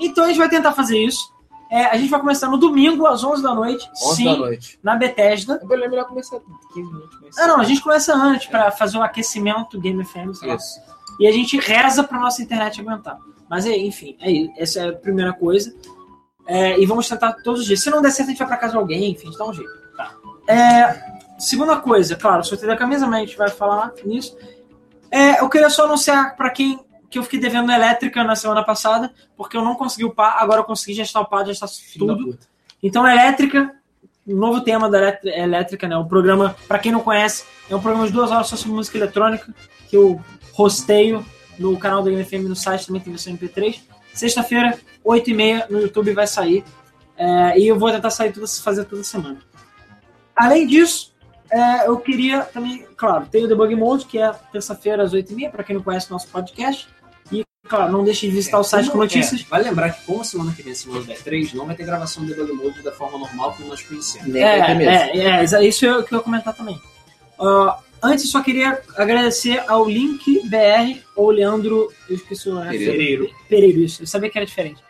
Speaker 3: Então a gente vai tentar fazer isso. É, a gente vai começar no domingo, às 11 da noite.
Speaker 1: 11
Speaker 3: sim,
Speaker 1: da noite.
Speaker 3: na Bethesda.
Speaker 1: Eu falei, é melhor começar 15 minutos mais
Speaker 3: Ah, não, a gente começa antes pra fazer um aquecimento Game FM, sei lá.
Speaker 1: Isso.
Speaker 3: E a gente reza pra nossa internet aguentar. Mas, é, enfim, é isso. Essa é a primeira coisa. É, e vamos tentar todos os dias. Se não der certo, a gente vai pra casa de alguém, enfim, a gente dá um jeito. É, segunda coisa, claro, sorteio da camisa, mas a gente vai falar nisso. É, eu queria só anunciar pra quem que eu fiquei devendo elétrica na semana passada, porque eu não consegui upar, agora eu consegui já está upado, já está
Speaker 1: Filho da
Speaker 3: tudo.
Speaker 1: puta.
Speaker 3: Então, elétrica, um novo tema da elét- elétrica, né? O programa, pra quem não conhece, é um programa de duas horas só sobre música eletrônica, que eu hosteio no canal da MFM no site, também tem versão MP3. Sexta-feira, 8h30, no YouTube vai sair. É, e eu vou tentar sair toda, fazer toda semana. Além disso, é, eu queria também, claro, tem o Debug Mode, que é terça-feira às 8h30, pra quem não conhece o nosso podcast. E, claro, não deixe de visitar o site com
Speaker 2: Como-
Speaker 3: notícias.
Speaker 2: é, vale lembrar que como a semana que vem, a semana da E3, não vai ter gravação do Debug Mode da forma normal como nós conhecemos.
Speaker 5: Nem vai ter mesmo.
Speaker 3: É, é, é, isso- isso é o que eu ia comentar também. Ah, antes, eu só queria agradecer ao Link BR, ou Leandro, eu esqueci o nome.
Speaker 5: Pereira.
Speaker 3: Pereiro, isso. Eu sabia que era diferente.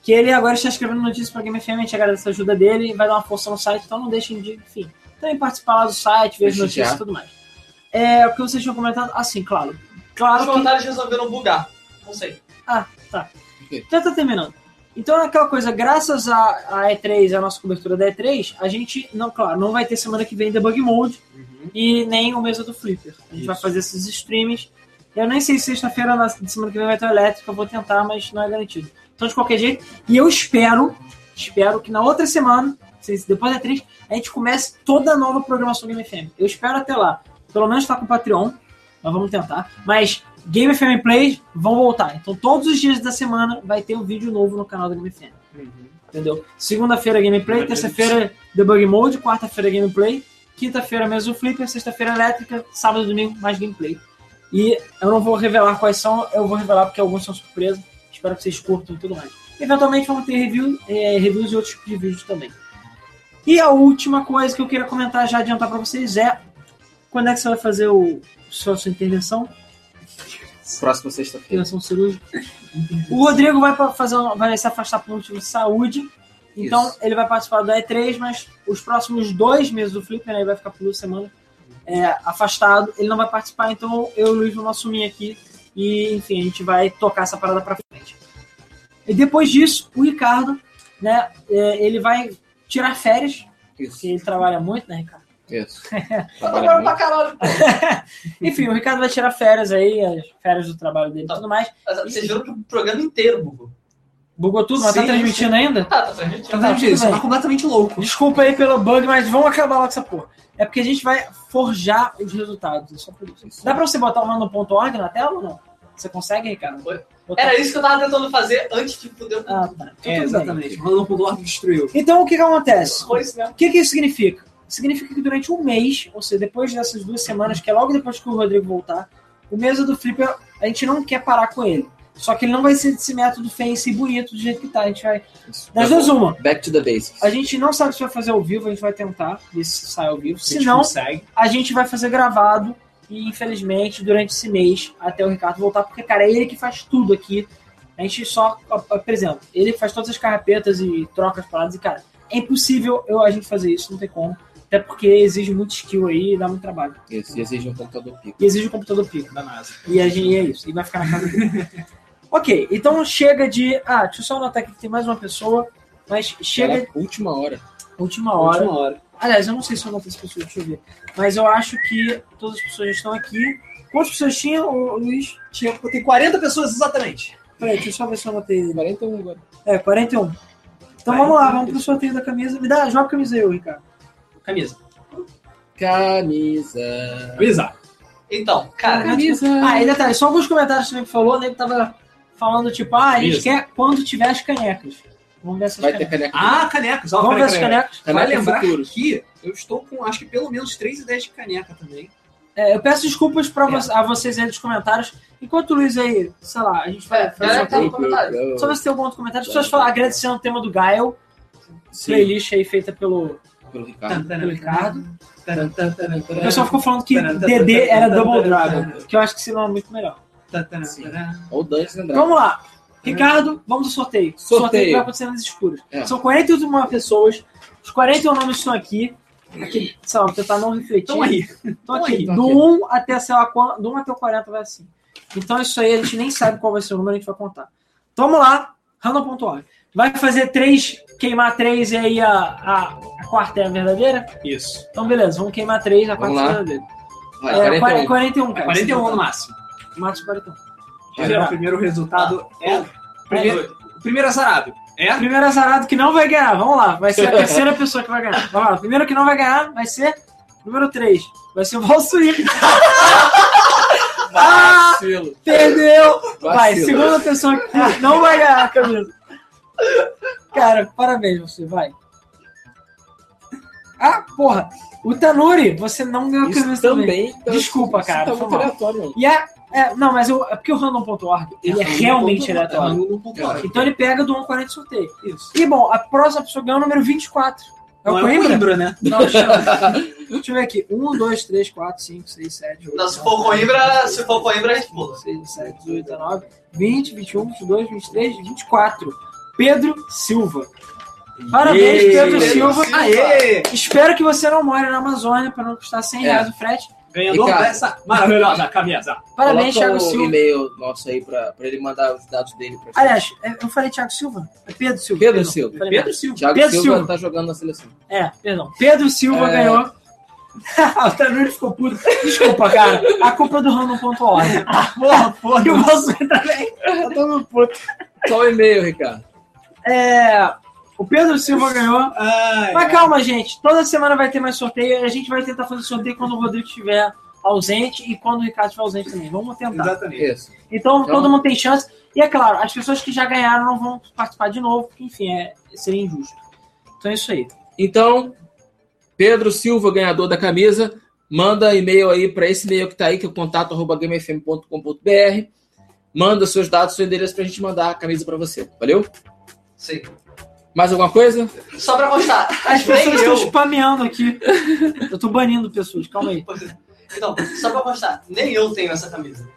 Speaker 3: Que ele agora está escrevendo notícias para Game FM, a gente agradece a ajuda dele, vai dar uma força no site, então não deixem de, enfim, também participar lá do site, ver as
Speaker 5: Prestigiar.
Speaker 3: notícias e tudo mais. É, o que vocês tinham comentado, assim, claro. Claro
Speaker 4: Os
Speaker 3: que
Speaker 4: comentários resolveram bugar. Não sei.
Speaker 3: já tá terminando. Então é aquela coisa, graças à, à E3, à nossa cobertura da E3, a gente, não, claro, não vai ter semana que vem debug mode
Speaker 2: Uhum,
Speaker 3: e nem o mesa do Flipper. A gente vai fazer esses streams. Eu nem sei se sexta-feira, na semana que vem vai ter o elétrica, eu vou tentar, mas não é garantido. Então, de qualquer jeito, e eu espero, espero que na outra semana, se- depois da E3, a gente comece toda a nova programação Game FM. Eu espero até lá. Pelo menos tá com o Patreon, nós vamos tentar. Mas Game FM Plays vão voltar. Então, todos os dias da semana vai ter um vídeo novo no canal da Game FM.
Speaker 2: uhum.
Speaker 3: Entendeu? Segunda-feira, gameplay. Terça-feira, debug mode. Quarta-feira, gameplay. Quinta-feira, mesmo flipper. Sexta-feira, elétrica. Sábado e domingo, mais gameplay. E eu não vou revelar quais são, eu vou revelar porque alguns são surpresa. Espero que vocês curtam e tudo mais. Eventualmente, vamos ter review, eh, reviews e outros tipos de vídeos também. E a última coisa que eu queria comentar, já adiantar pra vocês, é quando é que você vai fazer o, sua, sua intervenção? é.
Speaker 5: Próxima sexta-feira.
Speaker 3: intervenção cirúrgica. O Rodrigo vai pa- fazer, um- vai se afastar por motivo de saúde. Então
Speaker 5: Isso.
Speaker 3: ele vai participar da E3, mas os próximos dois meses do Flipper, né, ele vai ficar por duas semanas é, afastado. Ele não vai participar, então eu e o Luiz vamos assumir aqui. E, enfim, a gente vai tocar essa parada pra frente. E depois disso, o Ricardo, né, é, ele vai tirar férias,
Speaker 5: Isso.
Speaker 3: porque ele trabalha muito, né, Ricardo?
Speaker 5: Isso.
Speaker 4: Agora
Speaker 5: Trabalha
Speaker 4: pra
Speaker 5: muito.
Speaker 4: caralho.
Speaker 3: Enfim, o Ricardo vai tirar férias aí, as férias do trabalho
Speaker 2: Tá.
Speaker 3: dele e tudo mais.
Speaker 4: Mas Vocês viram que o programa inteiro bugou.
Speaker 3: Bugou tudo, mas tá
Speaker 2: Sim,
Speaker 3: transmitindo ainda?
Speaker 4: Tá, tá transmitindo.
Speaker 2: Então, gente, isso
Speaker 3: tudo bem.
Speaker 2: tá completamente louco.
Speaker 3: Desculpa aí pelo bug, mas vamos acabar logo com essa porra. É porque a gente vai forjar os resultados. É só por isso.
Speaker 5: Isso.
Speaker 3: Dá pra você botar uma no ponto .org na tela ou não? Você consegue, Ricardo?
Speaker 4: Oi?
Speaker 3: Botar-
Speaker 4: Era isso que eu tava tentando fazer antes de fuder o
Speaker 3: Ah, tá. Então, É, tudo
Speaker 2: É,
Speaker 3: bem.
Speaker 2: exatamente. Rolando.org destruiu.
Speaker 3: Então, o que, que acontece?
Speaker 4: Foi isso mesmo.
Speaker 3: O que, que isso significa? Significa que durante um mês, ou seja, depois dessas duas semanas, que é logo depois que o Rodrigo voltar, o mesa do Flipper, a gente não quer parar com ele. Só que ele não vai ser desse método fancy e bonito do jeito que tá. A gente vai.
Speaker 5: Isso.
Speaker 3: Das duas, uma.
Speaker 5: Back to the basics.
Speaker 3: um. A gente não sabe se vai fazer ao vivo, a gente vai tentar ver se sai ao vivo.
Speaker 2: A
Speaker 3: Se
Speaker 2: gente
Speaker 3: não,
Speaker 2: consegue.
Speaker 3: a gente vai fazer gravado e infelizmente durante esse mês até o Ricardo voltar, porque cara, é ele que faz tudo aqui. A gente só, por exemplo, ele faz todas as carrapetas e troca as paradas e cara, é impossível eu a gente fazer isso, não tem como. Até porque exige muito skill aí e dá muito trabalho.
Speaker 5: Isso. E exige um computador pico.
Speaker 3: E exige o computador pico.
Speaker 2: Da NASA.
Speaker 3: E a gente e é isso. E vai ficar na casa dele. ok, então chega de. Ah, deixa eu só anotar aqui que tem mais uma pessoa. Mas chega.
Speaker 5: Era última hora.
Speaker 3: Última hora.
Speaker 2: Última hora.
Speaker 3: Aliás, eu não sei se eu notei as pessoas, deixa eu ver. Mas eu acho que todas as pessoas já estão aqui. Quantas pessoas tinha, ô, Luiz?
Speaker 2: Tinha, tem 40 pessoas exatamente.
Speaker 3: Peraí, deixa eu só ver se eu anotei.
Speaker 5: 41 agora.
Speaker 3: É, 41. Então vamos lá, vamos pro sorteio da camisa. Me dá, joga a camisa aí, ô, Ricardo.
Speaker 2: Camisa.
Speaker 5: Camisa.
Speaker 2: Camisa.
Speaker 4: Então, cara,
Speaker 5: Camisa.
Speaker 3: Ah, e detalhe, só alguns comentários também que falou, né? Ele tava falando, tipo, ah, a gente
Speaker 2: Isso.
Speaker 3: quer quando tiver as canecas. Vamos ver essas
Speaker 5: Vai ter
Speaker 3: canecas.
Speaker 5: caneca.
Speaker 2: Ah, canecas. Ó,
Speaker 3: Vamos ver
Speaker 2: caneca,
Speaker 3: essas
Speaker 2: caneca.
Speaker 3: canecas.
Speaker 2: Vai
Speaker 5: Caneca
Speaker 2: lembrar
Speaker 5: futuro.
Speaker 2: que eu estou com acho que pelo menos 3 ideias de caneca também.
Speaker 3: É, eu peço desculpas pra vo- a vocês aí dos comentários. Enquanto o Luiz aí, sei lá, a gente vai
Speaker 4: É, galera,
Speaker 3: fazer
Speaker 4: tá
Speaker 3: sorteio.
Speaker 4: no comentário.
Speaker 3: Só ver se tem algum outro um comentário. As pessoas falam, agradecendo o tema do Gael.
Speaker 5: Sim,
Speaker 3: playlist aí feita pelo,
Speaker 5: pelo
Speaker 1: Tá.
Speaker 5: Ricardo.
Speaker 3: pelo Ricardo.
Speaker 2: Taran, taran, taran,
Speaker 3: O
Speaker 2: taran,
Speaker 3: pessoal ficou falando que
Speaker 2: Taran, taran,
Speaker 3: DD
Speaker 2: taran,
Speaker 3: era
Speaker 2: taran,
Speaker 3: Double
Speaker 2: taran,
Speaker 3: Dragon, que eu acho que esse nome é muito melhor.
Speaker 2: taran, taran,
Speaker 5: Sim.
Speaker 2: taran.
Speaker 5: Ou Dungeons and Dragons.
Speaker 3: Vamos lá. Ricardo, vamos ao sorteio.
Speaker 5: É. Sorteio.
Speaker 3: que vai acontecer nas escuras.
Speaker 5: É.
Speaker 3: São 41 pessoas. Os 41 nomes estão aqui. aqui sei lá, vou tentar não refletir.
Speaker 2: Então aí.
Speaker 3: Estão aqui.
Speaker 5: aí, tão
Speaker 3: do
Speaker 5: aqui.
Speaker 3: 1 até, sei lá, quando, do 1 até o 40 vai assim. Então isso aí a gente nem sabe qual vai ser o número, a gente vai contar. Então vamos lá, random.org. Vai fazer três, queimar três e aí a, a, a quarta é a verdadeira?
Speaker 2: Isso.
Speaker 3: Então, beleza, vamos queimar três, a quarta
Speaker 5: Vamos lá.
Speaker 3: semana dele.
Speaker 5: Vai,
Speaker 3: É, 41,
Speaker 5: 41.
Speaker 3: 41
Speaker 2: É
Speaker 3: cara.
Speaker 2: 41 no máximo.
Speaker 3: Matos 41.
Speaker 2: Primeiro, o primeiro resultado Ah, é. Primeiro, Primeiro azarado. É?
Speaker 3: Primeiro azarado que não vai ganhar, vamos lá. Vai ser a terceira pessoa que vai ganhar. Vamos lá. o Primeiro que não vai ganhar vai ser número 3. Vai ser o Valsuir. ah,
Speaker 5: Vacilo.
Speaker 3: perdeu! Vai,
Speaker 5: Vacilo.
Speaker 3: segunda pessoa que não vai ganhar a camisa. Cara, parabéns, você vai. Ah, porra! O Tanuri, você não ganhou a camisa
Speaker 1: Isso também.
Speaker 3: Desculpa, cara,
Speaker 1: Isso tá
Speaker 3: foi
Speaker 1: muito
Speaker 3: mal.
Speaker 1: aleatório, mano.
Speaker 3: E é, é- não, mas eu, é porque o random.org, ele é realmente
Speaker 2: é
Speaker 3: aleatório.
Speaker 2: aleatório.
Speaker 3: Então ele pega do 140 sorteio.
Speaker 2: Isso.
Speaker 3: E bom, a próxima pessoa ganhou o número 24. É o
Speaker 2: Não, é o
Speaker 3: Coimbra?
Speaker 2: Coimbra, né?
Speaker 3: Não, deixa eu- deixa eu ver aqui. 1, 2, 3, 4, 5, 6, 7, 8.
Speaker 4: Não, se for Coimbra, se for Coimbra, a gente pula.
Speaker 3: 6, 7, 18, 19, 20, 21, 22, 23, 24. Pedro Silva. Parabéns,
Speaker 2: Ei,
Speaker 3: Pedro
Speaker 4: Pedro
Speaker 3: Silva.
Speaker 4: Silva.
Speaker 2: Aê!
Speaker 3: Espero que você não more na Amazônia para não custar 100
Speaker 1: É.
Speaker 3: reais o frete.
Speaker 2: Ganhador
Speaker 1: Ricardo.
Speaker 2: dessa maravilhosa camisa.
Speaker 3: Parabéns,
Speaker 5: Coloca
Speaker 3: Thiago
Speaker 5: o
Speaker 3: Silva.
Speaker 5: e-mail nosso aí pra, pra ele mandar os dados dele pra gente.
Speaker 3: Aliás, é- eu falei Thiago Silva? É Pedro Silva.
Speaker 5: Pedro
Speaker 3: perdão.
Speaker 5: Silva.
Speaker 3: Falei merda.
Speaker 2: Pedro Silva.
Speaker 5: Thiago
Speaker 3: Pedro
Speaker 5: Silva,
Speaker 3: Silva.
Speaker 5: tá jogando na seleção.
Speaker 3: É, perdão. Pedro Silva
Speaker 5: É.
Speaker 3: ganhou. o Tanuri ficou puto. Desculpa, cara. A culpa é do random.org.
Speaker 2: Porra, porra.
Speaker 3: E o Bolsonaro também.
Speaker 5: Tá todo puto. Só o e-mail, Ricardo.
Speaker 3: É, o Pedro Silva ganhou.
Speaker 2: Ai,
Speaker 3: Mas calma, gente. Toda semana vai ter mais sorteio. A gente vai tentar fazer sorteio quando o Rodrigo estiver ausente e quando o Ricardo estiver ausente também. Vamos tentar.
Speaker 2: Exatamente.
Speaker 5: Isso.
Speaker 3: Então,
Speaker 5: Então-
Speaker 3: todo mundo tem chance. E é claro, as pessoas que já ganharam não vão participar de novo, porque, enfim, é, seria injusto. Então é isso aí.
Speaker 5: Então,
Speaker 1: Pedro Silva, ganhador da camisa, manda e-mail aí para esse e-mail que tá aí, que é o contato arroba gamefm.com.br. Manda seus dados, seu endereço pra gente mandar a camisa pra você. Valeu?
Speaker 4: Sim.
Speaker 1: Mais alguma coisa?
Speaker 4: Só pra constar,
Speaker 3: As pessoas
Speaker 4: nem
Speaker 3: estão
Speaker 4: eu.
Speaker 3: spameando aqui. Eu tô banindo pessoas, calma aí.
Speaker 4: Então, só pra constar, nem eu tenho essa camisa.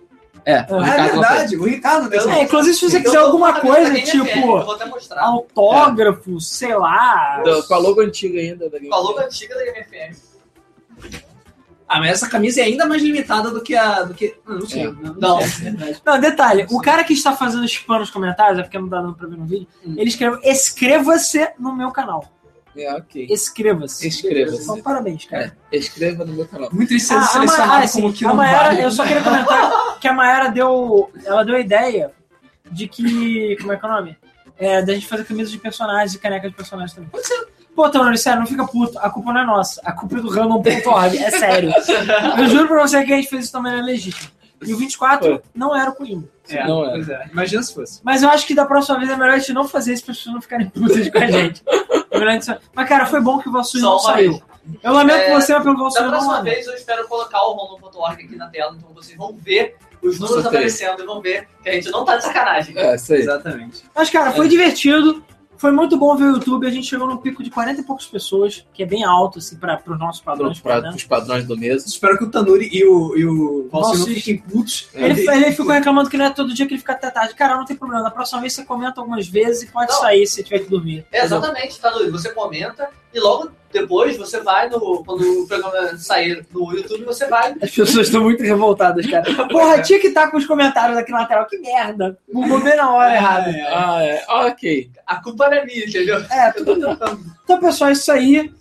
Speaker 1: É,
Speaker 2: Ah,
Speaker 1: o
Speaker 2: é
Speaker 1: Ricardo não fez.
Speaker 2: verdade, o Ricardo deu
Speaker 3: É, inclusive, se você quiser
Speaker 4: Então, Eu tô com
Speaker 3: alguma
Speaker 4: a né? camisa
Speaker 3: coisa,
Speaker 4: da NFL, Eu
Speaker 3: tipo
Speaker 4: vou até mostrar.
Speaker 3: autógrafo, sei lá.
Speaker 1: Do- Com a logo antiga ainda. né? Da Game
Speaker 4: Com a logo antiga da MFM.
Speaker 2: Ah, mas essa camisa é ainda mais limitada do que a. Do que... Não, não sei. né?
Speaker 1: É.
Speaker 2: Não,
Speaker 4: Não,
Speaker 3: Não, detalhe, o cara que está fazendo spam nos comentários, é porque não dá dando pra ver no vídeo,
Speaker 4: Hum.
Speaker 3: ele escreveu, escreva-se no meu canal.
Speaker 1: É, ok.
Speaker 3: Escreva-se.
Speaker 1: Inscreva-se.
Speaker 3: Então, parabéns, cara.
Speaker 1: É, escreva no meu canal.
Speaker 2: Muito triste ser
Speaker 3: Ah, a Ma-
Speaker 2: selecionado
Speaker 3: ah, assim,
Speaker 2: como que
Speaker 3: a
Speaker 2: não
Speaker 3: Mayara,
Speaker 2: vale.
Speaker 3: eu só queria comentar que a Mayara deu, ela deu a ideia de que, como é que é o nome? É, da gente fazer camisas de personagens e caneca de personagens também. Pode ser. Pô, Tanuri, sério, não fica puto. A culpa não é nossa. A culpa é do random.org. É sério. Eu juro pra você que a gente fez isso também, é legítimo. E o 24 não era o Coimbra.
Speaker 2: É,
Speaker 1: Não é.
Speaker 2: pois é. Imagina se fosse.
Speaker 3: Mas eu acho que da próxima vez é melhor a gente não fazer isso para as pessoas não ficarem putas com a gente. É melhor a gente só- Mas, cara, foi bom que o Valsuí
Speaker 4: Só
Speaker 3: não
Speaker 4: uma
Speaker 3: saiu. Eu lamento
Speaker 4: É,
Speaker 3: você, mas pelo Valsuí
Speaker 4: Da
Speaker 3: não
Speaker 4: próxima
Speaker 3: mandou.
Speaker 4: vez eu espero colocar o random.org aqui na tela, então vocês vão ver os números
Speaker 1: Sorteio.
Speaker 4: aparecendo e vão ver que a gente não tá de sacanagem.
Speaker 1: É, isso aí.
Speaker 2: Exatamente.
Speaker 3: Mas, cara,
Speaker 1: É.
Speaker 3: foi divertido. Foi muito bom ver o YouTube. A gente chegou num pico de 40 e poucas pessoas, que é bem alto, assim, para os nossos
Speaker 1: Pro-
Speaker 3: padrões.
Speaker 1: pra-
Speaker 3: né?
Speaker 1: Os padrões do mês.
Speaker 2: Espero que o Tanuri e o, e o Valsir não
Speaker 3: Valsir.
Speaker 2: fiquem putos.
Speaker 3: Ele, ele ficou reclamando que não é todo dia que ele fica até tarde. Cara, não tem problema. Da próxima vez você comenta algumas vezes e pode
Speaker 4: Não.
Speaker 3: sair se tiver que dormir.
Speaker 4: É, exatamente, tá, Luiz? Você comenta e logo depois você vai no. Quando o programa sair no YouTube, você vai.
Speaker 3: As pessoas estão muito revoltadas, cara.
Speaker 4: é.
Speaker 3: Porra, tinha que estar com os comentários aqui na lateral. Que merda. Bugou bem na hora errada.
Speaker 1: Ah, é. Ok.
Speaker 4: A culpa não é minha, entendeu?
Speaker 3: É, tudo bem. Então, pessoal, é isso aí.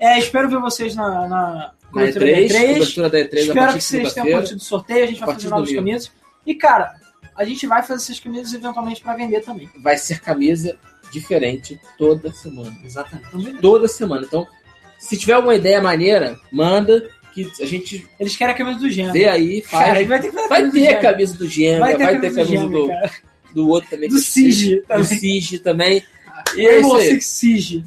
Speaker 3: É, espero ver vocês na, na
Speaker 1: Na
Speaker 3: cobertura da
Speaker 1: E3,
Speaker 3: E3.
Speaker 1: cobertura da E3 a
Speaker 3: Espero
Speaker 1: partir
Speaker 3: que
Speaker 1: de
Speaker 3: vocês tenham
Speaker 1: segunda-feira.
Speaker 3: curtido o sorteio. A gente
Speaker 1: A
Speaker 3: vai
Speaker 1: partir
Speaker 3: fazer
Speaker 1: do
Speaker 3: novas
Speaker 1: domingo.
Speaker 3: camisas. E, cara, a gente vai fazer essas camisas eventualmente pra vender também.
Speaker 1: Vai ser camisa diferente toda semana.
Speaker 2: Exatamente.
Speaker 1: Toda semana. Então, se tiver alguma ideia maneira, manda que a gente
Speaker 3: Eles querem a camisa do Gênero.
Speaker 1: vê aí,
Speaker 3: Cara, a
Speaker 1: faz.
Speaker 3: gente É. vai ter que fazer a
Speaker 1: Vai
Speaker 3: camisa
Speaker 1: ter a
Speaker 3: do Gênero.
Speaker 1: camisa do Gênero, vai ter a camisa,
Speaker 3: Gênero,
Speaker 1: do,
Speaker 3: cara.
Speaker 1: do outro também. que
Speaker 3: Do tá
Speaker 1: eu esqueci.
Speaker 3: Sige
Speaker 1: Do
Speaker 3: também.
Speaker 1: Sige também. E é isso
Speaker 3: Rainbow
Speaker 1: aí.
Speaker 3: Six Siege.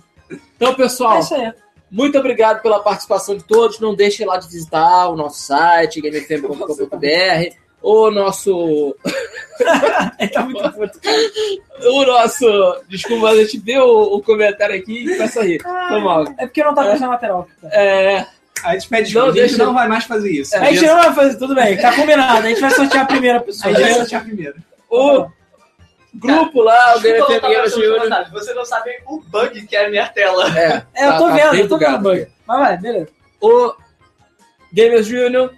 Speaker 1: Então,
Speaker 3: É
Speaker 1: pessoal,
Speaker 3: isso aí.
Speaker 1: Muito obrigado pela participação de todos. Não deixem lá de visitar o nosso site, gamefm.com.br, o nosso.
Speaker 3: Ele tá muito puto.
Speaker 1: O nosso. Desculpa, a gente viu o, o comentário aqui e começa a rir. Foi mal.
Speaker 3: É porque não tá com a lateral. cara.
Speaker 1: É,
Speaker 2: A gente pede
Speaker 1: Não,
Speaker 2: desculpa, a gente
Speaker 1: deixa-
Speaker 2: não É. vai mais fazer
Speaker 1: É,
Speaker 2: isso.
Speaker 3: A gente não vai fazer, tudo bem. Tá combinado. A gente vai sortear a primeira pessoa.
Speaker 2: A gente vai sortear primeiro.
Speaker 3: Tá
Speaker 1: o grupo lá, o
Speaker 4: Desculpa
Speaker 1: GameFM
Speaker 4: voltar pra
Speaker 1: Gamers
Speaker 4: seus
Speaker 1: Júnior.
Speaker 4: comentários. Você não sabe o bug que é a minha tela.
Speaker 1: É,
Speaker 3: É, eu
Speaker 1: tá-
Speaker 3: tô
Speaker 1: tá
Speaker 3: vendo,
Speaker 1: bem
Speaker 3: eu tô vendo o
Speaker 1: bugado
Speaker 3: bug.
Speaker 1: aqui.
Speaker 3: Mas vai, beleza.
Speaker 1: O Gamers Júnior,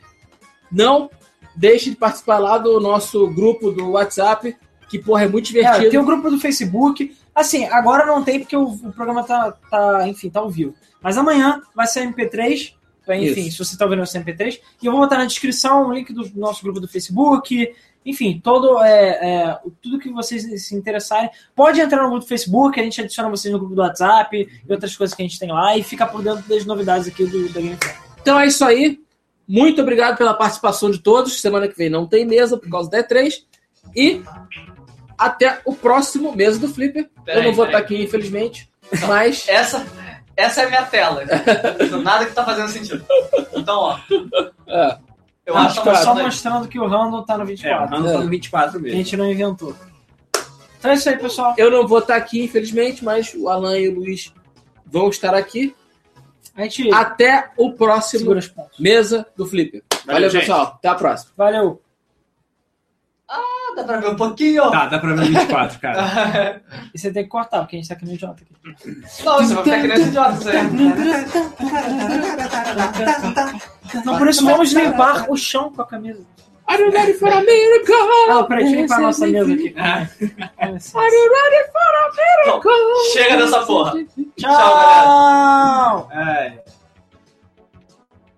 Speaker 1: não deixe de participar lá do nosso grupo do WhatsApp, que, porra, é muito
Speaker 3: É, tem
Speaker 1: divertido.
Speaker 3: o grupo do Facebook. Assim, agora não tem porque o, o programa tá, tá, enfim, tá ao vivo. Mas amanhã vai ser MP3. então, Enfim,
Speaker 1: Isso.
Speaker 3: se você tá ouvindo, vai ser MP3. E eu vou botar na descrição o link do nosso grupo do Facebook. Enfim, todo, é, é, o- tudo que vocês se interessarem. Pode entrar no grupo do Facebook, a gente adiciona vocês no grupo do WhatsApp e outras coisas que a gente tem lá e fica por dentro das novidades aqui do, da Game Fest.
Speaker 1: Então é isso aí. Muito obrigado pela participação de todos. Semana que vem não tem mesa por causa da E3. E até o próximo mesa do Flipper.
Speaker 4: Peraí,
Speaker 1: Eu não vou
Speaker 4: peraí.
Speaker 1: estar aqui, infelizmente. Mas
Speaker 4: tá- Essa, essa é a minha tela. Nada que tá fazendo sentido. Então, ó.
Speaker 1: É.
Speaker 4: Eu
Speaker 3: Ah,
Speaker 4: acho que
Speaker 3: tá só
Speaker 4: nós-
Speaker 3: mostrando que o Random tá no
Speaker 2: É, o
Speaker 3: 24.
Speaker 2: Randall tá no 24
Speaker 3: que a
Speaker 2: mesmo.
Speaker 3: gente não inventou. Então é isso aí, pessoal.
Speaker 1: eu não vou estar aqui, infelizmente. Mas o Alan e o Luiz vão estar aqui.
Speaker 3: A gente
Speaker 1: Até o próximo
Speaker 3: segura as pontas.
Speaker 1: mesa do Flipper. Valeu,
Speaker 2: gente.
Speaker 1: pessoal. Até a próxima.
Speaker 3: Valeu.
Speaker 4: Ah, dá pra ver um pouquinho.
Speaker 2: Tá, dá pra ver o 24, cara.
Speaker 3: E você tem que cortar, porque a gente tá aqui no idiota. Aqui.
Speaker 4: Não, você vai ficar que nem esse idiota. Você...
Speaker 3: Não, Então, por isso vamos limpar o chão com a camisa.
Speaker 1: Are you ready for a miracle?
Speaker 3: Ah, peraí, deixa eu limpar a nossa mesa aqui. Ah,
Speaker 1: Are you ready for a miracle?
Speaker 4: Chega dessa porra.
Speaker 2: Ah!
Speaker 3: Tchau!
Speaker 4: galera.
Speaker 2: É.